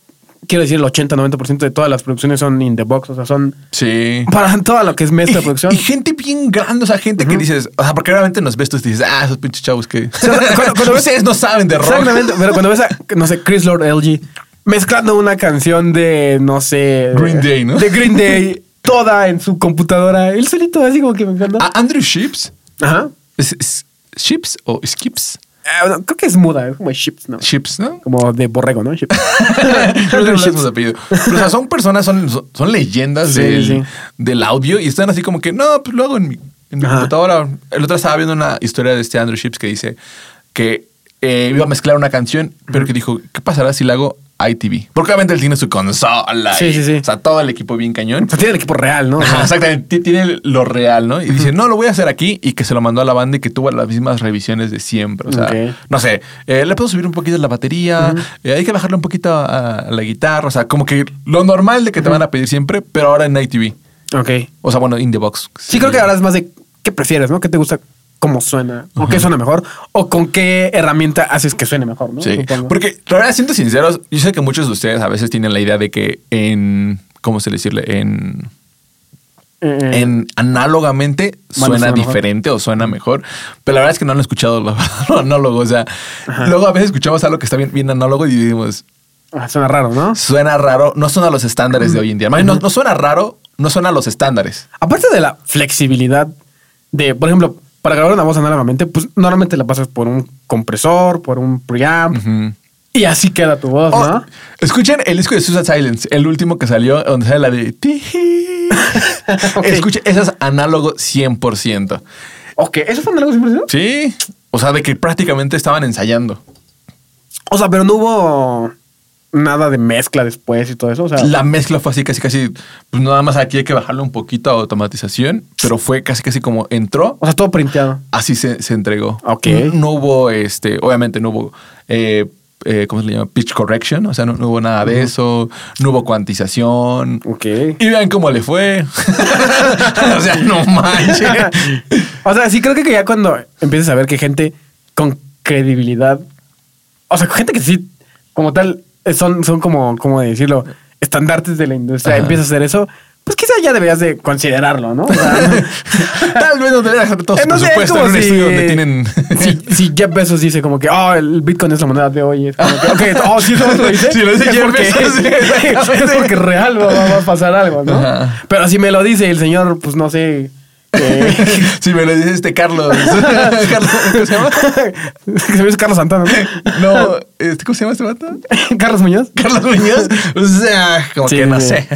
[SPEAKER 2] quiero decir el 80-90% de todas las producciones son in the box, o sea, son
[SPEAKER 1] Sí.
[SPEAKER 2] para todo lo que es mesa de producción.
[SPEAKER 1] Y gente bien grande, o sea, gente que dices, o sea, porque realmente nos ves tú y dices, ah, esos
[SPEAKER 2] *laughs*
[SPEAKER 1] pinches chavos que.
[SPEAKER 2] sea, cuando- cuando ves-
[SPEAKER 1] Ustedes no saben de rock.
[SPEAKER 2] Exactamente, pero cuando ves a, no sé, Chris Lord LG, mezclando una canción de, no sé.
[SPEAKER 1] Green Day, ¿no?
[SPEAKER 2] De Green Day, toda en su computadora. Él solito, así como que me encanta.
[SPEAKER 1] A Andrew Ships.
[SPEAKER 2] Ajá.
[SPEAKER 1] ¿Es- es- ¿Ships o Skips?
[SPEAKER 2] Ah, bueno, creo que es muda, es como chips, ¿no?
[SPEAKER 1] Ships, ¿no?
[SPEAKER 2] Como de borrego, ¿no?
[SPEAKER 1] *laughs*
[SPEAKER 2] Ships. *laughs*
[SPEAKER 1] Creo que no hablamos de apellido. Pero, o sea, son personas, son, son- son leyendas
[SPEAKER 2] Sí,
[SPEAKER 1] del,
[SPEAKER 2] sí.
[SPEAKER 1] del audio y están así como que, no, pues lo hago en mi, en mi
[SPEAKER 2] Ajá.
[SPEAKER 1] computadora. El otro estaba viendo una historia de este Andrew Ships que dice que eh, iba a mezclar una canción, pero que dijo, ¿qué pasará si la hago ITV? Porque obviamente él tiene su consola.
[SPEAKER 2] Sí,
[SPEAKER 1] y-
[SPEAKER 2] sí, sí.
[SPEAKER 1] O sea, todo el equipo bien cañón.
[SPEAKER 2] O sea, tiene el equipo real, ¿no? O
[SPEAKER 1] Ajá,
[SPEAKER 2] sea,
[SPEAKER 1] Exactamente, tiene lo real, ¿no? Y dice, no, lo voy a hacer aquí y que se lo mandó a la banda y que tuvo las mismas revisiones de siempre. O sea,
[SPEAKER 2] Ok.
[SPEAKER 1] no sé, eh, le puedo subir un poquito la batería, eh, hay que bajarle un poquito a, a la guitarra, o sea, como que lo normal de que te van a pedir siempre, pero ahora en ITV.
[SPEAKER 2] ok.
[SPEAKER 1] O sea, bueno, in the box.
[SPEAKER 2] Sí, creo que ahora es más de qué prefieres, ¿no? ¿Qué te gusta? ¿Cómo suena? ¿O qué suena mejor? ¿O con qué herramienta haces que suene mejor, no?
[SPEAKER 1] Sí,
[SPEAKER 2] Supongo.
[SPEAKER 1] porque la verdad, siendo sinceros, yo sé que muchos de ustedes a veces tienen la idea de que en, ¿cómo se decirle? En
[SPEAKER 2] Eh, eh,
[SPEAKER 1] en análogamente
[SPEAKER 2] Bueno,
[SPEAKER 1] suena
[SPEAKER 2] suena mejor.
[SPEAKER 1] diferente o suena mejor, pero la verdad es que no han escuchado lo, *laughs* lo análogo. O sea, luego a veces escuchamos algo que está bien, bien análogo y decimos,
[SPEAKER 2] ah, suena raro, ¿no?
[SPEAKER 1] suena raro, no suena a los estándares de hoy en día. Más bien, No, no suena raro, no suena a los estándares.
[SPEAKER 2] Aparte de la flexibilidad de, por ejemplo, para grabar una voz análogamente, pues normalmente la pasas por un compresor, por un preamp
[SPEAKER 1] Ujú.
[SPEAKER 2] y así queda tu voz,
[SPEAKER 1] Oh,
[SPEAKER 2] ¿no?
[SPEAKER 1] Escuchen el disco de Susan Silence, el último que salió, donde sale la de... ti.
[SPEAKER 2] *laughs* Ok.
[SPEAKER 1] Escuchen, eso es análogo 100%.
[SPEAKER 2] Ok, ¿eso fue algo simple?
[SPEAKER 1] Sí, o sea, de que prácticamente estaban ensayando.
[SPEAKER 2] O sea, pero no hubo nada de mezcla después y todo eso. O sea,
[SPEAKER 1] La mezcla fue así, casi, casi, pues nada más aquí hay que bajarle un poquito a automatización, pero fue casi, casi como entró,
[SPEAKER 2] o sea todo printeado.
[SPEAKER 1] así se, se entregó.
[SPEAKER 2] Ok.
[SPEAKER 1] No, no hubo, este, obviamente no hubo, eh, eh, ¿cómo se le llama? Pitch correction, o sea, no, no hubo nada de eso, no hubo cuantización.
[SPEAKER 2] Ok.
[SPEAKER 1] Y vean cómo le fue. *laughs* o sea, no manches.
[SPEAKER 2] *laughs* o sea, sí creo que ya cuando empiezas a ver que gente con credibilidad, o sea, gente que sí, como tal, eh, son, son como, ¿cómo decirlo? Estandartes de la industria,
[SPEAKER 1] Ajá.
[SPEAKER 2] empiezas a hacer eso, pues quizá ya deberías de considerarlo, ¿no?
[SPEAKER 1] *laughs*
[SPEAKER 2] O sea,
[SPEAKER 1] Tal vez no debería dejar todo su
[SPEAKER 2] Eh, no sé, es
[SPEAKER 1] presupuesto en
[SPEAKER 2] como
[SPEAKER 1] un
[SPEAKER 2] si-
[SPEAKER 1] estudio donde tienen...
[SPEAKER 2] *laughs*
[SPEAKER 1] *laughs*
[SPEAKER 2] si, si Jeff Bezos dice como que, oh, el Bitcoin es la moneda de hoy, es como que,
[SPEAKER 1] *laughs*
[SPEAKER 2] ok, oh, si eso lo dice,
[SPEAKER 1] Si lo dice
[SPEAKER 2] es
[SPEAKER 1] Jeff
[SPEAKER 2] porque,
[SPEAKER 1] Bezos, sí, exactamente.
[SPEAKER 2] *laughs* es porque real va, va a pasar algo, ¿no?
[SPEAKER 1] Ajá.
[SPEAKER 2] Pero si me lo dice el señor, pues no sé, eh,
[SPEAKER 1] si me lo dice este Carlos. *laughs* Carlos, ¿cómo se
[SPEAKER 2] *laughs*
[SPEAKER 1] llama?
[SPEAKER 2] se me hizo Carlos Santana,
[SPEAKER 1] *laughs*
[SPEAKER 2] ¿no?
[SPEAKER 1] No, este, ¿cómo se llama este vato?
[SPEAKER 2] Carlos Muñoz.
[SPEAKER 1] Carlos Muñoz. Pues, O sea, como
[SPEAKER 2] Sí,
[SPEAKER 1] que no *laughs*
[SPEAKER 2] sí,
[SPEAKER 1] sé.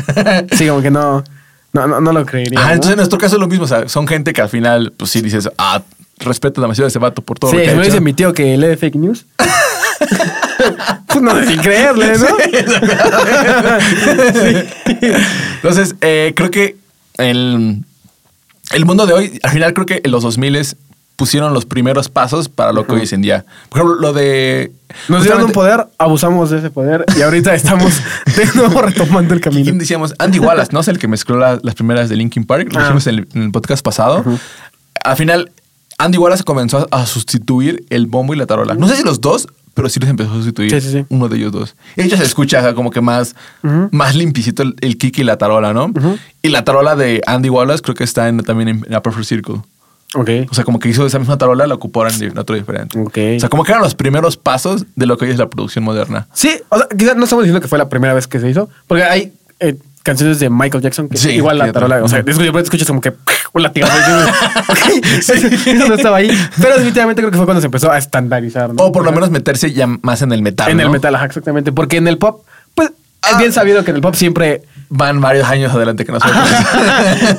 [SPEAKER 2] sí. Sí, como que no, no, no, no lo creería.
[SPEAKER 1] Ah,
[SPEAKER 2] ¿no?
[SPEAKER 1] entonces en nuestro caso es lo mismo. o sea, son gente que al final, pues sí dices, ah, respeto demasiado a ese vato por todo
[SPEAKER 2] sí,
[SPEAKER 1] lo que
[SPEAKER 2] si
[SPEAKER 1] ha
[SPEAKER 2] me
[SPEAKER 1] *laughs*
[SPEAKER 2] dice
[SPEAKER 1] hecho.
[SPEAKER 2] mi tío que lee fake
[SPEAKER 1] *laughs*
[SPEAKER 2] news. pues no sé si creerle, ¿no?
[SPEAKER 1] Entonces, eh, creo que el, el mundo de hoy, al final creo que en los 2000 pusieron los primeros pasos para lo que hoy es en día. Por ejemplo, lo de...
[SPEAKER 2] Nos dieron un
[SPEAKER 1] justamente-
[SPEAKER 2] poder, abusamos de ese poder y ahorita estamos de nuevo retomando el
[SPEAKER 1] ¿Quién
[SPEAKER 2] camino.
[SPEAKER 1] decíamos? Andy Wallace, ¿no? Es el que mezcló la- las primeras de Linkin Park. Lo
[SPEAKER 2] Ah.
[SPEAKER 1] dijimos en el, en el podcast pasado. Al final, Andy Wallace comenzó a, a sustituir el bombo y la tarola. No sé si los dos, pero sí los empezó a sustituir.
[SPEAKER 2] Sí, sí, sí.
[SPEAKER 1] Uno de ellos dos. Y ya se escucha o sea, como que más, más limpicito el, el kick y la tarola, ¿no? Y la tarola de Andy Wallace creo que está en- también en, la Perfect Circle.
[SPEAKER 2] Ok.
[SPEAKER 1] O sea, como que hizo esa misma tarola, la ocupó ahora en otro diferente.
[SPEAKER 2] Ok.
[SPEAKER 1] O sea, como que eran los primeros pasos de lo que hoy es la producción moderna.
[SPEAKER 2] Sí, o sea, quizás no estamos diciendo que fue la primera vez que se hizo, porque hay eh, canciones de Michael Jackson que
[SPEAKER 1] Sí,
[SPEAKER 2] igual la
[SPEAKER 1] fíjate.
[SPEAKER 2] tarola, o sea,
[SPEAKER 1] Ujú.
[SPEAKER 2] de escuchas, escuchas como que *laughs*
[SPEAKER 1] *laughs*
[SPEAKER 2] un latigazo. y dices, ok,
[SPEAKER 1] Sí.
[SPEAKER 2] eso, *laughs* eso no estaba ahí, pero definitivamente creo que fue cuando se empezó a estandarizar, ¿no?
[SPEAKER 1] O por lo menos meterse ya más en el metal.
[SPEAKER 2] Mm, en el
[SPEAKER 1] ¿no?
[SPEAKER 2] metal, ajá, exactamente, porque en el pop, pues
[SPEAKER 1] Ah.
[SPEAKER 2] es bien sabido que en el
[SPEAKER 1] *laughs*
[SPEAKER 2] pop siempre
[SPEAKER 1] van varios años adelante que nosotros.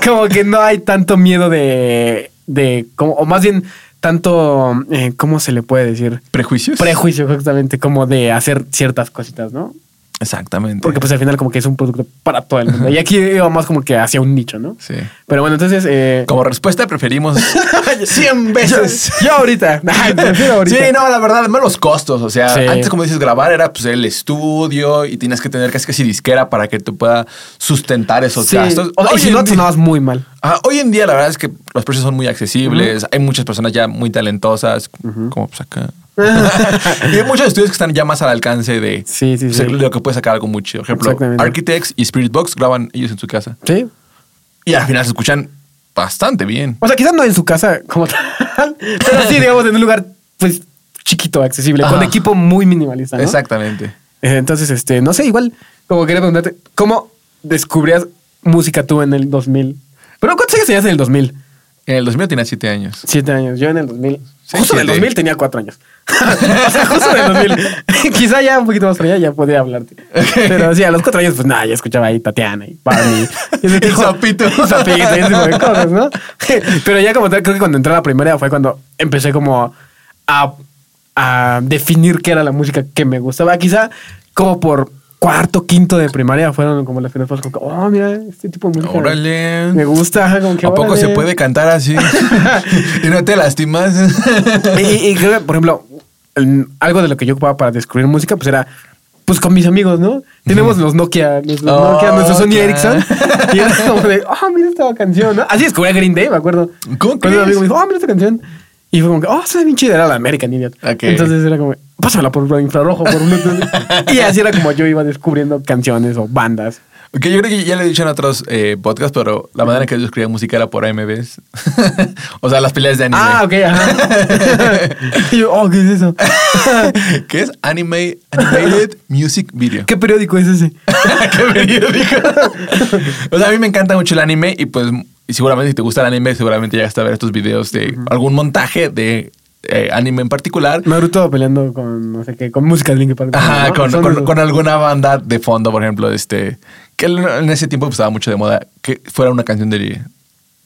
[SPEAKER 2] como que no hay tanto miedo de, de como, o más bien tanto, eh, ¿cómo se le puede decir?
[SPEAKER 1] *laughs* Prejuicios.
[SPEAKER 2] Prejuicio, exactamente, como de hacer ciertas cositas, ¿no?
[SPEAKER 1] Exactamente.
[SPEAKER 2] Porque pues al final como que es un producto para todo el mundo. Y aquí iba más como que hacia un nicho, ¿no?
[SPEAKER 1] Sí.
[SPEAKER 2] Pero bueno, entonces... Eh,
[SPEAKER 1] Como respuesta *laughs* preferimos 100 *laughs*
[SPEAKER 2] yo,
[SPEAKER 1] veces.
[SPEAKER 2] yo ahorita. Prefiero ahorita.
[SPEAKER 1] Sí, no, la verdad, más los costos. O sea,
[SPEAKER 2] Sí.
[SPEAKER 1] antes, como dices, grabar era pues el estudio y tienes que tener casi casi disquera para que te pueda sustentar esos
[SPEAKER 2] Sí.
[SPEAKER 1] gastos.
[SPEAKER 2] O sea, y
[SPEAKER 1] Hoy
[SPEAKER 2] si
[SPEAKER 1] en
[SPEAKER 2] no,
[SPEAKER 1] día-
[SPEAKER 2] sonabas muy mal.
[SPEAKER 1] Ajá, hoy en día la verdad es que los precios son muy accesibles, hay muchas personas ya muy talentosas, como pues
[SPEAKER 2] *laughs*
[SPEAKER 1] acá. y hay muchos estudios que están ya más al alcance de,
[SPEAKER 2] Sí, sí,
[SPEAKER 1] pues,
[SPEAKER 2] sí.
[SPEAKER 1] de lo que puede sacar algo muy chido. Por ejemplo,
[SPEAKER 2] Exactamente.
[SPEAKER 1] Architects y Spirit Box graban ellos en su casa.
[SPEAKER 2] Sí.
[SPEAKER 1] Y al final se escuchan bastante bien.
[SPEAKER 2] O sea, quizás no en su casa como tal, *laughs* pero sí, digamos, en un lugar, pues, chiquito, accesible,
[SPEAKER 1] Ajá.
[SPEAKER 2] con equipo muy minimalista, ¿no?
[SPEAKER 1] Exactamente.
[SPEAKER 2] Eh, Entonces, este, no sé, igual, como quería preguntarte, ¿cómo descubrías música tú en el 2000? ¿Pero cuántos años tenías en el 2000?
[SPEAKER 1] En el 2000 tenía siete años.
[SPEAKER 2] Siete años. Yo en el 2000.
[SPEAKER 1] Sí,
[SPEAKER 2] justo en el
[SPEAKER 1] siete.
[SPEAKER 2] 2000 tenía cuatro años. *laughs* o sea, justo en el 2000. *laughs* Quizá ya un poquito más para allá ya podía hablarte. Pero sí, a los cuatro años, pues nada, ya escuchaba ahí Tatiana y Barney.
[SPEAKER 1] *laughs*
[SPEAKER 2] Y ese
[SPEAKER 1] El
[SPEAKER 2] tipo-
[SPEAKER 1] sapito.
[SPEAKER 2] *laughs* El sapito y ese tipo de cosas, ¿no? *laughs* Pero ya como tal, creo que cuando entré a la primaria fue cuando empecé como a, a definir qué era la música que me gustaba. Quizá como por cuarto, quinto de primaria fueron como las primeras cosas como, que, oh, mira, este tipo de música.
[SPEAKER 1] Órale.
[SPEAKER 2] Me gusta, ajá, como que.
[SPEAKER 1] ¿A poco se
[SPEAKER 2] órale".
[SPEAKER 1] puede cantar
[SPEAKER 2] *laughs*
[SPEAKER 1] así? *laughs* y no te lastimas. *laughs*
[SPEAKER 2] y, y- y creo que, por ejemplo, el- algo de lo que yo ocupaba para descubrir música, pues era, pues con mis amigos, ¿no? Tenemos los Nokia, los, los
[SPEAKER 1] Oh,
[SPEAKER 2] Nokia, nuestro Sony
[SPEAKER 1] claro.
[SPEAKER 2] Ericsson. Y era como de,
[SPEAKER 1] *laughs*
[SPEAKER 2] oh, mira esta canción, ¿no? Así descubrí a Green Day, me acuerdo.
[SPEAKER 1] ¿Cómo
[SPEAKER 2] Cuando
[SPEAKER 1] crees?
[SPEAKER 2] un amigo me dijo, oh, mira esta canción. Y fue como que, oh, suena bien chida, era la American Idiot.
[SPEAKER 1] Ok.
[SPEAKER 2] Entonces era como, pásamela por infrarrojo, por Bluetooth.
[SPEAKER 1] *laughs*
[SPEAKER 2] y así era como yo iba descubriendo canciones o bandas.
[SPEAKER 1] Ok, yo creo que ya lo he dicho en otros eh, podcasts, pero la manera en que yo escribía música era por AMVs. *laughs* o sea, las peleas de anime.
[SPEAKER 2] Ah, ok, ajá.
[SPEAKER 1] *laughs*
[SPEAKER 2] y yo, oh, ¿qué es eso? *laughs*
[SPEAKER 1] ¿Qué es anime, Animated Music Video?
[SPEAKER 2] ¿Qué periódico es ese?
[SPEAKER 1] *laughs* ¿Qué periódico?
[SPEAKER 2] *laughs*
[SPEAKER 1] o sea, a mí me encanta mucho el anime y pues y seguramente si te gusta el anime, seguramente llegaste a ver estos videos de algún montaje de eh, anime en particular.
[SPEAKER 2] Naruto peleando con no sé qué, con música de Linkin Park.
[SPEAKER 1] Ajá,
[SPEAKER 2] ¿no?
[SPEAKER 1] con,
[SPEAKER 2] Son
[SPEAKER 1] con-
[SPEAKER 2] esos.
[SPEAKER 1] con alguna banda de fondo, por ejemplo, este que en ese tiempo pues, estaba mucho de moda que fuera una canción de,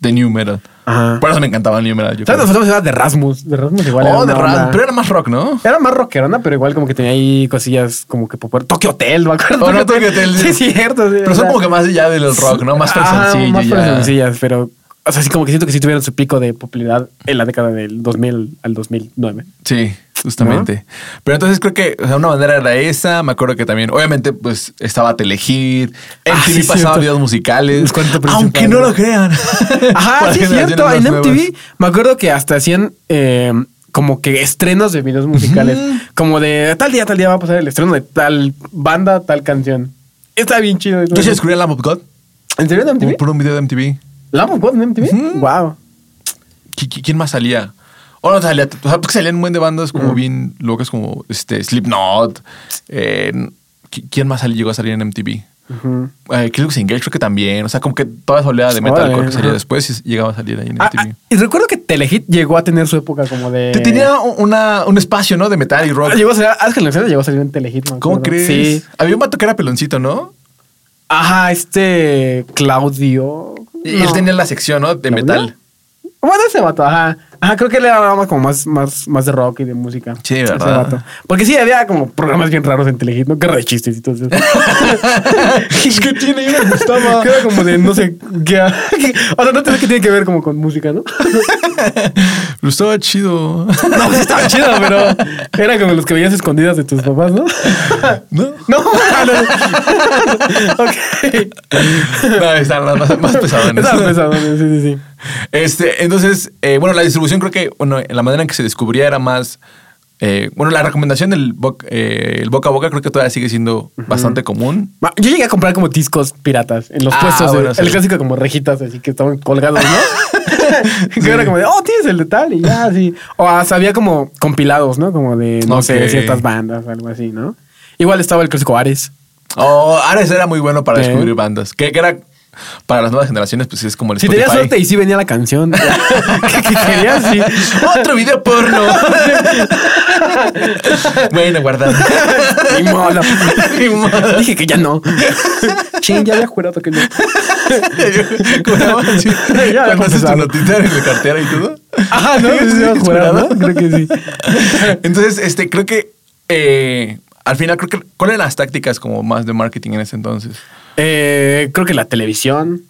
[SPEAKER 1] de New Metal.
[SPEAKER 2] Ajá.
[SPEAKER 1] Por eso me encantaba New Metal. yo
[SPEAKER 2] ¿Sabes?
[SPEAKER 1] creo.
[SPEAKER 2] Nosotros se llama de Rasmus. De Rasmus igual.
[SPEAKER 1] Oh, de
[SPEAKER 2] una
[SPEAKER 1] Ram,
[SPEAKER 2] onda-
[SPEAKER 1] pero era más rock, ¿no?
[SPEAKER 2] Era más rockerona, pero igual como que tenía ahí cosillas como que popular. Tokyo Hotel, ¿me acuerdo?
[SPEAKER 1] Oh, no, Tokyo Hotel.
[SPEAKER 2] *laughs* Sí, es cierto. sí, o
[SPEAKER 1] Pero son
[SPEAKER 2] sea,
[SPEAKER 1] como que más ya del rock, ¿no? Más personcillo
[SPEAKER 2] Más
[SPEAKER 1] ya.
[SPEAKER 2] personcillas, pero... O sea, sí como que siento que sí tuvieron su pico de popularidad en la década del 2000 al 2009.
[SPEAKER 1] Sí, justamente. Pero entonces creo que, o sea, una manera era esa. Me acuerdo que también, obviamente, pues estaba Telehit. MTV
[SPEAKER 2] Ah, sí,
[SPEAKER 1] pasaba
[SPEAKER 2] cierto.
[SPEAKER 1] videos musicales.
[SPEAKER 2] Les cuento principal,
[SPEAKER 1] Aunque no
[SPEAKER 2] ¿no?
[SPEAKER 1] lo crean. *laughs*
[SPEAKER 2] Ajá,
[SPEAKER 1] Para
[SPEAKER 2] sí, es
[SPEAKER 1] generaciones
[SPEAKER 2] cierto.
[SPEAKER 1] más
[SPEAKER 2] En
[SPEAKER 1] nuevas.
[SPEAKER 2] MTV me acuerdo que hasta hacían eh, como que estrenos de videos musicales. Como de tal día, tal día va a pasar el estreno de tal banda, tal canción. Está bien chido.
[SPEAKER 1] Yo sí descubrí a Lamb of God
[SPEAKER 2] ¿En serio en MTV?
[SPEAKER 1] por un video de MTV.
[SPEAKER 2] ¿Lamb of God en MTV?
[SPEAKER 1] Ujú.
[SPEAKER 2] Wow.
[SPEAKER 1] ¿Qui- qui- ¿Quién más salía? O no salía, o sea, porque salían un buen de bandas como bien locas, como este, Slipknot. eh, ¿qui- ¿Quién más sal- llegó a salir en MTV?
[SPEAKER 2] Ujú.
[SPEAKER 1] Eh, Killers Engage creo que también. O sea, como que toda esa oleada de metalcore
[SPEAKER 2] Órale,
[SPEAKER 1] que salía
[SPEAKER 2] ajá.
[SPEAKER 1] después y llegaba a salir ahí en
[SPEAKER 2] Ah,
[SPEAKER 1] MTV.
[SPEAKER 2] ah, y recuerdo que Telehit llegó a tener su época como de.
[SPEAKER 1] Te tenía
[SPEAKER 2] eh.
[SPEAKER 1] un- una- un espacio, ¿no? De metal y rock.
[SPEAKER 2] Llegó a salir. Ángel Mercedes llegó a salir en Telehit. me
[SPEAKER 1] ¿Cómo
[SPEAKER 2] acuerdo.
[SPEAKER 1] crees?
[SPEAKER 2] Sí.
[SPEAKER 1] Había un vato que era peloncito, ¿no?
[SPEAKER 2] Ajá, este. Claudio.
[SPEAKER 1] Y
[SPEAKER 2] No.
[SPEAKER 1] él tenía la sección, ¿no? De
[SPEAKER 2] ¿Claudio? *laughs*
[SPEAKER 1] metal.
[SPEAKER 2] Bueno, ese vato, ajá. Ajá, creo que él era más como más, más, más de rock y de música.
[SPEAKER 1] Sí,
[SPEAKER 2] Ese
[SPEAKER 1] ¿verdad?
[SPEAKER 2] vato. Porque sí, había como programas bien raros en Telehit, ¿no? Que era de chistes y todo *laughs* eso.
[SPEAKER 1] Es que tiene, yo me gustaba.
[SPEAKER 2] Que era como de, no sé, qué... O sea, no te sé qué tiene que ver como con música, ¿no?
[SPEAKER 1] *laughs* Pero estaba chido.
[SPEAKER 2] No, sí estaba chido, pero era como los que veías escondidas de tus papás, *laughs* ¿no?
[SPEAKER 1] *laughs* ¿No?
[SPEAKER 2] No, no, no. Ok.
[SPEAKER 1] *laughs* No, estaban más, más pesadones.
[SPEAKER 2] Estaba pesado, sí, sí, sí.
[SPEAKER 1] Este, entonces, eh, bueno, la distribución creo que, bueno, la manera en que se descubría era más. eh, bueno, la recomendación del boc- eh, el boca a boca creo que todavía sigue siendo bastante común.
[SPEAKER 2] Ma, Yo llegué a comprar como discos piratas en los
[SPEAKER 1] Ah,
[SPEAKER 2] puestos. de-
[SPEAKER 1] bueno, sí.
[SPEAKER 2] El clásico como rejitas, así que estaban colgados,
[SPEAKER 1] *laughs*
[SPEAKER 2] ¿no? Que era como de, oh, tienes el de tal y ya, así. O hasta había como compilados, ¿no? Como de, no sé,
[SPEAKER 1] Ok.
[SPEAKER 2] ciertas bandas o algo así, ¿no? Igual estaba el clásico Ares.
[SPEAKER 1] Oh, Ares era muy bueno para
[SPEAKER 2] Sí.
[SPEAKER 1] descubrir bandas. Que, que era para las nuevas generaciones, pues es como el
[SPEAKER 2] Si tenías
[SPEAKER 1] Spotify. *laughs*
[SPEAKER 2] suerte y *laughs* sí venía la canción. que, que querías, sí.
[SPEAKER 1] Otro video porno. *laughs* bueno,
[SPEAKER 2] *laughs*
[SPEAKER 1] guardado.
[SPEAKER 2] *laughs* Ni modo.
[SPEAKER 1] *laughs* Ni modo.
[SPEAKER 2] Dije que
[SPEAKER 1] *laughs*
[SPEAKER 2] ya no. Ching, ya había jurado que no.
[SPEAKER 1] *laughs* Juraba así.
[SPEAKER 2] *laughs* Ya,
[SPEAKER 1] Cuando haces tu
[SPEAKER 2] confesado.
[SPEAKER 1] notita en la cartera y todo.
[SPEAKER 2] *laughs* Ajá, ¿no? Sí, sí, había jurado, ¿no? Creo que sí.
[SPEAKER 1] *laughs* Entonces, este, creo que eh, al final, creo que ¿cuáles eran las tácticas como más de marketing en ese entonces?
[SPEAKER 2] Eh, creo que la televisión.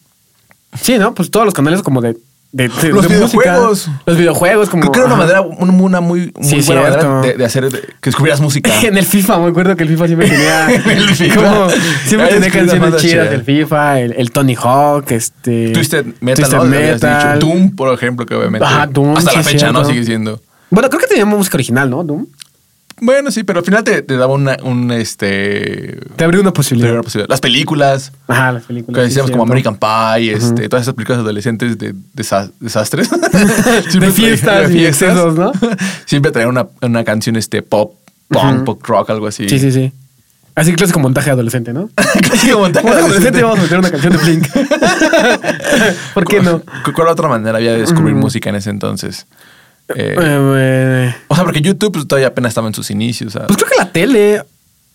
[SPEAKER 2] Sí, ¿no? Pues todos los canales como de. de, de-
[SPEAKER 1] Los
[SPEAKER 2] de música.
[SPEAKER 1] videojuegos.
[SPEAKER 2] Los videojuegos, como.
[SPEAKER 1] Creo que era una manera,
[SPEAKER 2] ajá.
[SPEAKER 1] un- una muy, muy
[SPEAKER 2] Sí,
[SPEAKER 1] buena
[SPEAKER 2] cierto.
[SPEAKER 1] manera de, de hacer de- que descubrieras
[SPEAKER 2] *laughs*
[SPEAKER 1] música.
[SPEAKER 2] En el FIFA, me acuerdo que el FIFA
[SPEAKER 1] *laughs*
[SPEAKER 2] siempre tenía.
[SPEAKER 1] El FIFA.
[SPEAKER 2] como-
[SPEAKER 1] Ahí
[SPEAKER 2] siempre tenía
[SPEAKER 1] es que las
[SPEAKER 2] canciones
[SPEAKER 1] bandas
[SPEAKER 2] chidas.
[SPEAKER 1] chidas.
[SPEAKER 2] El FIFA, el, el Tony Hawk, este.
[SPEAKER 1] Twisted Metal,
[SPEAKER 2] Twisted
[SPEAKER 1] ¿no? Habías
[SPEAKER 2] Metal.
[SPEAKER 1] dicho. Doom, por ejemplo, que obviamente.
[SPEAKER 2] Ajá, Doom,
[SPEAKER 1] Hasta la
[SPEAKER 2] sí,
[SPEAKER 1] fecha, ¿no?
[SPEAKER 2] cierto.
[SPEAKER 1] Sigue siendo.
[SPEAKER 2] Bueno, creo que teníamos música original, ¿no? Doom.
[SPEAKER 1] Bueno, sí, pero al final te, te daba una, un este.
[SPEAKER 2] Te
[SPEAKER 1] te daba
[SPEAKER 2] abrió una
[SPEAKER 1] una
[SPEAKER 2] posibilidad.
[SPEAKER 1] posibilidad. Las películas.
[SPEAKER 2] Ajá, las
[SPEAKER 1] Que
[SPEAKER 2] películas. sí,
[SPEAKER 1] decíamos como
[SPEAKER 2] cierto.
[SPEAKER 1] American Pie, este, todas esas películas adolescentes de, desa-
[SPEAKER 2] *laughs*
[SPEAKER 1] desastres. Siempre
[SPEAKER 2] De fiestas
[SPEAKER 1] traían-
[SPEAKER 2] y
[SPEAKER 1] *laughs*
[SPEAKER 2] excesos, ¿no?
[SPEAKER 1] *laughs* Siempre traían una, una canción este, pop, punk, pop rock, algo así.
[SPEAKER 2] Sí, sí, sí. Así que clásico montaje adolescente, ¿no?
[SPEAKER 1] Clásico *laughs* montaje
[SPEAKER 2] Montaje
[SPEAKER 1] adolescente.
[SPEAKER 2] adolescente vamos
[SPEAKER 1] *laughs*
[SPEAKER 2] a meter una canción de Blink. *laughs* ¿Por qué no?
[SPEAKER 1] ¿Cu- ¿Cuál otra manera había de descubrir música en ese entonces? Eh,
[SPEAKER 2] Eh, eh,
[SPEAKER 1] o sea, porque YouTube pues, todavía apenas estaba en sus inicios. o sea,
[SPEAKER 2] Pues creo que la tele.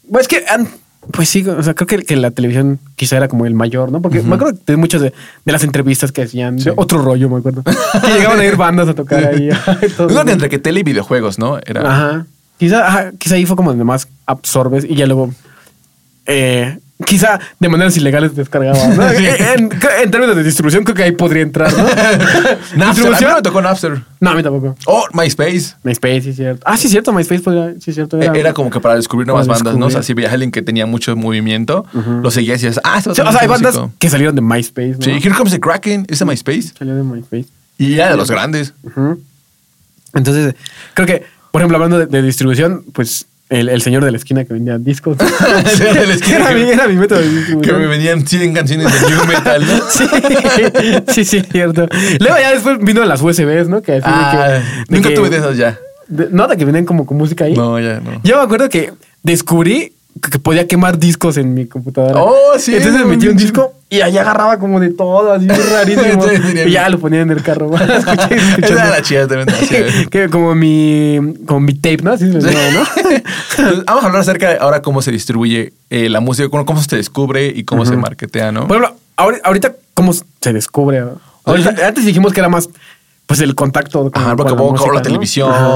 [SPEAKER 2] Bueno, es que. an- Pues sí, o sea, creo que, que la televisión quizá era como el mayor, ¿no? Porque me acuerdo de muchas de, de las entrevistas que hacían. de otro rollo, me acuerdo. que llegaban a ir bandas a tocar
[SPEAKER 1] *laughs*
[SPEAKER 2] ahí.
[SPEAKER 1] yo
[SPEAKER 2] Todo.
[SPEAKER 1] Pues creo que entre que tele y videojuegos, ¿no? Era.
[SPEAKER 2] Ajá. Quizá, ajá, quizá ahí fue como donde más absorbes y ya luego. eh, quizá de maneras ilegales descargabas.
[SPEAKER 1] *laughs*
[SPEAKER 2] ¿no?
[SPEAKER 1] Sí.
[SPEAKER 2] en, en términos de distribución, creo que ahí podría
[SPEAKER 1] *laughs*
[SPEAKER 2] entrar, ¿no?
[SPEAKER 1] Napster. A mí no me
[SPEAKER 2] ¿Distribución?
[SPEAKER 1] tocó Napster.
[SPEAKER 2] No, a mí tampoco.
[SPEAKER 1] O MySpace.
[SPEAKER 2] Myspace, sí, cierto. Ah, sí, cierto. MySpace podría. Sí, cierto.
[SPEAKER 1] Eh, Era como que para descubrir nuevas
[SPEAKER 2] Para
[SPEAKER 1] bandas, ¿no? O sea,
[SPEAKER 2] descubrir.
[SPEAKER 1] si veías a alguien que tenía mucho movimiento, lo seguías y decías, ah, este
[SPEAKER 2] Sí,
[SPEAKER 1] vato
[SPEAKER 2] o sea, hay
[SPEAKER 1] es músico.
[SPEAKER 2] bandas que salieron de MySpace, ¿no?
[SPEAKER 1] Sí, Here Comes the Kraken, es de MySpace.
[SPEAKER 2] Salió de MySpace.
[SPEAKER 1] Y era de los grandes.
[SPEAKER 2] Ujú. Entonces, creo que, por ejemplo, hablando de, de distribución, pues el, el señor de la esquina que vendía discos.
[SPEAKER 1] *laughs* El señor de la esquina
[SPEAKER 2] era,
[SPEAKER 1] que-
[SPEAKER 2] mi, era mi método de
[SPEAKER 1] Que
[SPEAKER 2] distribución.
[SPEAKER 1] me venían 100 canciones de New Metal. ¿no? *laughs*
[SPEAKER 2] *laughs* Sí, sí, sí, es cierto. Luego ya después vino las USBs, ¿no? Que así de
[SPEAKER 1] Ah,
[SPEAKER 2] que- de
[SPEAKER 1] nunca
[SPEAKER 2] que-
[SPEAKER 1] tuve de esas ya.
[SPEAKER 2] de- no, de que venían como con música ahí.
[SPEAKER 1] No, ya no.
[SPEAKER 2] Yo me acuerdo que descubrí que- que podía quemar discos en mi computadora.
[SPEAKER 1] Oh, sí,
[SPEAKER 2] Entonces
[SPEAKER 1] no
[SPEAKER 2] metí un
[SPEAKER 1] manches.
[SPEAKER 2] disco y ahí agarraba como de todo, así rarísimo.
[SPEAKER 1] *laughs* Sí, tenía
[SPEAKER 2] y ya lo ponía en el carro.
[SPEAKER 1] *laughs*
[SPEAKER 2] *laughs* Escuché, escuché.
[SPEAKER 1] Esa era la chida también. la chida.
[SPEAKER 2] que como mi, como mi tape, ¿no? Así se
[SPEAKER 1] Sí.
[SPEAKER 2] llamaba,
[SPEAKER 1] *laughs*
[SPEAKER 2] *laughs* ¿no?
[SPEAKER 1] Entonces, Pues, Vamos a hablar acerca de ahora cómo se distribuye eh, la música, cómo, cómo se descubre y cómo se marketea, ¿no?
[SPEAKER 2] Por ejemplo, ahori- ahorita, ¿cómo se descubre? Ahorita- antes dijimos que era más, pues, el contacto. con-
[SPEAKER 1] Ajá,
[SPEAKER 2] con
[SPEAKER 1] porque
[SPEAKER 2] la
[SPEAKER 1] puedo cobrar
[SPEAKER 2] música,
[SPEAKER 1] la
[SPEAKER 2] ¿no? Ajá.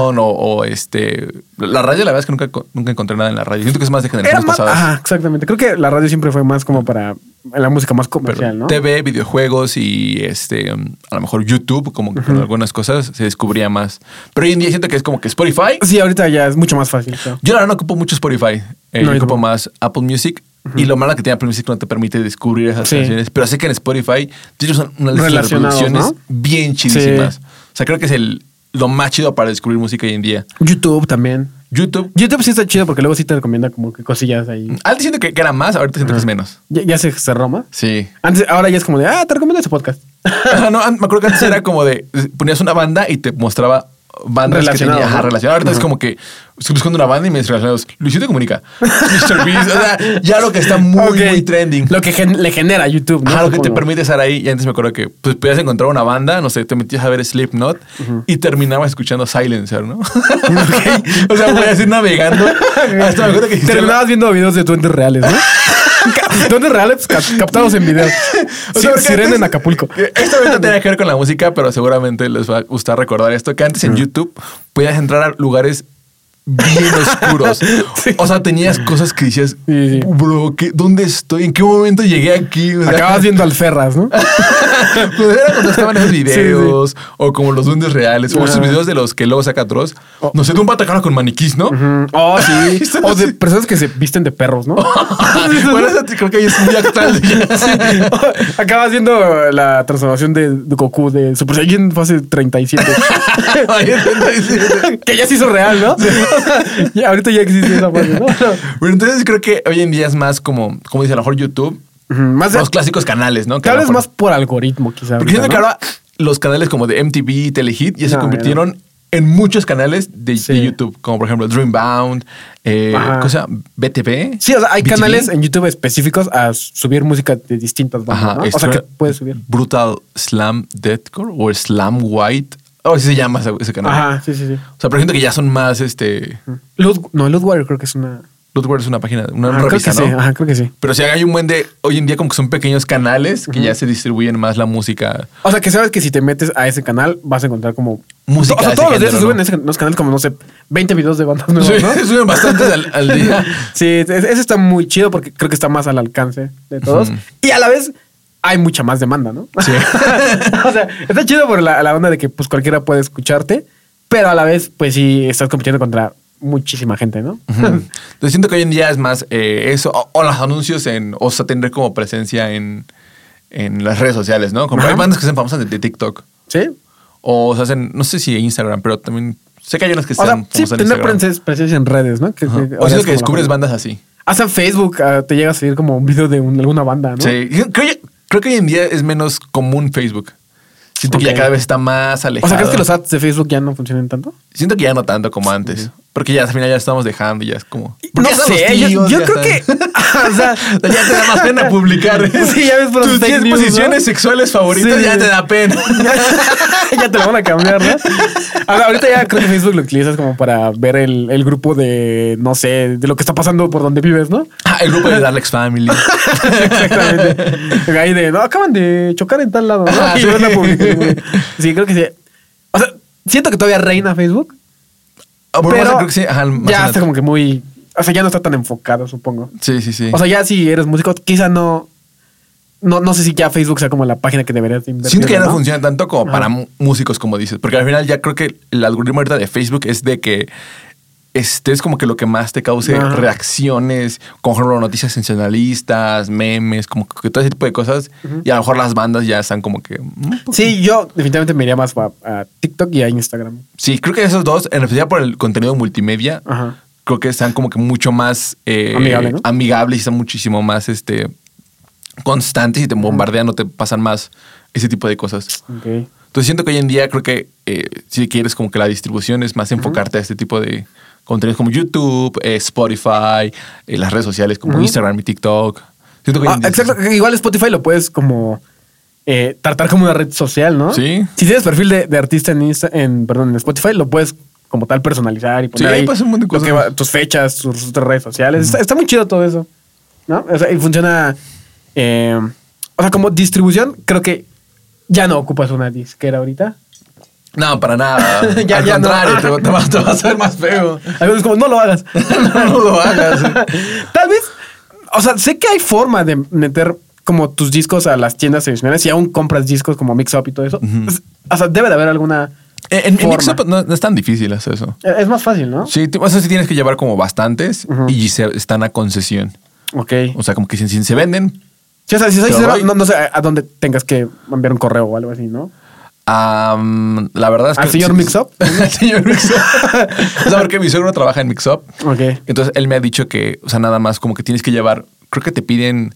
[SPEAKER 1] televisión o, o, este. La radio, la verdad es que nunca, nunca encontré nada en la radio. Siento que es más de
[SPEAKER 2] Era
[SPEAKER 1] generaciones
[SPEAKER 2] más,
[SPEAKER 1] pasadas.
[SPEAKER 2] ajá, exactamente. Creo que la radio siempre fue más como para la música más
[SPEAKER 1] Pero
[SPEAKER 2] comercial, ¿no?
[SPEAKER 1] TV, videojuegos y este um, a lo mejor YouTube, como que con algunas cosas se descubría más. Pero hoy en día siento que es como que Spotify.
[SPEAKER 2] Sí, ahorita ya es mucho más fácil. creo.
[SPEAKER 1] Yo la verdad no ocupo mucho Spotify. Eh, yo
[SPEAKER 2] No, yo
[SPEAKER 1] ocupo
[SPEAKER 2] tampoco.
[SPEAKER 1] más Apple Music. Y lo malo que tiene Apple Music no te permite descubrir esas
[SPEAKER 2] Sí.
[SPEAKER 1] canciones. Pero sé que en Spotify tienes una lista de
[SPEAKER 2] Relacionados,
[SPEAKER 1] reproducciones
[SPEAKER 2] ¿no?
[SPEAKER 1] bien chidísimas. O sea, creo que es el, lo más chido para descubrir música hoy en día.
[SPEAKER 2] YouTube también.
[SPEAKER 1] YouTube.
[SPEAKER 2] YouTube sí está chido porque luego sí te recomienda como que cosillas ahí.
[SPEAKER 1] Antes siento Ah, que, que era más, ahorita siento que es menos.
[SPEAKER 2] Ya, ya se cerró más.
[SPEAKER 1] *laughs* Sí.
[SPEAKER 2] Antes, ahora ya es como de, ah, te recomiendo ese podcast.
[SPEAKER 1] Ajá, Ah, no, an- me acuerdo que antes era como de ponías una banda y te mostraba bandas que
[SPEAKER 2] Relacionado,
[SPEAKER 1] tenía ajá,
[SPEAKER 2] ¿no?
[SPEAKER 1] relacionadas. Ahorita es como que estoy buscando una banda y me relacionados. Luisito comunica. Mr. Beast. O sea, ya lo que está muy,
[SPEAKER 2] Ok.
[SPEAKER 1] muy trending.
[SPEAKER 2] Lo que gen- le genera YouTube, ¿no?
[SPEAKER 1] Ajá, lo que te
[SPEAKER 2] *laughs* Supongo.
[SPEAKER 1] permite estar ahí. Y antes me acuerdo que pues, podías encontrar una banda, no sé, te metías a ver Slipknot y terminabas escuchando Silencer,
[SPEAKER 2] *laughs*
[SPEAKER 1] ¿no? *laughs* o sea, podías ir navegando. Hasta me acuerdo que existía la-
[SPEAKER 2] Terminabas viendo videos de duendes
[SPEAKER 1] *laughs*
[SPEAKER 2] reales, ¿no? duendes reales ca- captados en video.
[SPEAKER 1] O
[SPEAKER 2] Si-
[SPEAKER 1] sea, porque
[SPEAKER 2] Sirena
[SPEAKER 1] antes-
[SPEAKER 2] en Acapulco.
[SPEAKER 1] que Esto no tiene que ver con la música, pero seguramente les va a gustar recordar esto, que
[SPEAKER 2] Mm.
[SPEAKER 1] antes en YouTube podías entrar a lugares bien oscuros.
[SPEAKER 2] *laughs* Sí.
[SPEAKER 1] O sea, tenías cosas que decías,
[SPEAKER 2] Sí, sí.
[SPEAKER 1] bro, ¿qué- ¿dónde estoy? ¿En qué momento llegué aquí? O sea,
[SPEAKER 2] Acabas viendo al Ferras, ¿no?
[SPEAKER 1] *laughs* pues era cuando estaban esos videos, o como los duendes reales, o esos
[SPEAKER 2] Ajá.
[SPEAKER 1] videos de los que luego saca Dross. No sé, de un patacano con maniquís, ¿no?
[SPEAKER 2] Oh, sí.
[SPEAKER 1] Esto
[SPEAKER 2] O de
[SPEAKER 1] sí.
[SPEAKER 2] personas que se visten de perros,
[SPEAKER 1] *laughs*
[SPEAKER 2] ¿no?
[SPEAKER 1] bueno, eso te- creo que es muy
[SPEAKER 2] *laughs*
[SPEAKER 1] actual. *laughs*
[SPEAKER 2] Acabas viendo la transformación de Goku de Super Saiyan fase 37. *laughs* que ya se hizo real, ¿no? *laughs* Ya, ahorita ya existe esa fase, ¿no?
[SPEAKER 1] Bueno, entonces creo que hoy en día es más como, como dice, a lo mejor YouTube,
[SPEAKER 2] Ujú, Más de-
[SPEAKER 1] los clásicos canales, ¿no? Que a
[SPEAKER 2] tal
[SPEAKER 1] lo
[SPEAKER 2] vez
[SPEAKER 1] mejor-
[SPEAKER 2] más por algoritmo, quizás.
[SPEAKER 1] Porque siento que ahora los canales como de MTV y Telehit ya se
[SPEAKER 2] No,
[SPEAKER 1] convirtieron en muchos canales de,
[SPEAKER 2] Sí.
[SPEAKER 1] de YouTube, como por ejemplo Dreambound, eh,
[SPEAKER 2] Ajá.
[SPEAKER 1] cosa BTV.
[SPEAKER 2] Sí, o sea, hay
[SPEAKER 1] BTV.
[SPEAKER 2] canales en YouTube específicos a subir música de distintas bandas,
[SPEAKER 1] Ajá,
[SPEAKER 2] ¿no? O
[SPEAKER 1] esto
[SPEAKER 2] sea, que
[SPEAKER 1] era
[SPEAKER 2] puedes subir.
[SPEAKER 1] Brutal Slam Deathcore o Slam White. O así se llama ese, ese canal.
[SPEAKER 2] Ajá, sí, sí, sí.
[SPEAKER 1] O sea, por ejemplo, que ya son más este.
[SPEAKER 2] Luz, no, Lootwire creo que es una...
[SPEAKER 1] Lootware es una página, una
[SPEAKER 2] Ajá, Ah, creo
[SPEAKER 1] revista,
[SPEAKER 2] que sí,
[SPEAKER 1] ¿no?
[SPEAKER 2] ajá, creo que sí.
[SPEAKER 1] Pero si hay un buen de. Hoy en día, como que son pequeños canales que ya se distribuyen más la música.
[SPEAKER 2] O sea, que sabes que si te metes a ese canal vas a encontrar como...
[SPEAKER 1] Música
[SPEAKER 2] O sea,
[SPEAKER 1] de
[SPEAKER 2] todos
[SPEAKER 1] ese
[SPEAKER 2] los días se
[SPEAKER 1] género,
[SPEAKER 2] suben
[SPEAKER 1] ¿no?
[SPEAKER 2] en ese- en los canales como, no sé, 20 videos de bandas nuevas,
[SPEAKER 1] Sí, *laughs*
[SPEAKER 2] ¿no?
[SPEAKER 1] suben bastantes al- al día.
[SPEAKER 2] *laughs* Sí, es- ese está muy chido porque creo que está más al alcance de todos.
[SPEAKER 1] Ujú.
[SPEAKER 2] Y a la vez hay mucha más demanda, ¿no?
[SPEAKER 1] Sí.
[SPEAKER 2] *laughs* o sea, está chido por la, la onda de que pues cualquiera puede escucharte, pero a la vez, pues sí, estás compitiendo contra muchísima gente, ¿no?
[SPEAKER 1] Entonces siento que hoy en día es más eh, eso, o, o los anuncios en, o sea, tener como presencia en, en las redes sociales, ¿no? Como
[SPEAKER 2] Ajá.
[SPEAKER 1] hay bandas que se hacen famosas de, de TikTok,
[SPEAKER 2] Sí.
[SPEAKER 1] o se hacen, no sé si en Instagram, pero también sé que hay unas que se
[SPEAKER 2] O sea,
[SPEAKER 1] hacen
[SPEAKER 2] sí,
[SPEAKER 1] famosas en
[SPEAKER 2] tener
[SPEAKER 1] Instagram.
[SPEAKER 2] presen- presencia eh, en redes, ¿no? Que,
[SPEAKER 1] Ajá. O siento que descubres bandas así.
[SPEAKER 2] Hasta en Facebook ah, te llega a seguir como un video de un- alguna banda, ¿no?
[SPEAKER 1] Sí, Yo creo, creo que hoy en día es menos común Facebook. Siento que
[SPEAKER 2] Ok.
[SPEAKER 1] ya cada vez está más
[SPEAKER 2] O
[SPEAKER 1] alejado.
[SPEAKER 2] sea, ¿crees que los ads de Facebook ya no funcionan tanto? *laughs*
[SPEAKER 1] Siento que ya no tanto como antes. Porque ya al final ya estamos dejando y ya es como.
[SPEAKER 2] No
[SPEAKER 1] ya son los
[SPEAKER 2] sé, yo,
[SPEAKER 1] tíos,
[SPEAKER 2] yo
[SPEAKER 1] ya
[SPEAKER 2] creo
[SPEAKER 1] *laughs*
[SPEAKER 2] que. *laughs*
[SPEAKER 1] están.
[SPEAKER 2] o sea,
[SPEAKER 1] ya te da más
[SPEAKER 2] *laughs*
[SPEAKER 1] pena publicar.
[SPEAKER 2] Sí, ya ves por
[SPEAKER 1] Tus
[SPEAKER 2] los fake
[SPEAKER 1] 10
[SPEAKER 2] news, ¿no?
[SPEAKER 1] posiciones sexuales favoritas
[SPEAKER 2] Sí.
[SPEAKER 1] ya te da
[SPEAKER 2] *laughs*
[SPEAKER 1] pena.
[SPEAKER 2] ya te lo van a cambiar, ¿no? Ahora, ahorita ya creo que Facebook lo utilizas como para ver el, el grupo de, no sé, de lo que está pasando por donde vives, ¿no? *laughs*
[SPEAKER 1] Ah, el grupo de Darlex Family.
[SPEAKER 2] Exactamente. Ahí de, no, acaban de chocar en tal lado, ¿no?
[SPEAKER 1] Ah,
[SPEAKER 2] Y
[SPEAKER 1] sí.
[SPEAKER 2] ven la publicación, güey. sí, creo que sí. O sea, siento que todavía reina Facebook.
[SPEAKER 1] Ah, por más,
[SPEAKER 2] pero
[SPEAKER 1] creo que sí. Ajá, más
[SPEAKER 2] ya
[SPEAKER 1] en-
[SPEAKER 2] está como que muy... O sea, ya no está tan enfocado, supongo.
[SPEAKER 1] Sí, sí, sí.
[SPEAKER 2] O sea, ya si eres músico, quizá no... No, no sé si ya Facebook sea como la página que deberías invertir.
[SPEAKER 1] Siento que ya no,
[SPEAKER 2] ¿no?
[SPEAKER 1] funciona tanto como
[SPEAKER 2] Ajá.
[SPEAKER 1] para mu- músicos, como dices. Porque al final ya creo que el algoritmo ahorita de Facebook es de que estés como que lo que más te cause
[SPEAKER 2] Ajá.
[SPEAKER 1] reacciones, con por ejemplo, noticias sensacionalistas, memes, como que todo ese tipo de cosas. Y a lo mejor las bandas ya están como que... mm, pues,
[SPEAKER 2] Sí, yo definitivamente me iría más a, a TikTok y a Instagram.
[SPEAKER 1] Sí, creo que esos dos, en especial por el contenido multimedia,
[SPEAKER 2] Ajá.
[SPEAKER 1] creo que están como que mucho más eh,
[SPEAKER 2] Amigable, ¿no?
[SPEAKER 1] amigables y están muchísimo más este, constantes y te bombardean o te pasan más ese tipo de cosas.
[SPEAKER 2] Ok.
[SPEAKER 1] Entonces siento que hoy en día creo que eh, si quieres como que la distribución es más enfocarte a este tipo de contenidos como YouTube, eh, Spotify, eh, las redes sociales como Instagram y TikTok. Siento que hoy
[SPEAKER 2] Ah,
[SPEAKER 1] en día-
[SPEAKER 2] exacto. que Igual Spotify lo puedes como eh, tratar como una red social, ¿no?
[SPEAKER 1] Sí.
[SPEAKER 2] Si tienes perfil de, de artista en, Insta- en, perdón, en Spotify, lo puedes como tal personalizar y poner
[SPEAKER 1] Sí,
[SPEAKER 2] ahí
[SPEAKER 1] pues, un montón de
[SPEAKER 2] lo que
[SPEAKER 1] cosas.
[SPEAKER 2] va- tus fechas, tus otras redes sociales. Está, está muy chido todo eso, ¿no? O sea, y funciona... eh, o sea, como distribución, creo que ya no ocupas una disquera ahorita.
[SPEAKER 1] No, para nada.
[SPEAKER 2] *laughs* Ya-
[SPEAKER 1] Al
[SPEAKER 2] ya no.
[SPEAKER 1] contrario, te- te, vas, te vas a ver más feo.
[SPEAKER 2] Algunos como, no lo hagas.
[SPEAKER 1] *laughs* no, no lo hagas.
[SPEAKER 2] *laughs* Tal vez, o sea, sé que hay forma de meter como tus discos a las tiendas tradicionales y aún compras discos como Mix Up y todo eso. O sea, debe de haber alguna.
[SPEAKER 1] Eh, En, en
[SPEAKER 2] forma.
[SPEAKER 1] Mixup no, no es tan difícil hacer eso.
[SPEAKER 2] Eh, Es más fácil, ¿no?
[SPEAKER 1] Sí, tú- eso sí tienes que llevar como bastantes y se- están a concesión.
[SPEAKER 2] Ok.
[SPEAKER 1] O sea, como que si, si se venden,
[SPEAKER 2] Sí, o sea, si soy
[SPEAKER 1] Te
[SPEAKER 2] sincero,
[SPEAKER 1] doy.
[SPEAKER 2] no, no sé a a dónde tengas que enviar un correo o algo así, ¿no?
[SPEAKER 1] Am, la verdad es que.
[SPEAKER 2] ¿Al señor
[SPEAKER 1] sí,
[SPEAKER 2] Mixup?
[SPEAKER 1] *laughs* Al señor Mixup. *laughs* o sea, porque mi suegro trabaja en Mixup.
[SPEAKER 2] Ok.
[SPEAKER 1] Entonces él me ha dicho que, o sea, nada más como que tienes que llevar. Creo que te piden.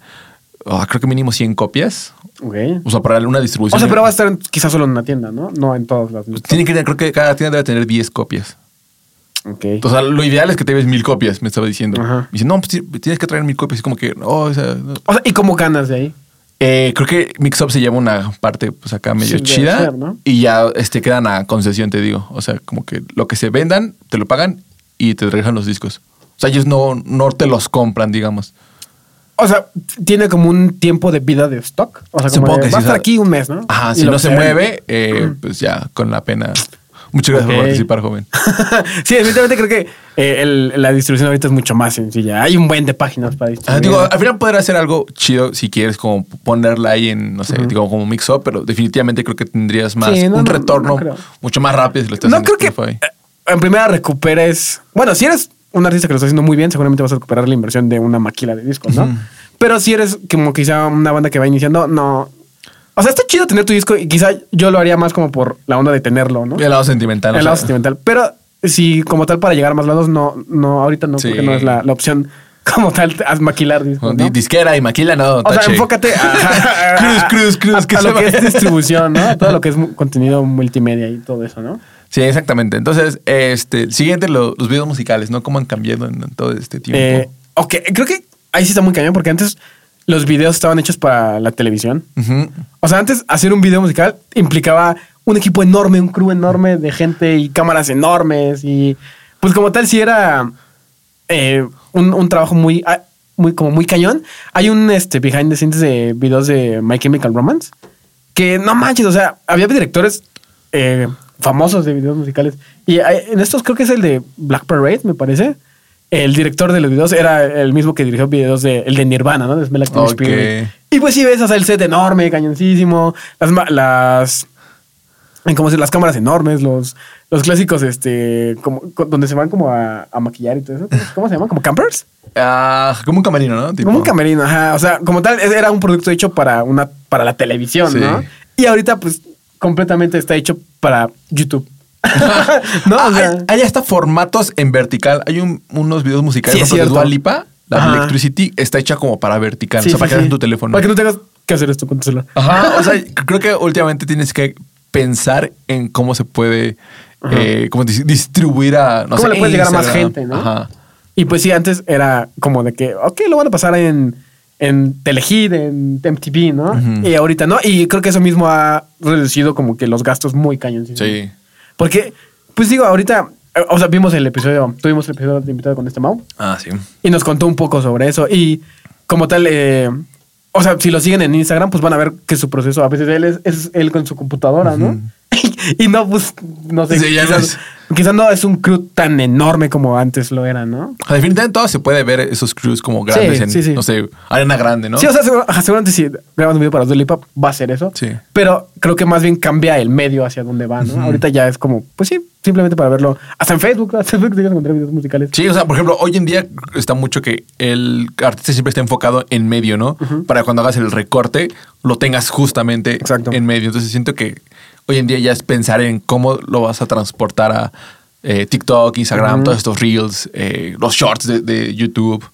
[SPEAKER 1] ah, creo que mínimo 100 copias.
[SPEAKER 2] Ok.
[SPEAKER 1] O sea, para una distribución.
[SPEAKER 2] O sea, pero va a estar en- quizás solo en una tienda, ¿no? No en todas las.
[SPEAKER 1] Tiene que, creo que cada tienda debe tener 10 copias.
[SPEAKER 2] Ok.
[SPEAKER 1] O sea, lo ideal es que te ves mil copias, me estaba diciendo.
[SPEAKER 2] Ajá.
[SPEAKER 1] Me dice, no, pues ti- tienes que traer mil copias. Y como que, no, o sea. no.
[SPEAKER 2] O sea, ¿y cómo ganas de ahí?
[SPEAKER 1] Eh, creo que Mixup se lleva una parte, pues acá medio
[SPEAKER 2] Sí, debe
[SPEAKER 1] chida.
[SPEAKER 2] ser, ¿no?
[SPEAKER 1] Y ya este, quedan a concesión, te digo. O sea, como que lo que se vendan, te lo pagan y te regresan los discos. O sea, ellos no, no te los compran, digamos.
[SPEAKER 2] O sea, tiene como un tiempo de vida de stock. O sea, como
[SPEAKER 1] Supongo
[SPEAKER 2] de,
[SPEAKER 1] que sí,
[SPEAKER 2] va a
[SPEAKER 1] o sea,
[SPEAKER 2] estar aquí un mes, ¿no?
[SPEAKER 1] Ajá,
[SPEAKER 2] Y
[SPEAKER 1] si
[SPEAKER 2] lo
[SPEAKER 1] no
[SPEAKER 2] que
[SPEAKER 1] se
[SPEAKER 2] sea.
[SPEAKER 1] mueve, eh, pues ya, con la pena. Muchas gracias
[SPEAKER 2] Ok.
[SPEAKER 1] por participar, joven.
[SPEAKER 2] *laughs* sí, definitivamente creo que eh, el- la distribución ahorita es mucho más sencilla. Hay un buen de páginas para
[SPEAKER 1] Ah,
[SPEAKER 2] distribuir.
[SPEAKER 1] digo, al final poder hacer algo chido si quieres, como ponerla ahí en, no sé, digo, como mix-up, pero definitivamente creo que tendrías más
[SPEAKER 2] Sí, no,
[SPEAKER 1] un
[SPEAKER 2] no,
[SPEAKER 1] retorno
[SPEAKER 2] no creo.
[SPEAKER 1] mucho más rápido si lo estás
[SPEAKER 2] no
[SPEAKER 1] haciendo
[SPEAKER 2] creo que
[SPEAKER 1] Spotify.
[SPEAKER 2] eh, en primera recuperes. Bueno, si eres un artista que lo está haciendo muy bien, seguramente vas a recuperar la inversión de una maquila de discos, ¿no? Pero si eres como quizá una banda que va iniciando, no. O sea, está chido tener tu disco y quizá yo lo haría más como por la onda de tenerlo, ¿no?
[SPEAKER 1] El lado sentimental. o
[SPEAKER 2] el lado
[SPEAKER 1] sea,
[SPEAKER 2] sentimental. Pero si como tal para llegar a más lados, no, no, ahorita no creo
[SPEAKER 1] Sí.
[SPEAKER 2] que no es la, la opción como tal, *laughs* haz maquilar discos,
[SPEAKER 1] di-
[SPEAKER 2] ¿no?
[SPEAKER 1] Disquera y maquila, no.
[SPEAKER 2] O sea,
[SPEAKER 1] tache. *laughs*
[SPEAKER 2] enfócate a, a- a-
[SPEAKER 1] Cruz, cruz, cruz,
[SPEAKER 2] a-
[SPEAKER 1] que
[SPEAKER 2] a
[SPEAKER 1] se
[SPEAKER 2] lo que
[SPEAKER 1] va.
[SPEAKER 2] es distribución, ¿no? A Todo lo
[SPEAKER 1] *laughs*
[SPEAKER 2] que es mu- contenido multimedia y todo eso, ¿no?
[SPEAKER 1] Sí, exactamente. Entonces, este, el siguiente, lo- los videos musicales, ¿no? ¿Cómo han cambiado en, en todo este tiempo?
[SPEAKER 2] Eh, ok, creo que ahí sí está muy cañón porque antes los videos estaban hechos para la televisión.
[SPEAKER 1] Ujú.
[SPEAKER 2] O sea, antes hacer un video musical implicaba un equipo enorme, un crew enorme de gente y cámaras enormes y pues como tal si era eh, un, un trabajo muy, ah, muy como muy cañón. Hay un este behind the scenes de videos de My Chemical Romance que no manches, o sea, había directores eh, famosos de videos musicales y hay- en estos creo que es el de Black Parade, me parece. El director de los videos era el mismo que dirigió videos de el de Nirvana, ¿no? De Smell Like Teen Spirit.
[SPEAKER 1] Ok.
[SPEAKER 2] Y pues sí ves, o sea, el set enorme, cañoncísimo, las, ma- las en como se- las cámaras enormes, los, los clásicos, este, como, co- donde se van como a, a maquillar y
[SPEAKER 1] *laughs*
[SPEAKER 2] todo eso. ¿Cómo- ¿Cómo se llama? ¿Como campers?
[SPEAKER 1] Ah, como un camerino, ¿no? Tipo-
[SPEAKER 2] Como un camerino, ajá. O sea, como tal, es- era un producto hecho para una, para la televisión,
[SPEAKER 1] Sí.
[SPEAKER 2] ¿no? Y ahorita, pues, completamente está hecho para
[SPEAKER 1] *laughs*
[SPEAKER 2] YouTube. no,
[SPEAKER 1] Ah,
[SPEAKER 2] o sea,
[SPEAKER 1] hay, hay hasta formatos en vertical. Hay un- unos videos musicales
[SPEAKER 2] Sí, es
[SPEAKER 1] por ejemplo, de
[SPEAKER 2] cierto.
[SPEAKER 1] Dua Lipa, la de
[SPEAKER 2] Ajá.
[SPEAKER 1] Electricity, está hecha como para vertical.
[SPEAKER 2] sí,
[SPEAKER 1] o sea,
[SPEAKER 2] sí,
[SPEAKER 1] para que
[SPEAKER 2] sí.
[SPEAKER 1] hagas en tu teléfono. Ah.
[SPEAKER 2] Para que no tengas que hacer esto con *laughs* tu celular.
[SPEAKER 1] Ajá. O sea, creo que últimamente tienes que pensar en cómo se puede eh, como dis- distribuir a. No
[SPEAKER 2] ¿Cómo
[SPEAKER 1] sé,
[SPEAKER 2] le puedes llegar a más
[SPEAKER 1] Instagram.
[SPEAKER 2] gente, no?
[SPEAKER 1] Ajá.
[SPEAKER 2] Y pues sí, antes era como de que, ok, lo van a pasar en, en Telehit, en MTV, ¿no?
[SPEAKER 1] Ujú.
[SPEAKER 2] Y ahorita no. Y creo que eso mismo ha reducido como que los gastos muy cañones.
[SPEAKER 1] Sí.
[SPEAKER 2] Porque, pues digo, ahorita, eh, o sea, vimos el episodio, tuvimos el episodio de invitado con este Mau
[SPEAKER 1] Ah, sí.
[SPEAKER 2] y nos contó un poco sobre eso. Y como tal, eh, o sea, si lo siguen en Instagram, pues van a ver que su proceso a veces él es, es él con su computadora, ¿no? *laughs* y no, pues, no sé.
[SPEAKER 1] Sí, ya no
[SPEAKER 2] quizás, quizás no es un crew tan enorme como antes lo era, ¿no?
[SPEAKER 1] O sea, Definitivamente todo se puede ver esos crews como grandes
[SPEAKER 2] Sí,
[SPEAKER 1] en,
[SPEAKER 2] sí, sí.
[SPEAKER 1] no sé, arena grande, ¿no?
[SPEAKER 2] Sí, o sea, seguro- ajá, seguramente si grabas un video para los Dua Lipa, va a ser eso.
[SPEAKER 1] Sí.
[SPEAKER 2] Pero creo que más bien cambia el medio hacia donde va, ¿no? Ahorita ya es como, pues sí, simplemente para verlo. Hasta en Facebook, *laughs* ¿no? hasta en Facebook te encontrar videos musicales.
[SPEAKER 1] Sí, o sea, por ejemplo, hoy en día está mucho que el artista siempre está enfocado en medio, ¿no? Para cuando hagas el recorte, lo tengas justamente
[SPEAKER 2] Exacto.
[SPEAKER 1] en medio. Entonces siento que hoy en día ya es pensar en cómo lo vas a transportar a eh, TikTok, Instagram, todos estos reels, eh, los shorts de, de YouTube.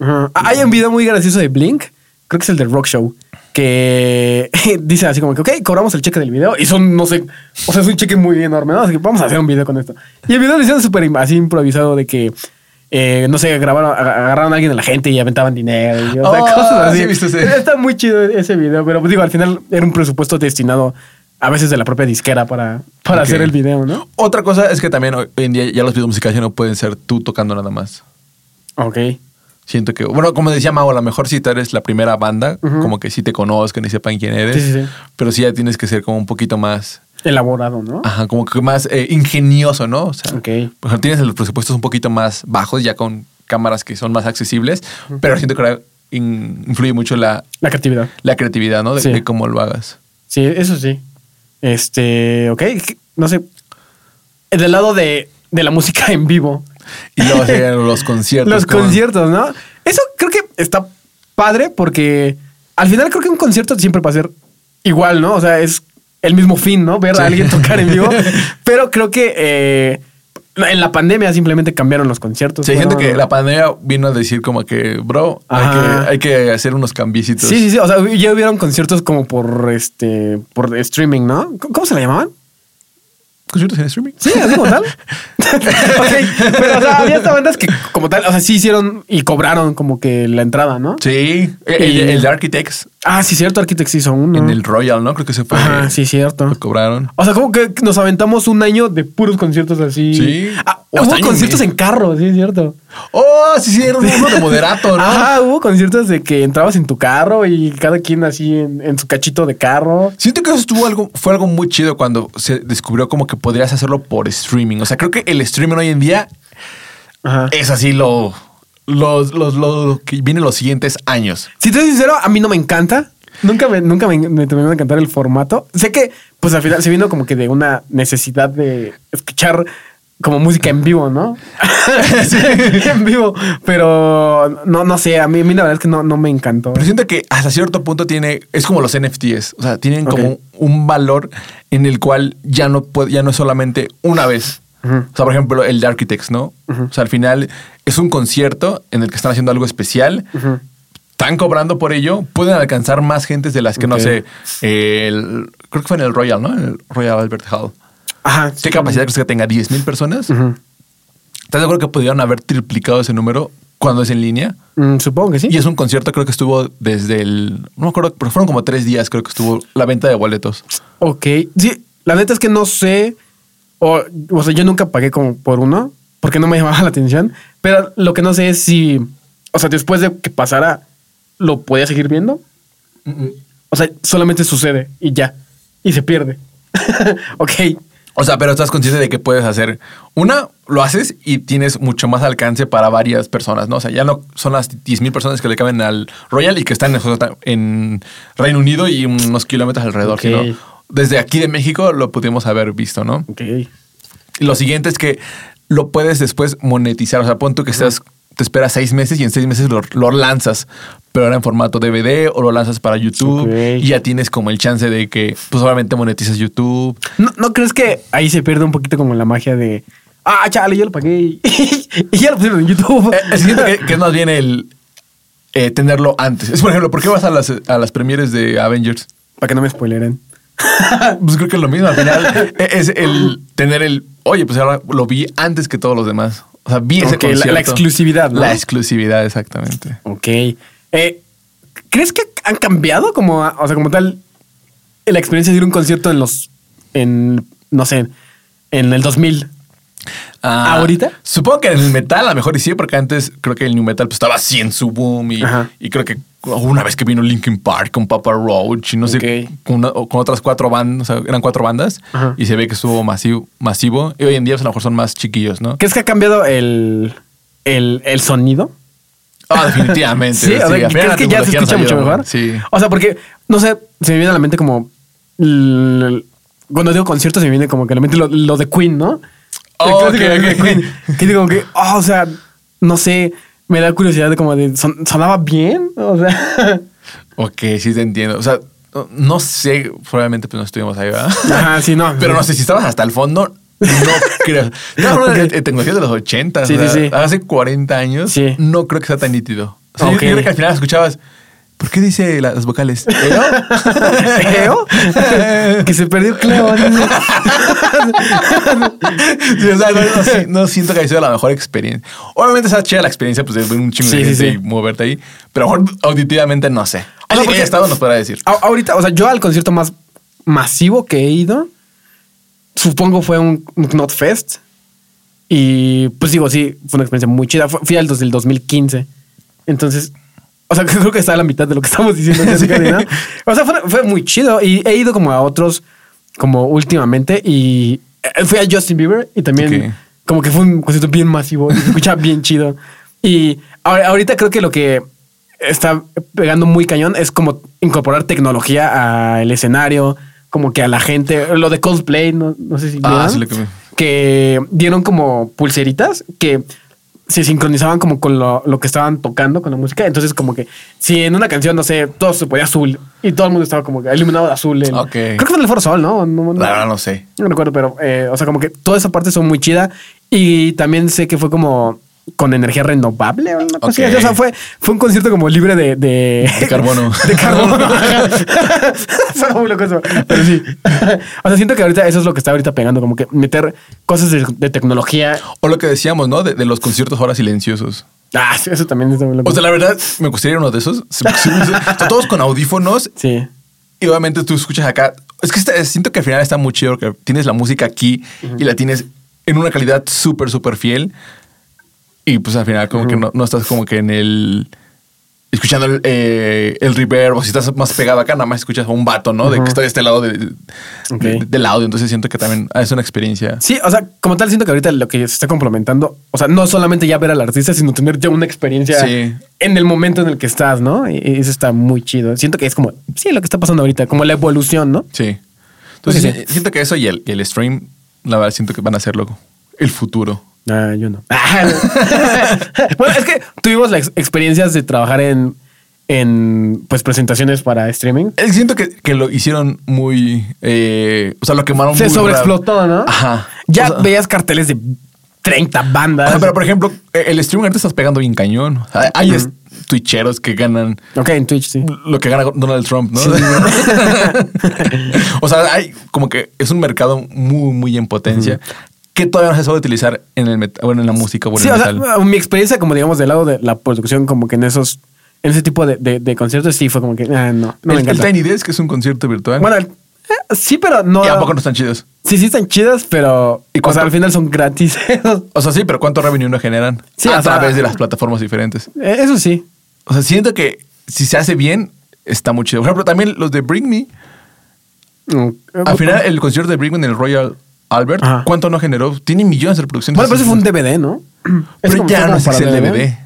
[SPEAKER 2] Ajá. Ah, Hay un video muy gracioso de Blink, creo que es el del Rock Show, que *laughs* dice así como que, ok, cobramos el cheque del video y son, no sé, o sea, es un cheque muy enorme, ¿no? Así que vamos a hacer un video con esto. Y el video lo hicieron súper im- así improvisado de que, eh, no sé, grabaron, ag- agarraron a alguien de la gente y aventaban dinero y o sea,
[SPEAKER 1] Oh,
[SPEAKER 2] cosas así.
[SPEAKER 1] sí he visto ese.
[SPEAKER 2] Está muy chido ese video, pero pues, digo, al final era un presupuesto destinado a veces de la propia disquera para, para
[SPEAKER 1] Ok.
[SPEAKER 2] hacer el video, ¿no?
[SPEAKER 1] Otra cosa es que también hoy hoy en día ya los videos musicales ya no pueden ser tú tocando nada más.
[SPEAKER 2] Ok.
[SPEAKER 1] Siento que, bueno, como decía Mau, a lo mejor si tú eres la primera banda,
[SPEAKER 2] Ujú.
[SPEAKER 1] como que sí te conozcan y sepan quién eres,
[SPEAKER 2] Sí, sí, sí.
[SPEAKER 1] pero sí ya tienes que ser como un poquito más,
[SPEAKER 2] Elaborado, ¿no?
[SPEAKER 1] ajá, como que más eh, ingenioso, ¿no? O sea,
[SPEAKER 2] Ok.
[SPEAKER 1] por ejemplo, tienes los presupuestos un poquito más bajos, ya con cámaras que son más accesibles, pero siento que ahora in- influye mucho la,
[SPEAKER 2] La creatividad.
[SPEAKER 1] la creatividad, ¿no? De,
[SPEAKER 2] Sí.
[SPEAKER 1] de cómo lo hagas.
[SPEAKER 2] Sí, eso sí. Este, ok, no sé. Del lado de, de la *laughs* música en vivo.
[SPEAKER 1] Y luego llegan los conciertos.
[SPEAKER 2] Los
[SPEAKER 1] como-
[SPEAKER 2] conciertos, ¿no? Eso creo que está padre porque al final creo que un concierto siempre va a ser igual, ¿no? O sea, es el mismo fin, ¿no? Ver
[SPEAKER 1] Sí.
[SPEAKER 2] a alguien tocar
[SPEAKER 1] *laughs*
[SPEAKER 2] en vivo. Pero creo que eh, en la pandemia simplemente cambiaron los conciertos.
[SPEAKER 1] Sí, hay gente
[SPEAKER 2] Bueno,
[SPEAKER 1] que la pandemia vino a decir como que, bro,
[SPEAKER 2] Ajá.
[SPEAKER 1] hay que, hay que hacer unos cambiecitos.
[SPEAKER 2] Sí, sí, sí. O sea, ya hubieron conciertos como por este, por streaming, ¿no? ¿Cómo se la llamaban?
[SPEAKER 1] ¿Conciertos en streaming?
[SPEAKER 2] Sí, así como
[SPEAKER 1] *laughs*
[SPEAKER 2] tal. ok, pero o sea, había hasta bandas que como tal, o sea, sí hicieron y cobraron como que la entrada, ¿no?
[SPEAKER 1] Sí, el,
[SPEAKER 2] Y-
[SPEAKER 1] el de Architects
[SPEAKER 2] Ah, sí, cierto, Architects hizo uno.
[SPEAKER 1] en el eh, Royal, ¿no? Creo que se fue.
[SPEAKER 2] Ah, sí, cierto.
[SPEAKER 1] Lo cobraron.
[SPEAKER 2] O sea, como que nos aventamos un año de puros conciertos así.
[SPEAKER 1] Sí.
[SPEAKER 2] Ah,
[SPEAKER 1] O hasta
[SPEAKER 2] hubo
[SPEAKER 1] anime.
[SPEAKER 2] conciertos en carro, sí, es cierto.
[SPEAKER 1] Oh, sí, sí, era uno de moderato, ¿no?
[SPEAKER 2] Ajá, hubo conciertos de que entrabas en tu carro y cada quien así en, en su cachito de carro.
[SPEAKER 1] Siento que eso estuvo algo, fue algo muy chido cuando se descubrió como que podrías hacerlo por streaming. O sea, creo que el streaming hoy en día
[SPEAKER 2] Ajá.
[SPEAKER 1] es así lo, los los lo que viene los siguientes años.
[SPEAKER 2] Si te soy sincero, a mí no me encanta. Nunca me, nunca me, me terminó de encantar el formato. Sé que, pues al final se vino como que de una necesidad de escuchar como música en vivo, ¿no? *laughs* Sí, en vivo. Pero no, no sé, a mí, a mí la verdad es que no, no me encantó.
[SPEAKER 1] Pero siento que hasta cierto punto tiene, es como los NFTs, o sea, tienen como
[SPEAKER 2] Ok.
[SPEAKER 1] un valor en el cual ya no puede, ya no es solamente una vez.
[SPEAKER 2] Ujú.
[SPEAKER 1] O sea, por ejemplo, el de Architects, ¿no? O sea, al final es un concierto en el que están haciendo algo especial,
[SPEAKER 2] Ujú.
[SPEAKER 1] están cobrando por ello, pueden alcanzar más gentes de las que no
[SPEAKER 2] Ok.
[SPEAKER 1] sé. el- creo que fue en el Royal, ¿no? En el Royal Albert Hall.
[SPEAKER 2] Ajá.
[SPEAKER 1] ¿Qué capacidad crees que tenga? ¿10 mil personas?
[SPEAKER 2] Ujú.
[SPEAKER 1] ¿Estás de acuerdo que pudieron haber triplicado ese número cuando es en línea?
[SPEAKER 2] Mm, supongo que sí.
[SPEAKER 1] Y es un concierto, creo que estuvo desde el. No me acuerdo, pero fueron como tres días, creo que estuvo la venta de boletos.
[SPEAKER 2] Ok. Sí, la neta es que no sé. O, o sea, yo nunca pagué como por uno porque no me *laughs* llamaba la atención. Pero lo que no sé es si. O sea, después de que pasara, ¿lo podía seguir viendo? Mm, O sea, solamente sucede y ya. Y se pierde. *laughs* ok.
[SPEAKER 1] O sea, pero estás consciente de que puedes hacer. Una, lo haces y tienes mucho más alcance para varias personas, ¿no? O sea, ya no son las 10.000 mil personas que le caben al Royal y que están en, en Reino Unido y unos kilómetros alrededor.
[SPEAKER 2] Ok.
[SPEAKER 1] sino desde aquí de México lo pudimos haber visto, ¿no?
[SPEAKER 2] Ok.
[SPEAKER 1] Y lo siguiente es que lo puedes después monetizar. O sea, pon tú que estás, te esperas seis meses y en seis meses lo, lo lanzas. Pero ahora en formato DVD o lo lanzas para YouTube
[SPEAKER 2] Ok.
[SPEAKER 1] y ya tienes como el chance de que, pues obviamente monetizas YouTube.
[SPEAKER 2] ¿No, no crees que ahí se pierde un poquito como la magia de. Ah, chale, yo lo pagué. y *laughs* y ya lo pusieron en YouTube.
[SPEAKER 1] Eh,
[SPEAKER 2] *laughs*
[SPEAKER 1] eh, siento que, que es más bien el
[SPEAKER 2] *laughs*
[SPEAKER 1] eh, tenerlo antes. Es por ejemplo, ¿por qué vas a las, a las premieres de Avengers?
[SPEAKER 2] Para que no me spoileren.
[SPEAKER 1] pues creo que es lo mismo. Al final
[SPEAKER 2] *laughs*
[SPEAKER 1] e- es el tener el, oye, pues ahora lo vi antes que todos los demás. O sea, vi ese
[SPEAKER 2] Ok, la- la
[SPEAKER 1] concierto.
[SPEAKER 2] exclusividad, ¿no?
[SPEAKER 1] La exclusividad, exactamente.
[SPEAKER 2] Ok. Eh, ¿Crees que han cambiado como, a- o sea, como tal, la experiencia de ir a un concierto en los, en, no sé, en el 2000?
[SPEAKER 1] Ah,
[SPEAKER 2] ¿Ahorita?
[SPEAKER 1] Supongo que en el metal a lo mejor y sí, porque antes creo que el new metal pues, estaba así en su boom y,
[SPEAKER 2] Ajá.
[SPEAKER 1] y creo que una vez que vino Linkin Park con Papa Roach y no
[SPEAKER 2] Ok.
[SPEAKER 1] sé, con, una- o con otras cuatro bandas, o sea, eran cuatro bandas
[SPEAKER 2] Ajá.
[SPEAKER 1] y se ve que estuvo masivo, masivo y hoy en día pues, a lo mejor son más chiquillos, ¿no?
[SPEAKER 2] ¿Crees que ha cambiado el, el, el sonido?
[SPEAKER 1] Ah, definitivamente.
[SPEAKER 2] *laughs* Sí, o
[SPEAKER 1] al
[SPEAKER 2] sea,
[SPEAKER 1] final
[SPEAKER 2] ¿crees
[SPEAKER 1] la
[SPEAKER 2] que ya se
[SPEAKER 1] tecnología nos
[SPEAKER 2] escucha mucho
[SPEAKER 1] ayuda,
[SPEAKER 2] mejor?
[SPEAKER 1] Sí.
[SPEAKER 2] O sea, porque, no sé, se me viene a la mente como. l- Cuando digo conciertos, se me viene como que a la mente lo, lo de Queen, ¿no? El
[SPEAKER 1] Oh,
[SPEAKER 2] clásico
[SPEAKER 1] ok,
[SPEAKER 2] de
[SPEAKER 1] ok.
[SPEAKER 2] Queen. Que digo como que, oh, o sea, no sé, me da curiosidad de como de. son- ¿Sonaba bien? O sea. *laughs*
[SPEAKER 1] Ok, sí te entiendo. O sea, no- no sé, probablemente pues no estuvimos ahí, ¿verdad?
[SPEAKER 2] Ajá, sí, no.
[SPEAKER 1] *laughs* Pero no sé, si estabas hasta el fondo, no
[SPEAKER 2] *laughs*
[SPEAKER 1] creo. No, no, de, de tecnología de los 80,
[SPEAKER 2] Sí,
[SPEAKER 1] o sea,
[SPEAKER 2] sí, sí.
[SPEAKER 1] hace 40 años,
[SPEAKER 2] Sí.
[SPEAKER 1] no creo que sea tan nítido. O sea, yo-
[SPEAKER 2] Ok.
[SPEAKER 1] yo, creo que al final escuchabas, ¿por qué dice la- las vocales? ¿Eo? *laughs*
[SPEAKER 2] ¿Creo? *laughs* que se perdió Cleo. *laughs* ¿no?
[SPEAKER 1] Sí, o sea, no, no si- no siento que haya sido la mejor experiencia. Obviamente está chida la experiencia pues, de ver un chingo
[SPEAKER 2] Sí,
[SPEAKER 1] de
[SPEAKER 2] sí,
[SPEAKER 1] gente
[SPEAKER 2] sí.
[SPEAKER 1] y moverte ahí, pero a lo mejor auditivamente no sé. Alguien que
[SPEAKER 2] porque-
[SPEAKER 1] haya estado nos podrá decir.
[SPEAKER 2] A- ahorita, o sea, yo al concierto más masivo que he ido, supongo fue un, un Knot Fest. Y pues digo, sí, fue una experiencia muy chida. Fu- Fui al dos del 2015. Entonces, o sea, *laughs* creo que está a la mitad de lo que estamos *laughs* diciendo.
[SPEAKER 1] Sí.
[SPEAKER 2] casi, ¿no? *laughs* O sea, fue, fue muy chido. Y he ido como a otros, como últimamente. Y eh, fui a Justin Bieber y también
[SPEAKER 1] Ok.
[SPEAKER 2] como que fue un concierto bien masivo, y se
[SPEAKER 1] *laughs*
[SPEAKER 2] escuchaba bien chido. Y ahor- ahorita creo que lo que está pegando muy cañón es como incorporar tecnología al escenario, como que a la gente, lo de cosplay, no, no sé si
[SPEAKER 1] Ah,
[SPEAKER 2] vieron,
[SPEAKER 1] sí, lo que vi.
[SPEAKER 2] que dieron como pulseritas que se sincronizaban como con lo, lo que estaban tocando, con la música. Entonces como que si en una canción, no sé, todo se ponía azul y todo el mundo estaba como que iluminado de azul. en-
[SPEAKER 1] Ok.
[SPEAKER 2] Creo que fue en el Foro Sol, ¿no? No- no-
[SPEAKER 1] La verdad no sé.
[SPEAKER 2] no recuerdo, pero, eh, o sea, como que toda esa parte son muy chida. Y también sé que fue como con energía renovable o una cosa
[SPEAKER 1] Ok.
[SPEAKER 2] así. O sea, fue, fue un concierto como libre de... De,
[SPEAKER 1] De carbono.
[SPEAKER 2] *laughs* de
[SPEAKER 1] *laughs*
[SPEAKER 2] carbono. Ajá. Fue muy loco eso, Pero sí. *laughs* O sea, siento que ahorita eso es lo que está ahorita pegando, como que meter cosas de, de tecnología.
[SPEAKER 1] O lo que decíamos, ¿no? De, de los conciertos ahora silenciosos.
[SPEAKER 2] Ah, sí, eso también está muy loco.
[SPEAKER 1] O sea, la verdad, me gustaría uno de esos. *laughs* Sí, sí, sí. O sea, todos con audífonos
[SPEAKER 2] sí.
[SPEAKER 1] y obviamente tú escuchas acá. Es que está- siento que al final está muy chido porque tienes la música aquí y la tienes en una calidad súper, súper fiel. Y pues al final como que no, no estás como que en el... Escuchando el, eh, el reverb o si estás más pegado acá, nada más escuchas a un vato, ¿no? De que está de este lado de- de-
[SPEAKER 2] Ok.
[SPEAKER 1] de- del audio. Entonces siento que también es una experiencia.
[SPEAKER 2] Sí, o sea, como tal, siento que ahorita lo que se está complementando, o sea, no solamente ya ver al artista, sino tener ya una experiencia
[SPEAKER 1] Sí.
[SPEAKER 2] en el momento en el que estás, ¿no? Y y eso está muy chido. Siento que es como, sí, lo que está pasando ahorita, como la evolución, ¿no?
[SPEAKER 1] Sí. Entonces,
[SPEAKER 2] Pues sí.
[SPEAKER 1] si- siento que eso y el, y el stream, la verdad, siento que van a ser loco. El futuro.
[SPEAKER 2] Ah,
[SPEAKER 1] *laughs*
[SPEAKER 2] yo no. bueno, es que tuvimos las experiencias de trabajar en, en pues, presentaciones para streaming.
[SPEAKER 1] Eh, Siento que, que lo hicieron muy. eh, o sea, lo quemaron
[SPEAKER 2] Se
[SPEAKER 1] muy
[SPEAKER 2] sobreexplotó,
[SPEAKER 1] raro.
[SPEAKER 2] ¿no?
[SPEAKER 1] Ajá.
[SPEAKER 2] Ya
[SPEAKER 1] O sea,
[SPEAKER 2] veías carteles de 30
[SPEAKER 1] o
[SPEAKER 2] bandas.
[SPEAKER 1] sea, pero por ejemplo, eh, el streaming ahorita estás pegando bien cañón. O sea, Hay es- twitcheros que ganan
[SPEAKER 2] ok, en Twitch, sí.
[SPEAKER 1] lo que gana Donald Trump, ¿no?
[SPEAKER 2] Sí,
[SPEAKER 1] *laughs* o sea, hay como que es un mercado muy, muy en potencia que todavía no se sabe utilizar en el met- bueno, en la música o en
[SPEAKER 2] Sí,
[SPEAKER 1] el
[SPEAKER 2] o sea,
[SPEAKER 1] metal.
[SPEAKER 2] mi experiencia, como digamos, del lado de la producción, como que en esos, en ese tipo de, de- de conciertos, sí fue como que, ah, no, no me
[SPEAKER 1] el, el
[SPEAKER 2] encanta.
[SPEAKER 1] Tiny Desk es un concierto virtual.
[SPEAKER 2] Bueno, el- eh, sí, pero no.
[SPEAKER 1] y a poco no están chidos.
[SPEAKER 2] Sí, sí están chidas, pero.
[SPEAKER 1] ¿Y
[SPEAKER 2] o sea,
[SPEAKER 1] cuánto?
[SPEAKER 2] al final son gratis. *laughs* Eh,
[SPEAKER 1] O sea, sí, pero ¿cuánto revenue no generan?
[SPEAKER 2] Sí,
[SPEAKER 1] a
[SPEAKER 2] o sea-
[SPEAKER 1] través de las plataformas diferentes.
[SPEAKER 2] Eso sí.
[SPEAKER 1] O sea, siento que si se hace bien, está muy chido. Por ejemplo, también los de Bring Me. Mm. Al final, el concierto de Bring Me en el Royal Albert,
[SPEAKER 2] Ajá.
[SPEAKER 1] ¿cuánto no generó? Tiene millones de reproducciones.
[SPEAKER 2] Bueno, pero eso fue un DVD, ¿no? Eso
[SPEAKER 1] Pero
[SPEAKER 2] como-
[SPEAKER 1] ya
[SPEAKER 2] como
[SPEAKER 1] no es
[SPEAKER 2] para
[SPEAKER 1] el DVD.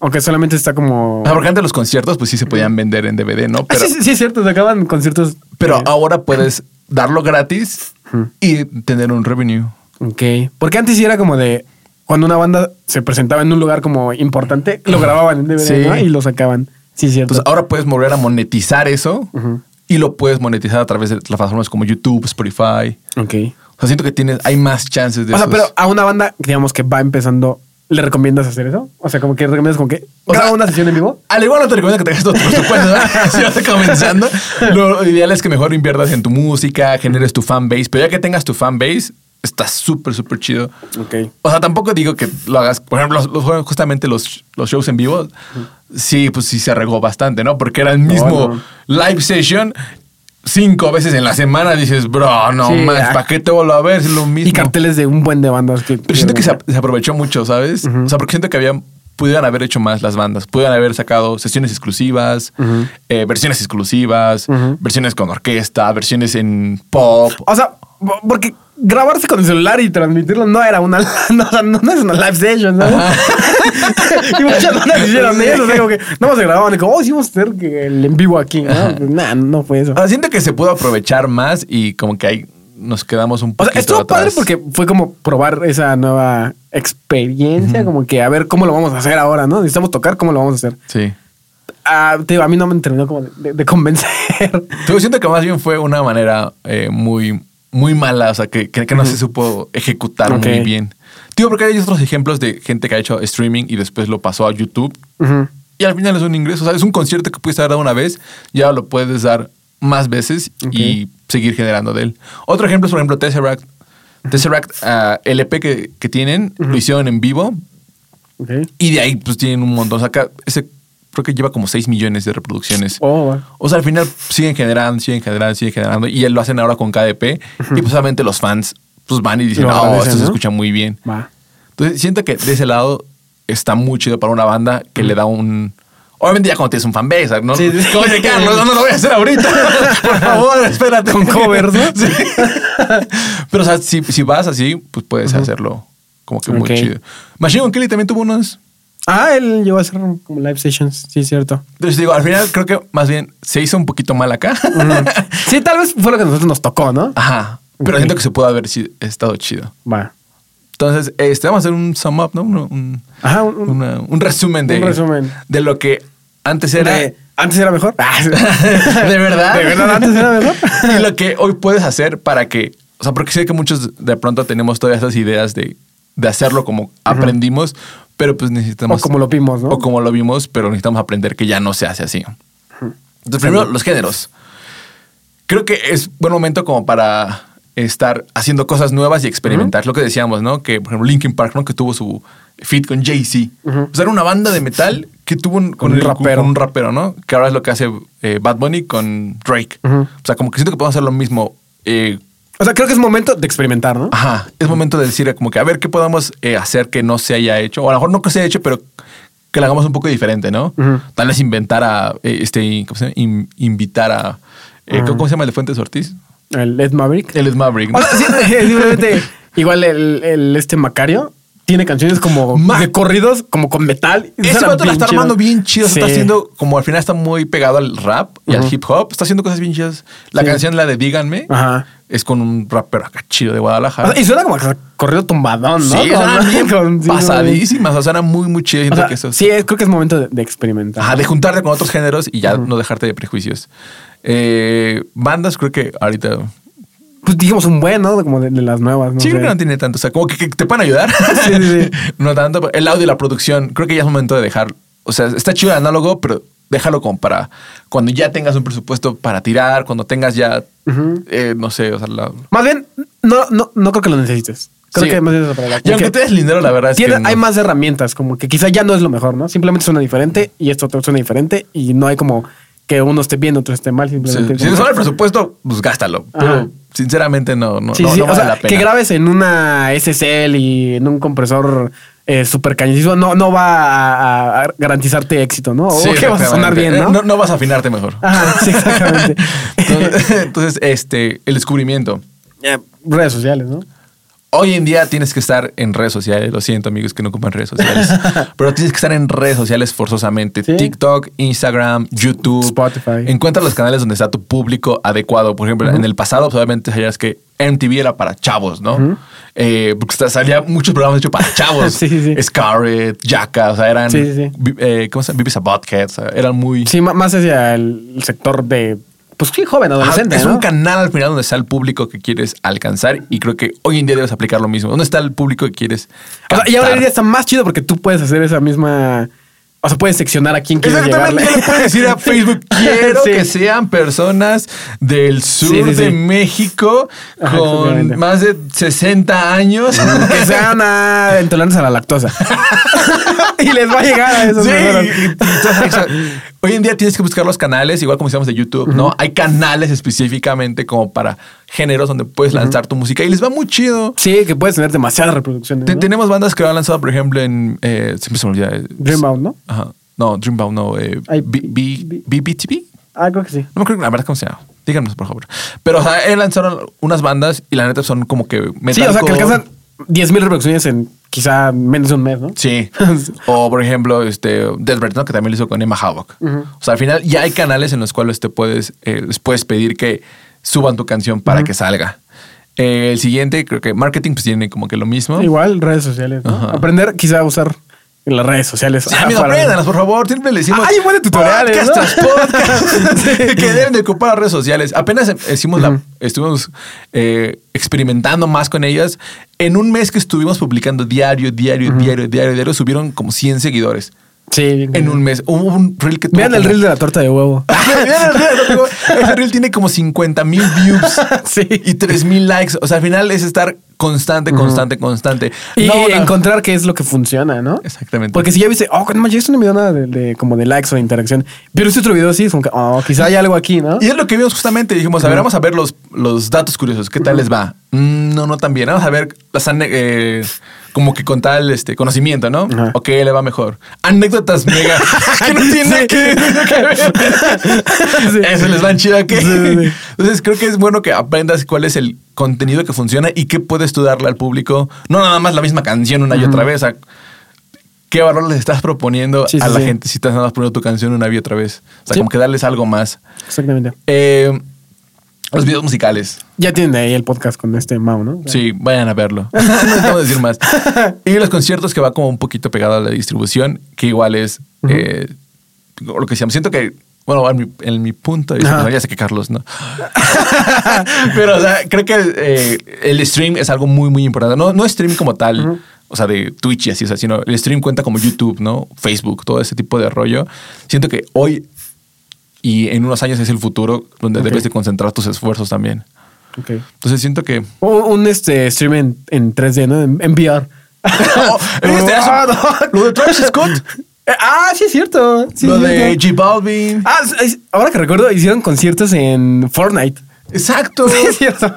[SPEAKER 2] Aunque solamente está como.
[SPEAKER 1] O sea, porque antes los conciertos, pues sí se podían vender en DVD, ¿no?
[SPEAKER 2] Ah,
[SPEAKER 1] Ah, Pero,
[SPEAKER 2] sí, sí, sí, es cierto, se acaban conciertos.
[SPEAKER 1] pero ah.
[SPEAKER 2] eh,
[SPEAKER 1] ahora puedes darlo gratis y tener un revenue.
[SPEAKER 2] Ok. Porque antes sí era como de. Cuando una banda se presentaba en un lugar como importante, lo grababan en DVD
[SPEAKER 1] Sí. Pues,
[SPEAKER 2] ¿no? y lo sacaban. Sí, es cierto.
[SPEAKER 1] Entonces, ahora puedes volver a monetizar eso
[SPEAKER 2] Ujú.
[SPEAKER 1] y lo puedes monetizar a través de plataformas como YouTube, Spotify.
[SPEAKER 2] ok.
[SPEAKER 1] O sea, siento que tienes, hay más chances de
[SPEAKER 2] O sea,
[SPEAKER 1] esos.
[SPEAKER 2] pero a una banda, digamos, que va empezando ¿Le recomiendas hacer eso? O sea, como que recomiendas como que
[SPEAKER 1] O
[SPEAKER 2] graba
[SPEAKER 1] sea,
[SPEAKER 2] una sesión en vivo.
[SPEAKER 1] Al igual no te recomiendo que tengas todo por tu cuenta, *laughs* si vas comenzando. Lo ideal es que mejor inviertas en tu música, generes tu fan base, pero ya que tengas tu fan base, está súper, súper chido.
[SPEAKER 2] Ok.
[SPEAKER 1] O sea, tampoco digo que lo hagas, por ejemplo, los- los- justamente los, los shows en vivo, sí, pues sí se regó bastante, ¿no? Porque era el mismo
[SPEAKER 2] no.
[SPEAKER 1] live session cinco veces en la semana, dices, bro, no
[SPEAKER 2] Sí,
[SPEAKER 1] más,
[SPEAKER 2] ah.
[SPEAKER 1] ¿para qué te vuelvo a ver? Es lo mismo.
[SPEAKER 2] Y carteles de un buen de bandas que.
[SPEAKER 1] Pero siento que se, ap- se aprovechó mucho, ¿sabes? O sea, porque siento que había, pudieran haber hecho más las bandas, pudieran haber sacado sesiones exclusivas, eh, versiones exclusivas, versiones con orquesta, versiones en pop.
[SPEAKER 2] O sea, bo- porque grabarse con el celular y transmitirlo no era una. *laughs* No, o sea, no, no es una live session, ¿sabes? *laughs* y muchas bandas
[SPEAKER 1] *laughs*
[SPEAKER 2] hicieron eso. O sea, como que no se grababan. Y como, oh, sí, vamos a hacer que el en vivo aquí. No, Pues, nah, no fue eso.
[SPEAKER 1] O sea, siento que se pudo aprovechar más y como que ahí nos quedamos un
[SPEAKER 2] O
[SPEAKER 1] poquito
[SPEAKER 2] sea, estuvo
[SPEAKER 1] atrás.
[SPEAKER 2] padre porque fue como probar esa nueva experiencia, como que a ver cómo lo vamos a hacer ahora, ¿no? Necesitamos tocar, ¿cómo lo vamos a hacer?
[SPEAKER 1] Sí.
[SPEAKER 2] Ah, te digo, a mí no me terminó como de, de- de convencer.
[SPEAKER 1] Yo siento que más bien fue una manera eh, muy, muy mala, o sea, que, que, que no se supo ejecutar
[SPEAKER 2] Ok.
[SPEAKER 1] muy bien. Tío, porque hay otros ejemplos de gente que ha hecho streaming y después lo pasó a YouTube
[SPEAKER 2] *laughs* Ujú.
[SPEAKER 1] y al final es un ingreso. O sea, es un concierto que pudiste haber dado una vez, ya lo puedes dar más veces y seguir generando de él. Otro ejemplo es, por ejemplo, Tesseract. Tesseract, ah, el EP que, que tienen, lo hicieron en vivo
[SPEAKER 2] Ok.
[SPEAKER 1] y de ahí pues tienen un montón. O sea, acá ese creo que lleva como 6 millones de reproducciones.
[SPEAKER 2] Oh, va.
[SPEAKER 1] O sea, al final siguen generando, siguen generando, siguen generando. Y lo hacen ahora con KDP. Y pues obviamente los fans pues van y dicen,
[SPEAKER 2] Lo
[SPEAKER 1] no,
[SPEAKER 2] agradecen,
[SPEAKER 1] esto se
[SPEAKER 2] ¿no?
[SPEAKER 1] escucha muy bien.
[SPEAKER 2] va.
[SPEAKER 1] Entonces siento que de ese lado está muy chido para una banda que le da un... Obviamente ya cuando tienes un fanbase, ¿no?
[SPEAKER 2] Sí, sí.
[SPEAKER 1] Como dice Carlos, no, no lo voy a hacer ahorita.
[SPEAKER 2] *laughs*
[SPEAKER 1] Por favor, espérate.
[SPEAKER 2] Con covers, ¿no?
[SPEAKER 1] Sí. Pero o sea, si, si vas así, pues puedes hacerlo como que muy
[SPEAKER 2] Ok.
[SPEAKER 1] chido. Machine Gun Kelly también tuvo unos...
[SPEAKER 2] Ah, él llegó a hacer como live sessions, sí, cierto.
[SPEAKER 1] Entonces digo, al final creo que más bien se hizo un poquito mal acá.
[SPEAKER 2] *laughs* Sí, tal vez fue lo que a nosotros nos tocó, ¿no?
[SPEAKER 1] *laughs* Ajá. Pero
[SPEAKER 2] Ok.
[SPEAKER 1] siento que se pudo haber si- estado chido.
[SPEAKER 2] Va.
[SPEAKER 1] Entonces, este, vamos a hacer un sum up, ¿no? Un, un-
[SPEAKER 2] Ajá, un, un-
[SPEAKER 1] una- un resumen de.
[SPEAKER 2] Un resumen.
[SPEAKER 1] De lo que antes era.
[SPEAKER 2] de- antes era mejor. Ah,
[SPEAKER 1] *laughs*
[SPEAKER 2] sí.
[SPEAKER 1] ¿De verdad?
[SPEAKER 2] De verdad, antes era mejor.
[SPEAKER 1] *laughs* y lo que hoy puedes hacer para que. O sea, porque sé que muchos de pronto tenemos todas esas ideas de, de hacerlo como aprendimos, pero pues necesitamos.
[SPEAKER 2] O como lo vimos, ¿no?
[SPEAKER 1] O como lo vimos, pero necesitamos aprender que ya no se hace así. Entonces, primero, los géneros. Creo que es buen momento como para estar haciendo cosas nuevas y experimentar. Lo que decíamos, ¿no? Que, por ejemplo, Linkin Park, ¿no? Que tuvo su fit con Jay-Z. O sea, era una banda de metal que tuvo un,
[SPEAKER 2] Con un rapero.
[SPEAKER 1] con un rapero, ¿no? Que ahora es lo que hace eh, Bad Bunny con Drake.
[SPEAKER 2] Ujú.
[SPEAKER 1] O sea, como que siento que podemos hacer lo mismo. eh,
[SPEAKER 2] O sea, creo que es momento de experimentar, ¿no?
[SPEAKER 1] Ajá, es momento de decir como que a ver qué podamos eh, hacer que no se haya hecho, o a lo mejor no que se haya hecho, pero que lo hagamos un poco diferente, ¿no?
[SPEAKER 2] Ujú.
[SPEAKER 1] Tal vez inventar a, eh, este, ¿cómo se llama? In- invitar a, eh, ¿cómo- ¿cómo se llama el de Fuentes Ortiz?
[SPEAKER 2] El Ed Maverick.
[SPEAKER 1] Él es Maverick. ¿no?
[SPEAKER 2] O sea, sí, *laughs* simplemente, igual el, el- este Macario tiene canciones como
[SPEAKER 1] Ma-
[SPEAKER 2] de corridos, como con metal. y
[SPEAKER 1] Ese
[SPEAKER 2] suena
[SPEAKER 1] vato la
[SPEAKER 2] bien
[SPEAKER 1] está
[SPEAKER 2] chido.
[SPEAKER 1] armando bien chido. se
[SPEAKER 2] Sí.
[SPEAKER 1] Está haciendo, como al final está muy pegado al rap y al hip hop. Está haciendo cosas bien chidas. La
[SPEAKER 2] Sí.
[SPEAKER 1] canción, la de Díganme,
[SPEAKER 2] Ajá.
[SPEAKER 1] es con un rapero acá chido de
[SPEAKER 2] O
[SPEAKER 1] Guadalajara.
[SPEAKER 2] sea, y suena como a corrido tumbadón, ¿no?
[SPEAKER 1] Sí,
[SPEAKER 2] Como-
[SPEAKER 1] suena
[SPEAKER 2] *laughs*
[SPEAKER 1] bien
[SPEAKER 2] con- sí,
[SPEAKER 1] pasadísimas. O sea, era muy, muy chido.
[SPEAKER 2] O
[SPEAKER 1] Siento
[SPEAKER 2] sea,
[SPEAKER 1] que eso es-
[SPEAKER 2] sí, es- creo que es momento de, de experimentar.
[SPEAKER 1] Ajá, de juntarte con otros géneros y ya no dejarte de prejuicios. Eh, bandas, creo que ahorita.
[SPEAKER 2] Pues dijimos un buen, ¿no? Como de, de las nuevas, ¿no?
[SPEAKER 1] sí, creo
[SPEAKER 2] sé.
[SPEAKER 1] que no tiene tanto. O sea, como que, que te pueden ayudar.
[SPEAKER 2] *laughs* Sí, sí, sí.
[SPEAKER 1] *laughs* no tanto. pero El audio y la producción, creo que ya es momento de dejar. O sea, está chido el análogo, pero déjalo como para cuando ya tengas un presupuesto para tirar, cuando tengas ya, eh, no sé, o sea, la-
[SPEAKER 2] Más bien, no, no, no creo que lo necesites. Creo
[SPEAKER 1] Sí.
[SPEAKER 2] que más bien es para la-
[SPEAKER 1] Y
[SPEAKER 2] como
[SPEAKER 1] aunque
[SPEAKER 2] que
[SPEAKER 1] te des dinero, *laughs* la verdad es
[SPEAKER 2] tiene-
[SPEAKER 1] que no.
[SPEAKER 2] Hay más herramientas, como que quizá ya no es lo mejor, ¿no? Simplemente suena diferente y esto otro suena diferente y no hay como que uno esté bien, otro esté mal,
[SPEAKER 1] Sí,
[SPEAKER 2] simplemente.
[SPEAKER 1] Si
[SPEAKER 2] como
[SPEAKER 1] te
[SPEAKER 2] que-
[SPEAKER 1] sobra el presupuesto, pues gástalo.
[SPEAKER 2] Ajá.
[SPEAKER 1] Pero sinceramente no, no,
[SPEAKER 2] Sí,
[SPEAKER 1] no-
[SPEAKER 2] sí,
[SPEAKER 1] no
[SPEAKER 2] o
[SPEAKER 1] vale
[SPEAKER 2] sea,
[SPEAKER 1] la pena.
[SPEAKER 2] que grabes en una SSL y en un compresor eh, súper cañoncísimo no, no va a, a- a garantizarte éxito, ¿no? O
[SPEAKER 1] Sí,
[SPEAKER 2] que vas a sonar
[SPEAKER 1] exactamente.
[SPEAKER 2] bien,
[SPEAKER 1] Eh,
[SPEAKER 2] ¿no?
[SPEAKER 1] No, vas a afinarte mejor.
[SPEAKER 2] Ajá, sí, exactamente.
[SPEAKER 1] Entonces, *laughs* entonces, este, el descubrimiento. Eh,
[SPEAKER 2] Redes sociales, ¿no?
[SPEAKER 1] Hoy en día tienes que estar en redes sociales. Lo siento, amigos que no ocupan redes
[SPEAKER 2] *laughs*
[SPEAKER 1] sociales. pero tienes que estar en redes sociales forzosamente.
[SPEAKER 2] Sí.
[SPEAKER 1] TikTok, Instagram, YouTube.
[SPEAKER 2] Spotify.
[SPEAKER 1] Encuentra los canales donde está tu público adecuado. Por ejemplo, en el pasado, pues, obviamente, sabías que MTV era para chavos, ¿no? Eh, porque hasta salía muchos programas hechos para chavos.
[SPEAKER 2] *laughs* Sí, sí, sí.
[SPEAKER 1] Scarlett, Jacka, o sea, eran...
[SPEAKER 2] Sí, sí, sí.
[SPEAKER 1] vi- eh, ¿Cómo se llama? Bibis a Butthead, o sea, eran muy...
[SPEAKER 2] Sí, ma- más hacia el sector de pues sí, joven, adolescente.
[SPEAKER 1] Ajá, es
[SPEAKER 2] ¿no?
[SPEAKER 1] un canal al final donde está el público que quieres alcanzar y creo que hoy en día debes aplicar lo mismo. ¿Dónde está el público que quieres?
[SPEAKER 2] O sea, y ahora
[SPEAKER 1] captar?
[SPEAKER 2] ya está más chido porque tú puedes hacer esa misma. O sea, puedes seccionar a quién quieres
[SPEAKER 1] Exactamente,
[SPEAKER 2] llegarle.
[SPEAKER 1] ya le puedes decir
[SPEAKER 2] *laughs*
[SPEAKER 1] a Facebook, quiero
[SPEAKER 2] Sí.
[SPEAKER 1] que sean personas del sur
[SPEAKER 2] Sí, sí, sí.
[SPEAKER 1] de México
[SPEAKER 2] Ajá,
[SPEAKER 1] con
[SPEAKER 2] exactamente.
[SPEAKER 1] más de 60 años.
[SPEAKER 2] *laughs* *laughs* Que sean ah, intolerantes a la lactosa. *laughs* y les va a llegar a esos
[SPEAKER 1] Sí,
[SPEAKER 2] personas.
[SPEAKER 1] exacto. Hoy en día tienes que buscar los canales, igual como decíamos de YouTube, ¿no? Hay canales específicamente como para géneros donde puedes lanzar tu música y les va muy chido.
[SPEAKER 2] Sí, que puedes tener demasiadas reproducciones.
[SPEAKER 1] Te-
[SPEAKER 2] ¿no?
[SPEAKER 1] Tenemos bandas que lo han lanzado, por ejemplo, en... eh, siempre se me olvida. eh,
[SPEAKER 2] Dreambound, ¿no?
[SPEAKER 1] Ajá. No, Dreambound no. eh,
[SPEAKER 2] Ay,
[SPEAKER 1] B- B-
[SPEAKER 2] B-
[SPEAKER 1] BBTV.
[SPEAKER 2] Ah, creo que sí.
[SPEAKER 1] No me acuerdo la verdad cómo se llama. Díganos, por favor. Pero, o sea, él lanzaron unas bandas y la neta son como que metalcore.
[SPEAKER 2] Sí, o sea, que alcanzan 10.000 reproducciones en quizá menos de un mes, ¿no? *laughs*
[SPEAKER 1] Sí. O, por ejemplo, este, Deathbird, ¿no? Que también lo hizo con Emma Havoc. O sea, al final ya hay canales en los cuales te puedes, eh, les puedes pedir que suban tu canción para que salga. Eh, el siguiente, creo que marketing, pues tiene como que lo mismo.
[SPEAKER 2] Igual redes sociales. ¿no?
[SPEAKER 1] Ajá.
[SPEAKER 2] Aprender quizá a usar las redes sociales.
[SPEAKER 1] Sí,
[SPEAKER 2] ah,
[SPEAKER 1] amigo,
[SPEAKER 2] *laughs* para-
[SPEAKER 1] apréndanos, por favor. Siempre le decimos.
[SPEAKER 2] Ah, hay un buen de tutoriales,
[SPEAKER 1] Podcast
[SPEAKER 2] ¿no?
[SPEAKER 1] tras podcast. *laughs*
[SPEAKER 2] *laughs* Sí.
[SPEAKER 1] Que deben de ocupar las redes sociales. Apenas em- hicimos la- estuvimos eh, experimentando más con ellas. En un mes que estuvimos publicando diario, diario, diario, diario, diario, subieron como 100 seguidores.
[SPEAKER 2] Sí, bien.
[SPEAKER 1] En un mes. Hubo un reel que tuvo
[SPEAKER 2] Vean el
[SPEAKER 1] como- *laughs*
[SPEAKER 2] reel de la torta de huevo.
[SPEAKER 1] Ah, mira, mira, mira, mira, mira. Ese reel tiene como 50 mil views
[SPEAKER 2] *laughs* Sí.
[SPEAKER 1] y 3 mil likes. O sea, al final es estar constante, constante, constante.
[SPEAKER 2] Y
[SPEAKER 1] No, no.
[SPEAKER 2] encontrar qué es lo que funciona, ¿no?
[SPEAKER 1] Exactamente.
[SPEAKER 2] Porque si ya viste, oh, no manches, yo no me dio nada de, de- como de likes o de interacción. Pero este otro video sí, es como que, oh, quizá hay algo aquí, ¿no?
[SPEAKER 1] Y es lo que vimos justamente. Dijimos, a ver, vamos a ver los, los datos curiosos. ¿Qué tal les va? Mm, no, no tan bien. Vamos a ver las ane- eh, como que con tal este, conocimiento, ¿no?
[SPEAKER 2] Ajá.
[SPEAKER 1] ¿O qué le va mejor? Anécdotas
[SPEAKER 2] *laughs*
[SPEAKER 1] mega *laughs* *laughs* que no tiene
[SPEAKER 2] Sí.
[SPEAKER 1] que, que ver.
[SPEAKER 2] *laughs* Sí.
[SPEAKER 1] *laughs* Eso les van chido aquí.
[SPEAKER 2] Sí, sí, sí.
[SPEAKER 1] Entonces creo que es bueno que aprendas cuál es el contenido que funciona y qué puedes tú darle al público. No nada más la misma canción una y otra vez. o sea, ¿Qué valor les estás proponiendo
[SPEAKER 2] Sí, sí,
[SPEAKER 1] a la
[SPEAKER 2] sí.
[SPEAKER 1] gente si estás nada más poniendo tu canción una y otra vez? O sea,
[SPEAKER 2] Sí.
[SPEAKER 1] como que darles algo más.
[SPEAKER 2] Exactamente.
[SPEAKER 1] Eh, los videos musicales.
[SPEAKER 2] Ya tienen ahí el podcast con este Mau, ¿no?
[SPEAKER 1] Sí, vayan a
[SPEAKER 2] *laughs*
[SPEAKER 1] verlo. no necesitamos decir más. Y los conciertos que va como un poquito pegado a la distribución, que igual es eh, lo que decíamos. Siento que, bueno, en mi, en mi punto, de vista,
[SPEAKER 2] Ajá.
[SPEAKER 1] o sea, ya sé que Carlos no. *laughs* Pero, o sea, creo que eh, el stream es algo muy, muy importante. No, no stream como tal, o sea, de Twitch y así, o sea, sino el stream cuenta como YouTube, ¿no? Facebook, todo ese tipo de rollo. Siento que hoy y en unos años es el futuro donde
[SPEAKER 2] Ok.
[SPEAKER 1] debes de concentrar tus esfuerzos también.
[SPEAKER 2] Ok.
[SPEAKER 1] Entonces siento que
[SPEAKER 2] Un, un, este stream en, en 3D, ¿no? En, en VR.
[SPEAKER 1] *laughs* Oh, *laughs* este,
[SPEAKER 2] *laughs*
[SPEAKER 1] eso-
[SPEAKER 2] Ah, no.
[SPEAKER 1] *laughs* Lo de Travis
[SPEAKER 2] *laughs*
[SPEAKER 1] Scott.
[SPEAKER 2] Eh, ah, sí es cierto. Sí,
[SPEAKER 1] lo
[SPEAKER 2] es
[SPEAKER 1] de
[SPEAKER 2] cierto.
[SPEAKER 1] J Balvin.
[SPEAKER 2] Ah, es- es- ahora que recuerdo, hicieron conciertos en Fortnite.
[SPEAKER 1] Exacto.
[SPEAKER 2] Sí, es cierto.
[SPEAKER 1] *laughs*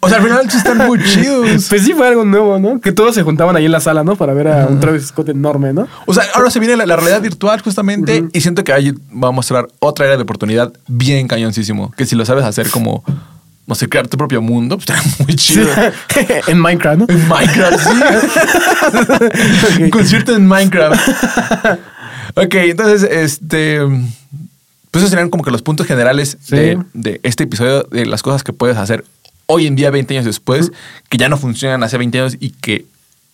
[SPEAKER 1] O sea, al final sí están muy chidos.
[SPEAKER 2] *laughs* Pues sí, fue algo nuevo, ¿no? Que todos se juntaban ahí en la sala, ¿no? Para ver a un Travis Scott enorme, ¿no?
[SPEAKER 1] O sea, ahora se viene la, la realidad virtual justamente y siento que ahí va a mostrar otra área de oportunidad bien cañoncísimo. Que si lo sabes hacer como, no sé, crear tu propio mundo, pues *laughs* está muy
[SPEAKER 2] Sí. *laughs*
[SPEAKER 1] chido.
[SPEAKER 2] en
[SPEAKER 1] *laughs*
[SPEAKER 2] Minecraft, ¿no?
[SPEAKER 1] En Minecraft,
[SPEAKER 2] *laughs*
[SPEAKER 1] sí. Un concierto en Minecraft. Ok, entonces, este. Pues esos serían como que los puntos generales
[SPEAKER 2] Sí.
[SPEAKER 1] de, de este episodio, de las cosas que puedes hacer hoy en día, 20 años después, que ya no funcionan hace 20 años y que.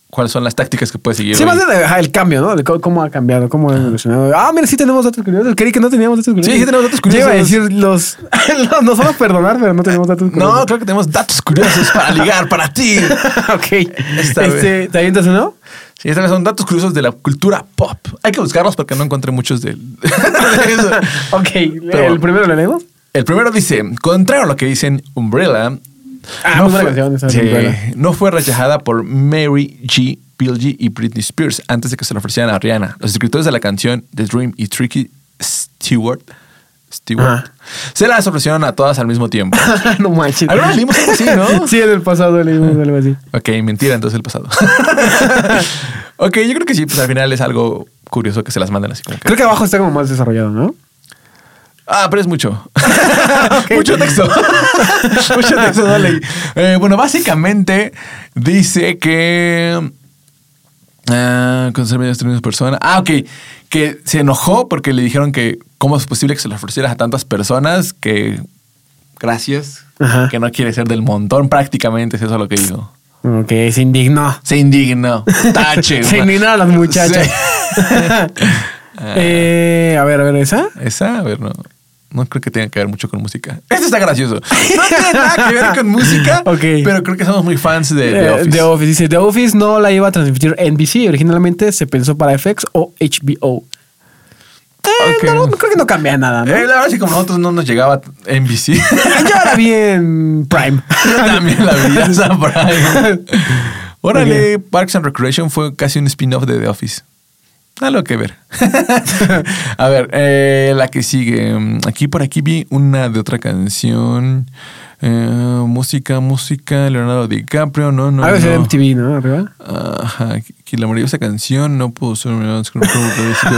[SPEAKER 1] ¿Cuáles son las tácticas que puedes seguir?
[SPEAKER 2] Sí,
[SPEAKER 1] hoy.
[SPEAKER 2] más de ajá, el cambio, ¿no? De cómo, cómo ha cambiado, cómo ha evolucionado. Ah, mira, sí tenemos datos curiosos. Creí que no teníamos datos curiosos.
[SPEAKER 1] Sí, sí tenemos datos
[SPEAKER 2] Yo iba a
[SPEAKER 1] curiosos.
[SPEAKER 2] decir los... *laughs* los- Nos vamos a perdonar, pero no tenemos datos curiosos.
[SPEAKER 1] No, creo que tenemos datos curiosos para ligar para
[SPEAKER 2] *laughs*
[SPEAKER 1] ti.
[SPEAKER 2] ok.
[SPEAKER 1] Está
[SPEAKER 2] Este, ¿Te
[SPEAKER 1] *laughs*
[SPEAKER 2] avientas uno?
[SPEAKER 1] Sí, estos son datos curiosos de la cultura pop. Hay que buscarlos porque no encontré muchos *laughs* de, de eso.
[SPEAKER 2] Ok.
[SPEAKER 1] bueno.
[SPEAKER 2] ¿El primero
[SPEAKER 1] *laughs*
[SPEAKER 2] lo leemos?
[SPEAKER 1] El primero dice, contrario a lo que dicen Umbrella,
[SPEAKER 2] Ah, muy buena canción esa de
[SPEAKER 1] sí,
[SPEAKER 2] Umbrella.
[SPEAKER 1] no fue rechazada por Mary G. Pilgi y Britney Spears antes de que se la ofrecieran a Rihanna. Los escritores de la canción The Dream y Tricky Stewart, Stewart
[SPEAKER 2] Ajá.
[SPEAKER 1] se las ofrecieron a todas al mismo
[SPEAKER 2] *laughs*
[SPEAKER 1] tiempo.
[SPEAKER 2] no manches.
[SPEAKER 1] Alguna *laughs* vez leímos algo así, ¿no?
[SPEAKER 2] sí, en el pasado leímos algo así.
[SPEAKER 1] ok, mentira, entonces el
[SPEAKER 2] *laughs*
[SPEAKER 1] pasado. ok, yo creo que sí, pues al final es algo curioso que se las manden así. como que-
[SPEAKER 2] Creo que abajo está como más desarrollado, ¿no?
[SPEAKER 1] Ah, pero es mucho. Mucho texto. mucho texto, dale. Eh, bueno, básicamente dice que. Ah, con ser medios términos persona. Ah, ok. Que se enojó porque le dijeron que cómo es posible que se lo ofrecieras a tantas personas que. Gracias.
[SPEAKER 2] Ajá.
[SPEAKER 1] Que no quiere ser del montón, prácticamente es eso lo que dijo.
[SPEAKER 2] Ok, se indignó.
[SPEAKER 1] Se indignó. Tache.
[SPEAKER 2] *laughs* se indignaron las muchachas.
[SPEAKER 1] Sí.
[SPEAKER 2] *laughs* Eh, a ver, a ver, ¿esa?
[SPEAKER 1] Esa, a ver, no. no creo que tenga que ver mucho con música. Esto está gracioso. No
[SPEAKER 2] *laughs*
[SPEAKER 1] tiene nada que ver con música,
[SPEAKER 2] Ok.
[SPEAKER 1] pero creo que somos muy fans de, de
[SPEAKER 2] Eh,
[SPEAKER 1] Office.
[SPEAKER 2] The Office. Dice, The Office no la iba a transmitir NBC. Originalmente se pensó para FX o HBO. Eh,
[SPEAKER 1] Ok.
[SPEAKER 2] no, no, creo que no cambia
[SPEAKER 1] *laughs*
[SPEAKER 2] nada, ¿no?
[SPEAKER 1] Eh, la verdad, sí, como nosotros no nos llegaba *laughs* NBC.
[SPEAKER 2] Yo la vi en Prime.
[SPEAKER 1] Yo también la vi esa por ahí. Órale, Parks and Recreation fue casi un spin-off de The Office. Algo que ver. *laughs* A ver, eh, la que sigue. Mm, Aquí por aquí vi una de otra canción. Eh, música, música, Leonardo DiCaprio. No, no.
[SPEAKER 2] *laughs* Algo así de
[SPEAKER 1] no.
[SPEAKER 2] MTV, ¿no? Arriba.
[SPEAKER 1] Ajá, que la maravillosa canción no pudo ser un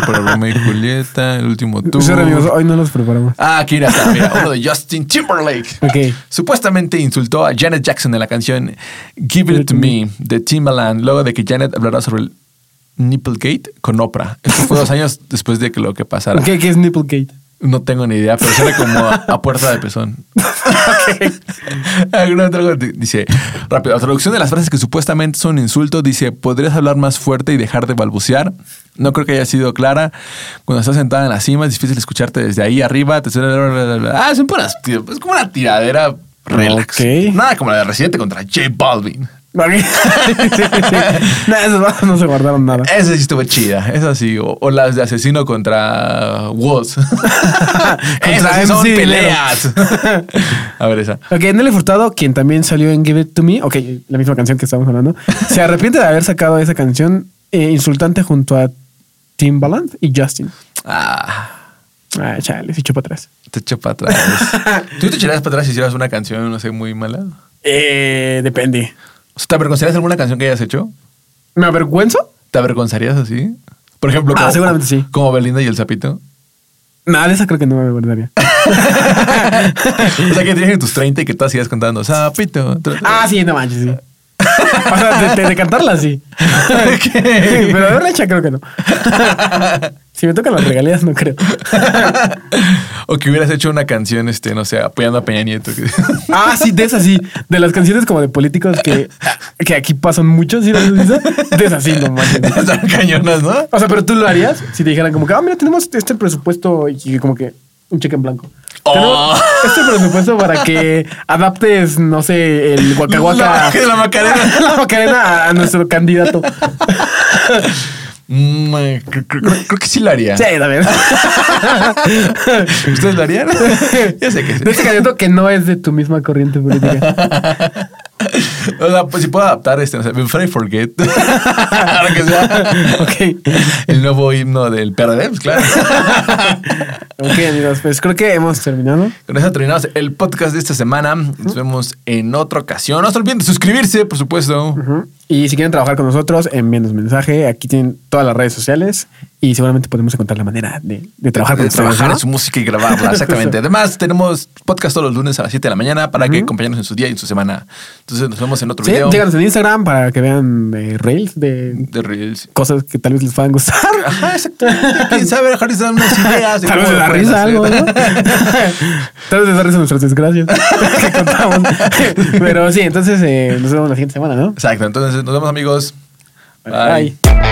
[SPEAKER 1] para Romeo y Julieta, el *laughs* último tour.
[SPEAKER 2] Sorry, amigos, hoy no los preparamos.
[SPEAKER 1] Ah, aquí era, está, mira, uno de Justin Timberlake.
[SPEAKER 2] Ok.
[SPEAKER 1] Supuestamente insultó a Janet Jackson en la canción Give It To Me de Timbaland, luego de que Janet hablara sobre el Nipplegate con Oprah. Esto fue dos años después de que lo que pasara.
[SPEAKER 2] ¿Qué, qué
[SPEAKER 1] *laughs*
[SPEAKER 2] es Nipplegate?
[SPEAKER 1] No tengo ni idea, pero suena como a, a puerta de pezón. *laughs* Algún otro di- dice, rápido, la traducción de las frases que supuestamente son un insulto, dice, ¿podrías hablar más fuerte y dejar de balbucear? No creo que haya sido clara. Cuando estás sentada en la cima es difícil escucharte desde ahí arriba. Te suena- bla, bla, bla, bla. Ah, son puras- tío, es como una tiradera relax.
[SPEAKER 2] Ok.
[SPEAKER 1] Nada como la de Residente contra J Balvin.
[SPEAKER 2] Ok. no, esos vatos no se guardaron nada.
[SPEAKER 1] Esa sí estuvo chida, esa sí. O, o las de asesino contra Woz. Esas sí son
[SPEAKER 2] MC Dinero.
[SPEAKER 1] peleas. A ver esa.
[SPEAKER 2] Ok, Nelly Furtado, quien también salió en Give It To Me, ok, la misma canción que estábamos hablando, se arrepiente de haber sacado esa canción eh, insultante junto a Timbaland y Justin.
[SPEAKER 1] Ah,
[SPEAKER 2] Ah, chale, se echó para atrás.
[SPEAKER 1] te echo para atrás. ¿Tú te echarías para atrás si hicieras una canción, no sé, muy mala?
[SPEAKER 2] Eh, depende.
[SPEAKER 1] O sea, ¿te avergonzarías de alguna canción que hayas hecho?
[SPEAKER 2] ¿Me avergüenzo?
[SPEAKER 1] ¿Te avergonzarías así? Por ejemplo,
[SPEAKER 2] Ah, seguramente sí.
[SPEAKER 1] Como Belinda y el
[SPEAKER 2] *laughs*
[SPEAKER 1] sapito.
[SPEAKER 2] Nada, de esa creo que no me avergonzaría.
[SPEAKER 1] o sea, que tienes tus 30 y que todas sigas cantando sapito. tra- tra-
[SPEAKER 2] ah, sí, no manches, sí. O sea, de, de- de cantarla, sí.
[SPEAKER 1] Ok.
[SPEAKER 2] Pero de haberla hecha, creo que no. si me tocan las regalías, no creo.
[SPEAKER 1] *laughs* o que hubieras hecho una canción, este, no sé, apoyando a Peña Nieto. que-
[SPEAKER 2] Ah, sí, de esas sí. De las canciones como de políticos que, que aquí pasan muchos, ¿sí? las has visto? De esas sí, no manches.
[SPEAKER 1] *laughs* Están cañonas, ¿no?
[SPEAKER 2] O sea, pero tú lo harías si te dijeran como que, ah, mira, tenemos este presupuesto y como que un cheque en blanco. Tenemos
[SPEAKER 1] Oh.
[SPEAKER 2] este presupuesto para que adaptes, no sé, el guacaguaca.
[SPEAKER 1] La- la Macarena.
[SPEAKER 2] la macarena a- a nuestro candidato.
[SPEAKER 1] Mm, eh, creo, creo- creo que sí lo haría.
[SPEAKER 2] Sí, también.
[SPEAKER 1] ¿Ustedes lo
[SPEAKER 2] *laughs*
[SPEAKER 1] harían? ya sé que sí.
[SPEAKER 2] De este candidato que no es de tu misma corriente política.
[SPEAKER 1] *laughs* O sea, pues si puedo adaptar este, no sé, Freddy Forget. *laughs* Ahora que sea.
[SPEAKER 2] *laughs* Ok.
[SPEAKER 1] El nuevo himno del PRD, pues
[SPEAKER 2] *laughs*
[SPEAKER 1] claro.
[SPEAKER 2] Ok, amigos, pues creo que hemos terminado.
[SPEAKER 1] Con eso terminamos el podcast de esta semana. Nos vemos en otra ocasión. No se olviden de suscribirse, por supuesto.
[SPEAKER 2] Ujú. Y si quieren trabajar con nosotros, envíenos mensaje. Aquí tienen todas las redes sociales y seguramente podemos encontrar la manera de, de trabajar con
[SPEAKER 1] De
[SPEAKER 2] ustedes.
[SPEAKER 1] trabajar
[SPEAKER 2] ¿no?
[SPEAKER 1] en su música y
[SPEAKER 2] *laughs*
[SPEAKER 1] grabarla, exactamente. Además, tenemos podcast todos los lunes a las 7 de la mañana para que acompañarnos en su día y en su semana. Entonces, nos vemos en otro
[SPEAKER 2] Sí,
[SPEAKER 1] video
[SPEAKER 2] síganos en Instagram para que vean eh, reels de
[SPEAKER 1] de Reels. *laughs*
[SPEAKER 2] cosas que tal vez les puedan gustar.
[SPEAKER 1] Ajá,
[SPEAKER 2] *laughs*
[SPEAKER 1] exactamente. Quién sabe, Harris da unas ideas. de
[SPEAKER 2] Tal vez
[SPEAKER 1] cómo
[SPEAKER 2] les da
[SPEAKER 1] lo pueden
[SPEAKER 2] risa
[SPEAKER 1] hacer.
[SPEAKER 2] algo, ¿no?
[SPEAKER 1] *laughs*
[SPEAKER 2] *laughs* Tal vez les da risa nuestras desgracias *laughs* que contamos. *laughs* Pero sí, entonces eh, nos vemos la siguiente semana, ¿no?
[SPEAKER 1] Exacto. Entonces, nos vemos, amigos. Bye.
[SPEAKER 2] Bye.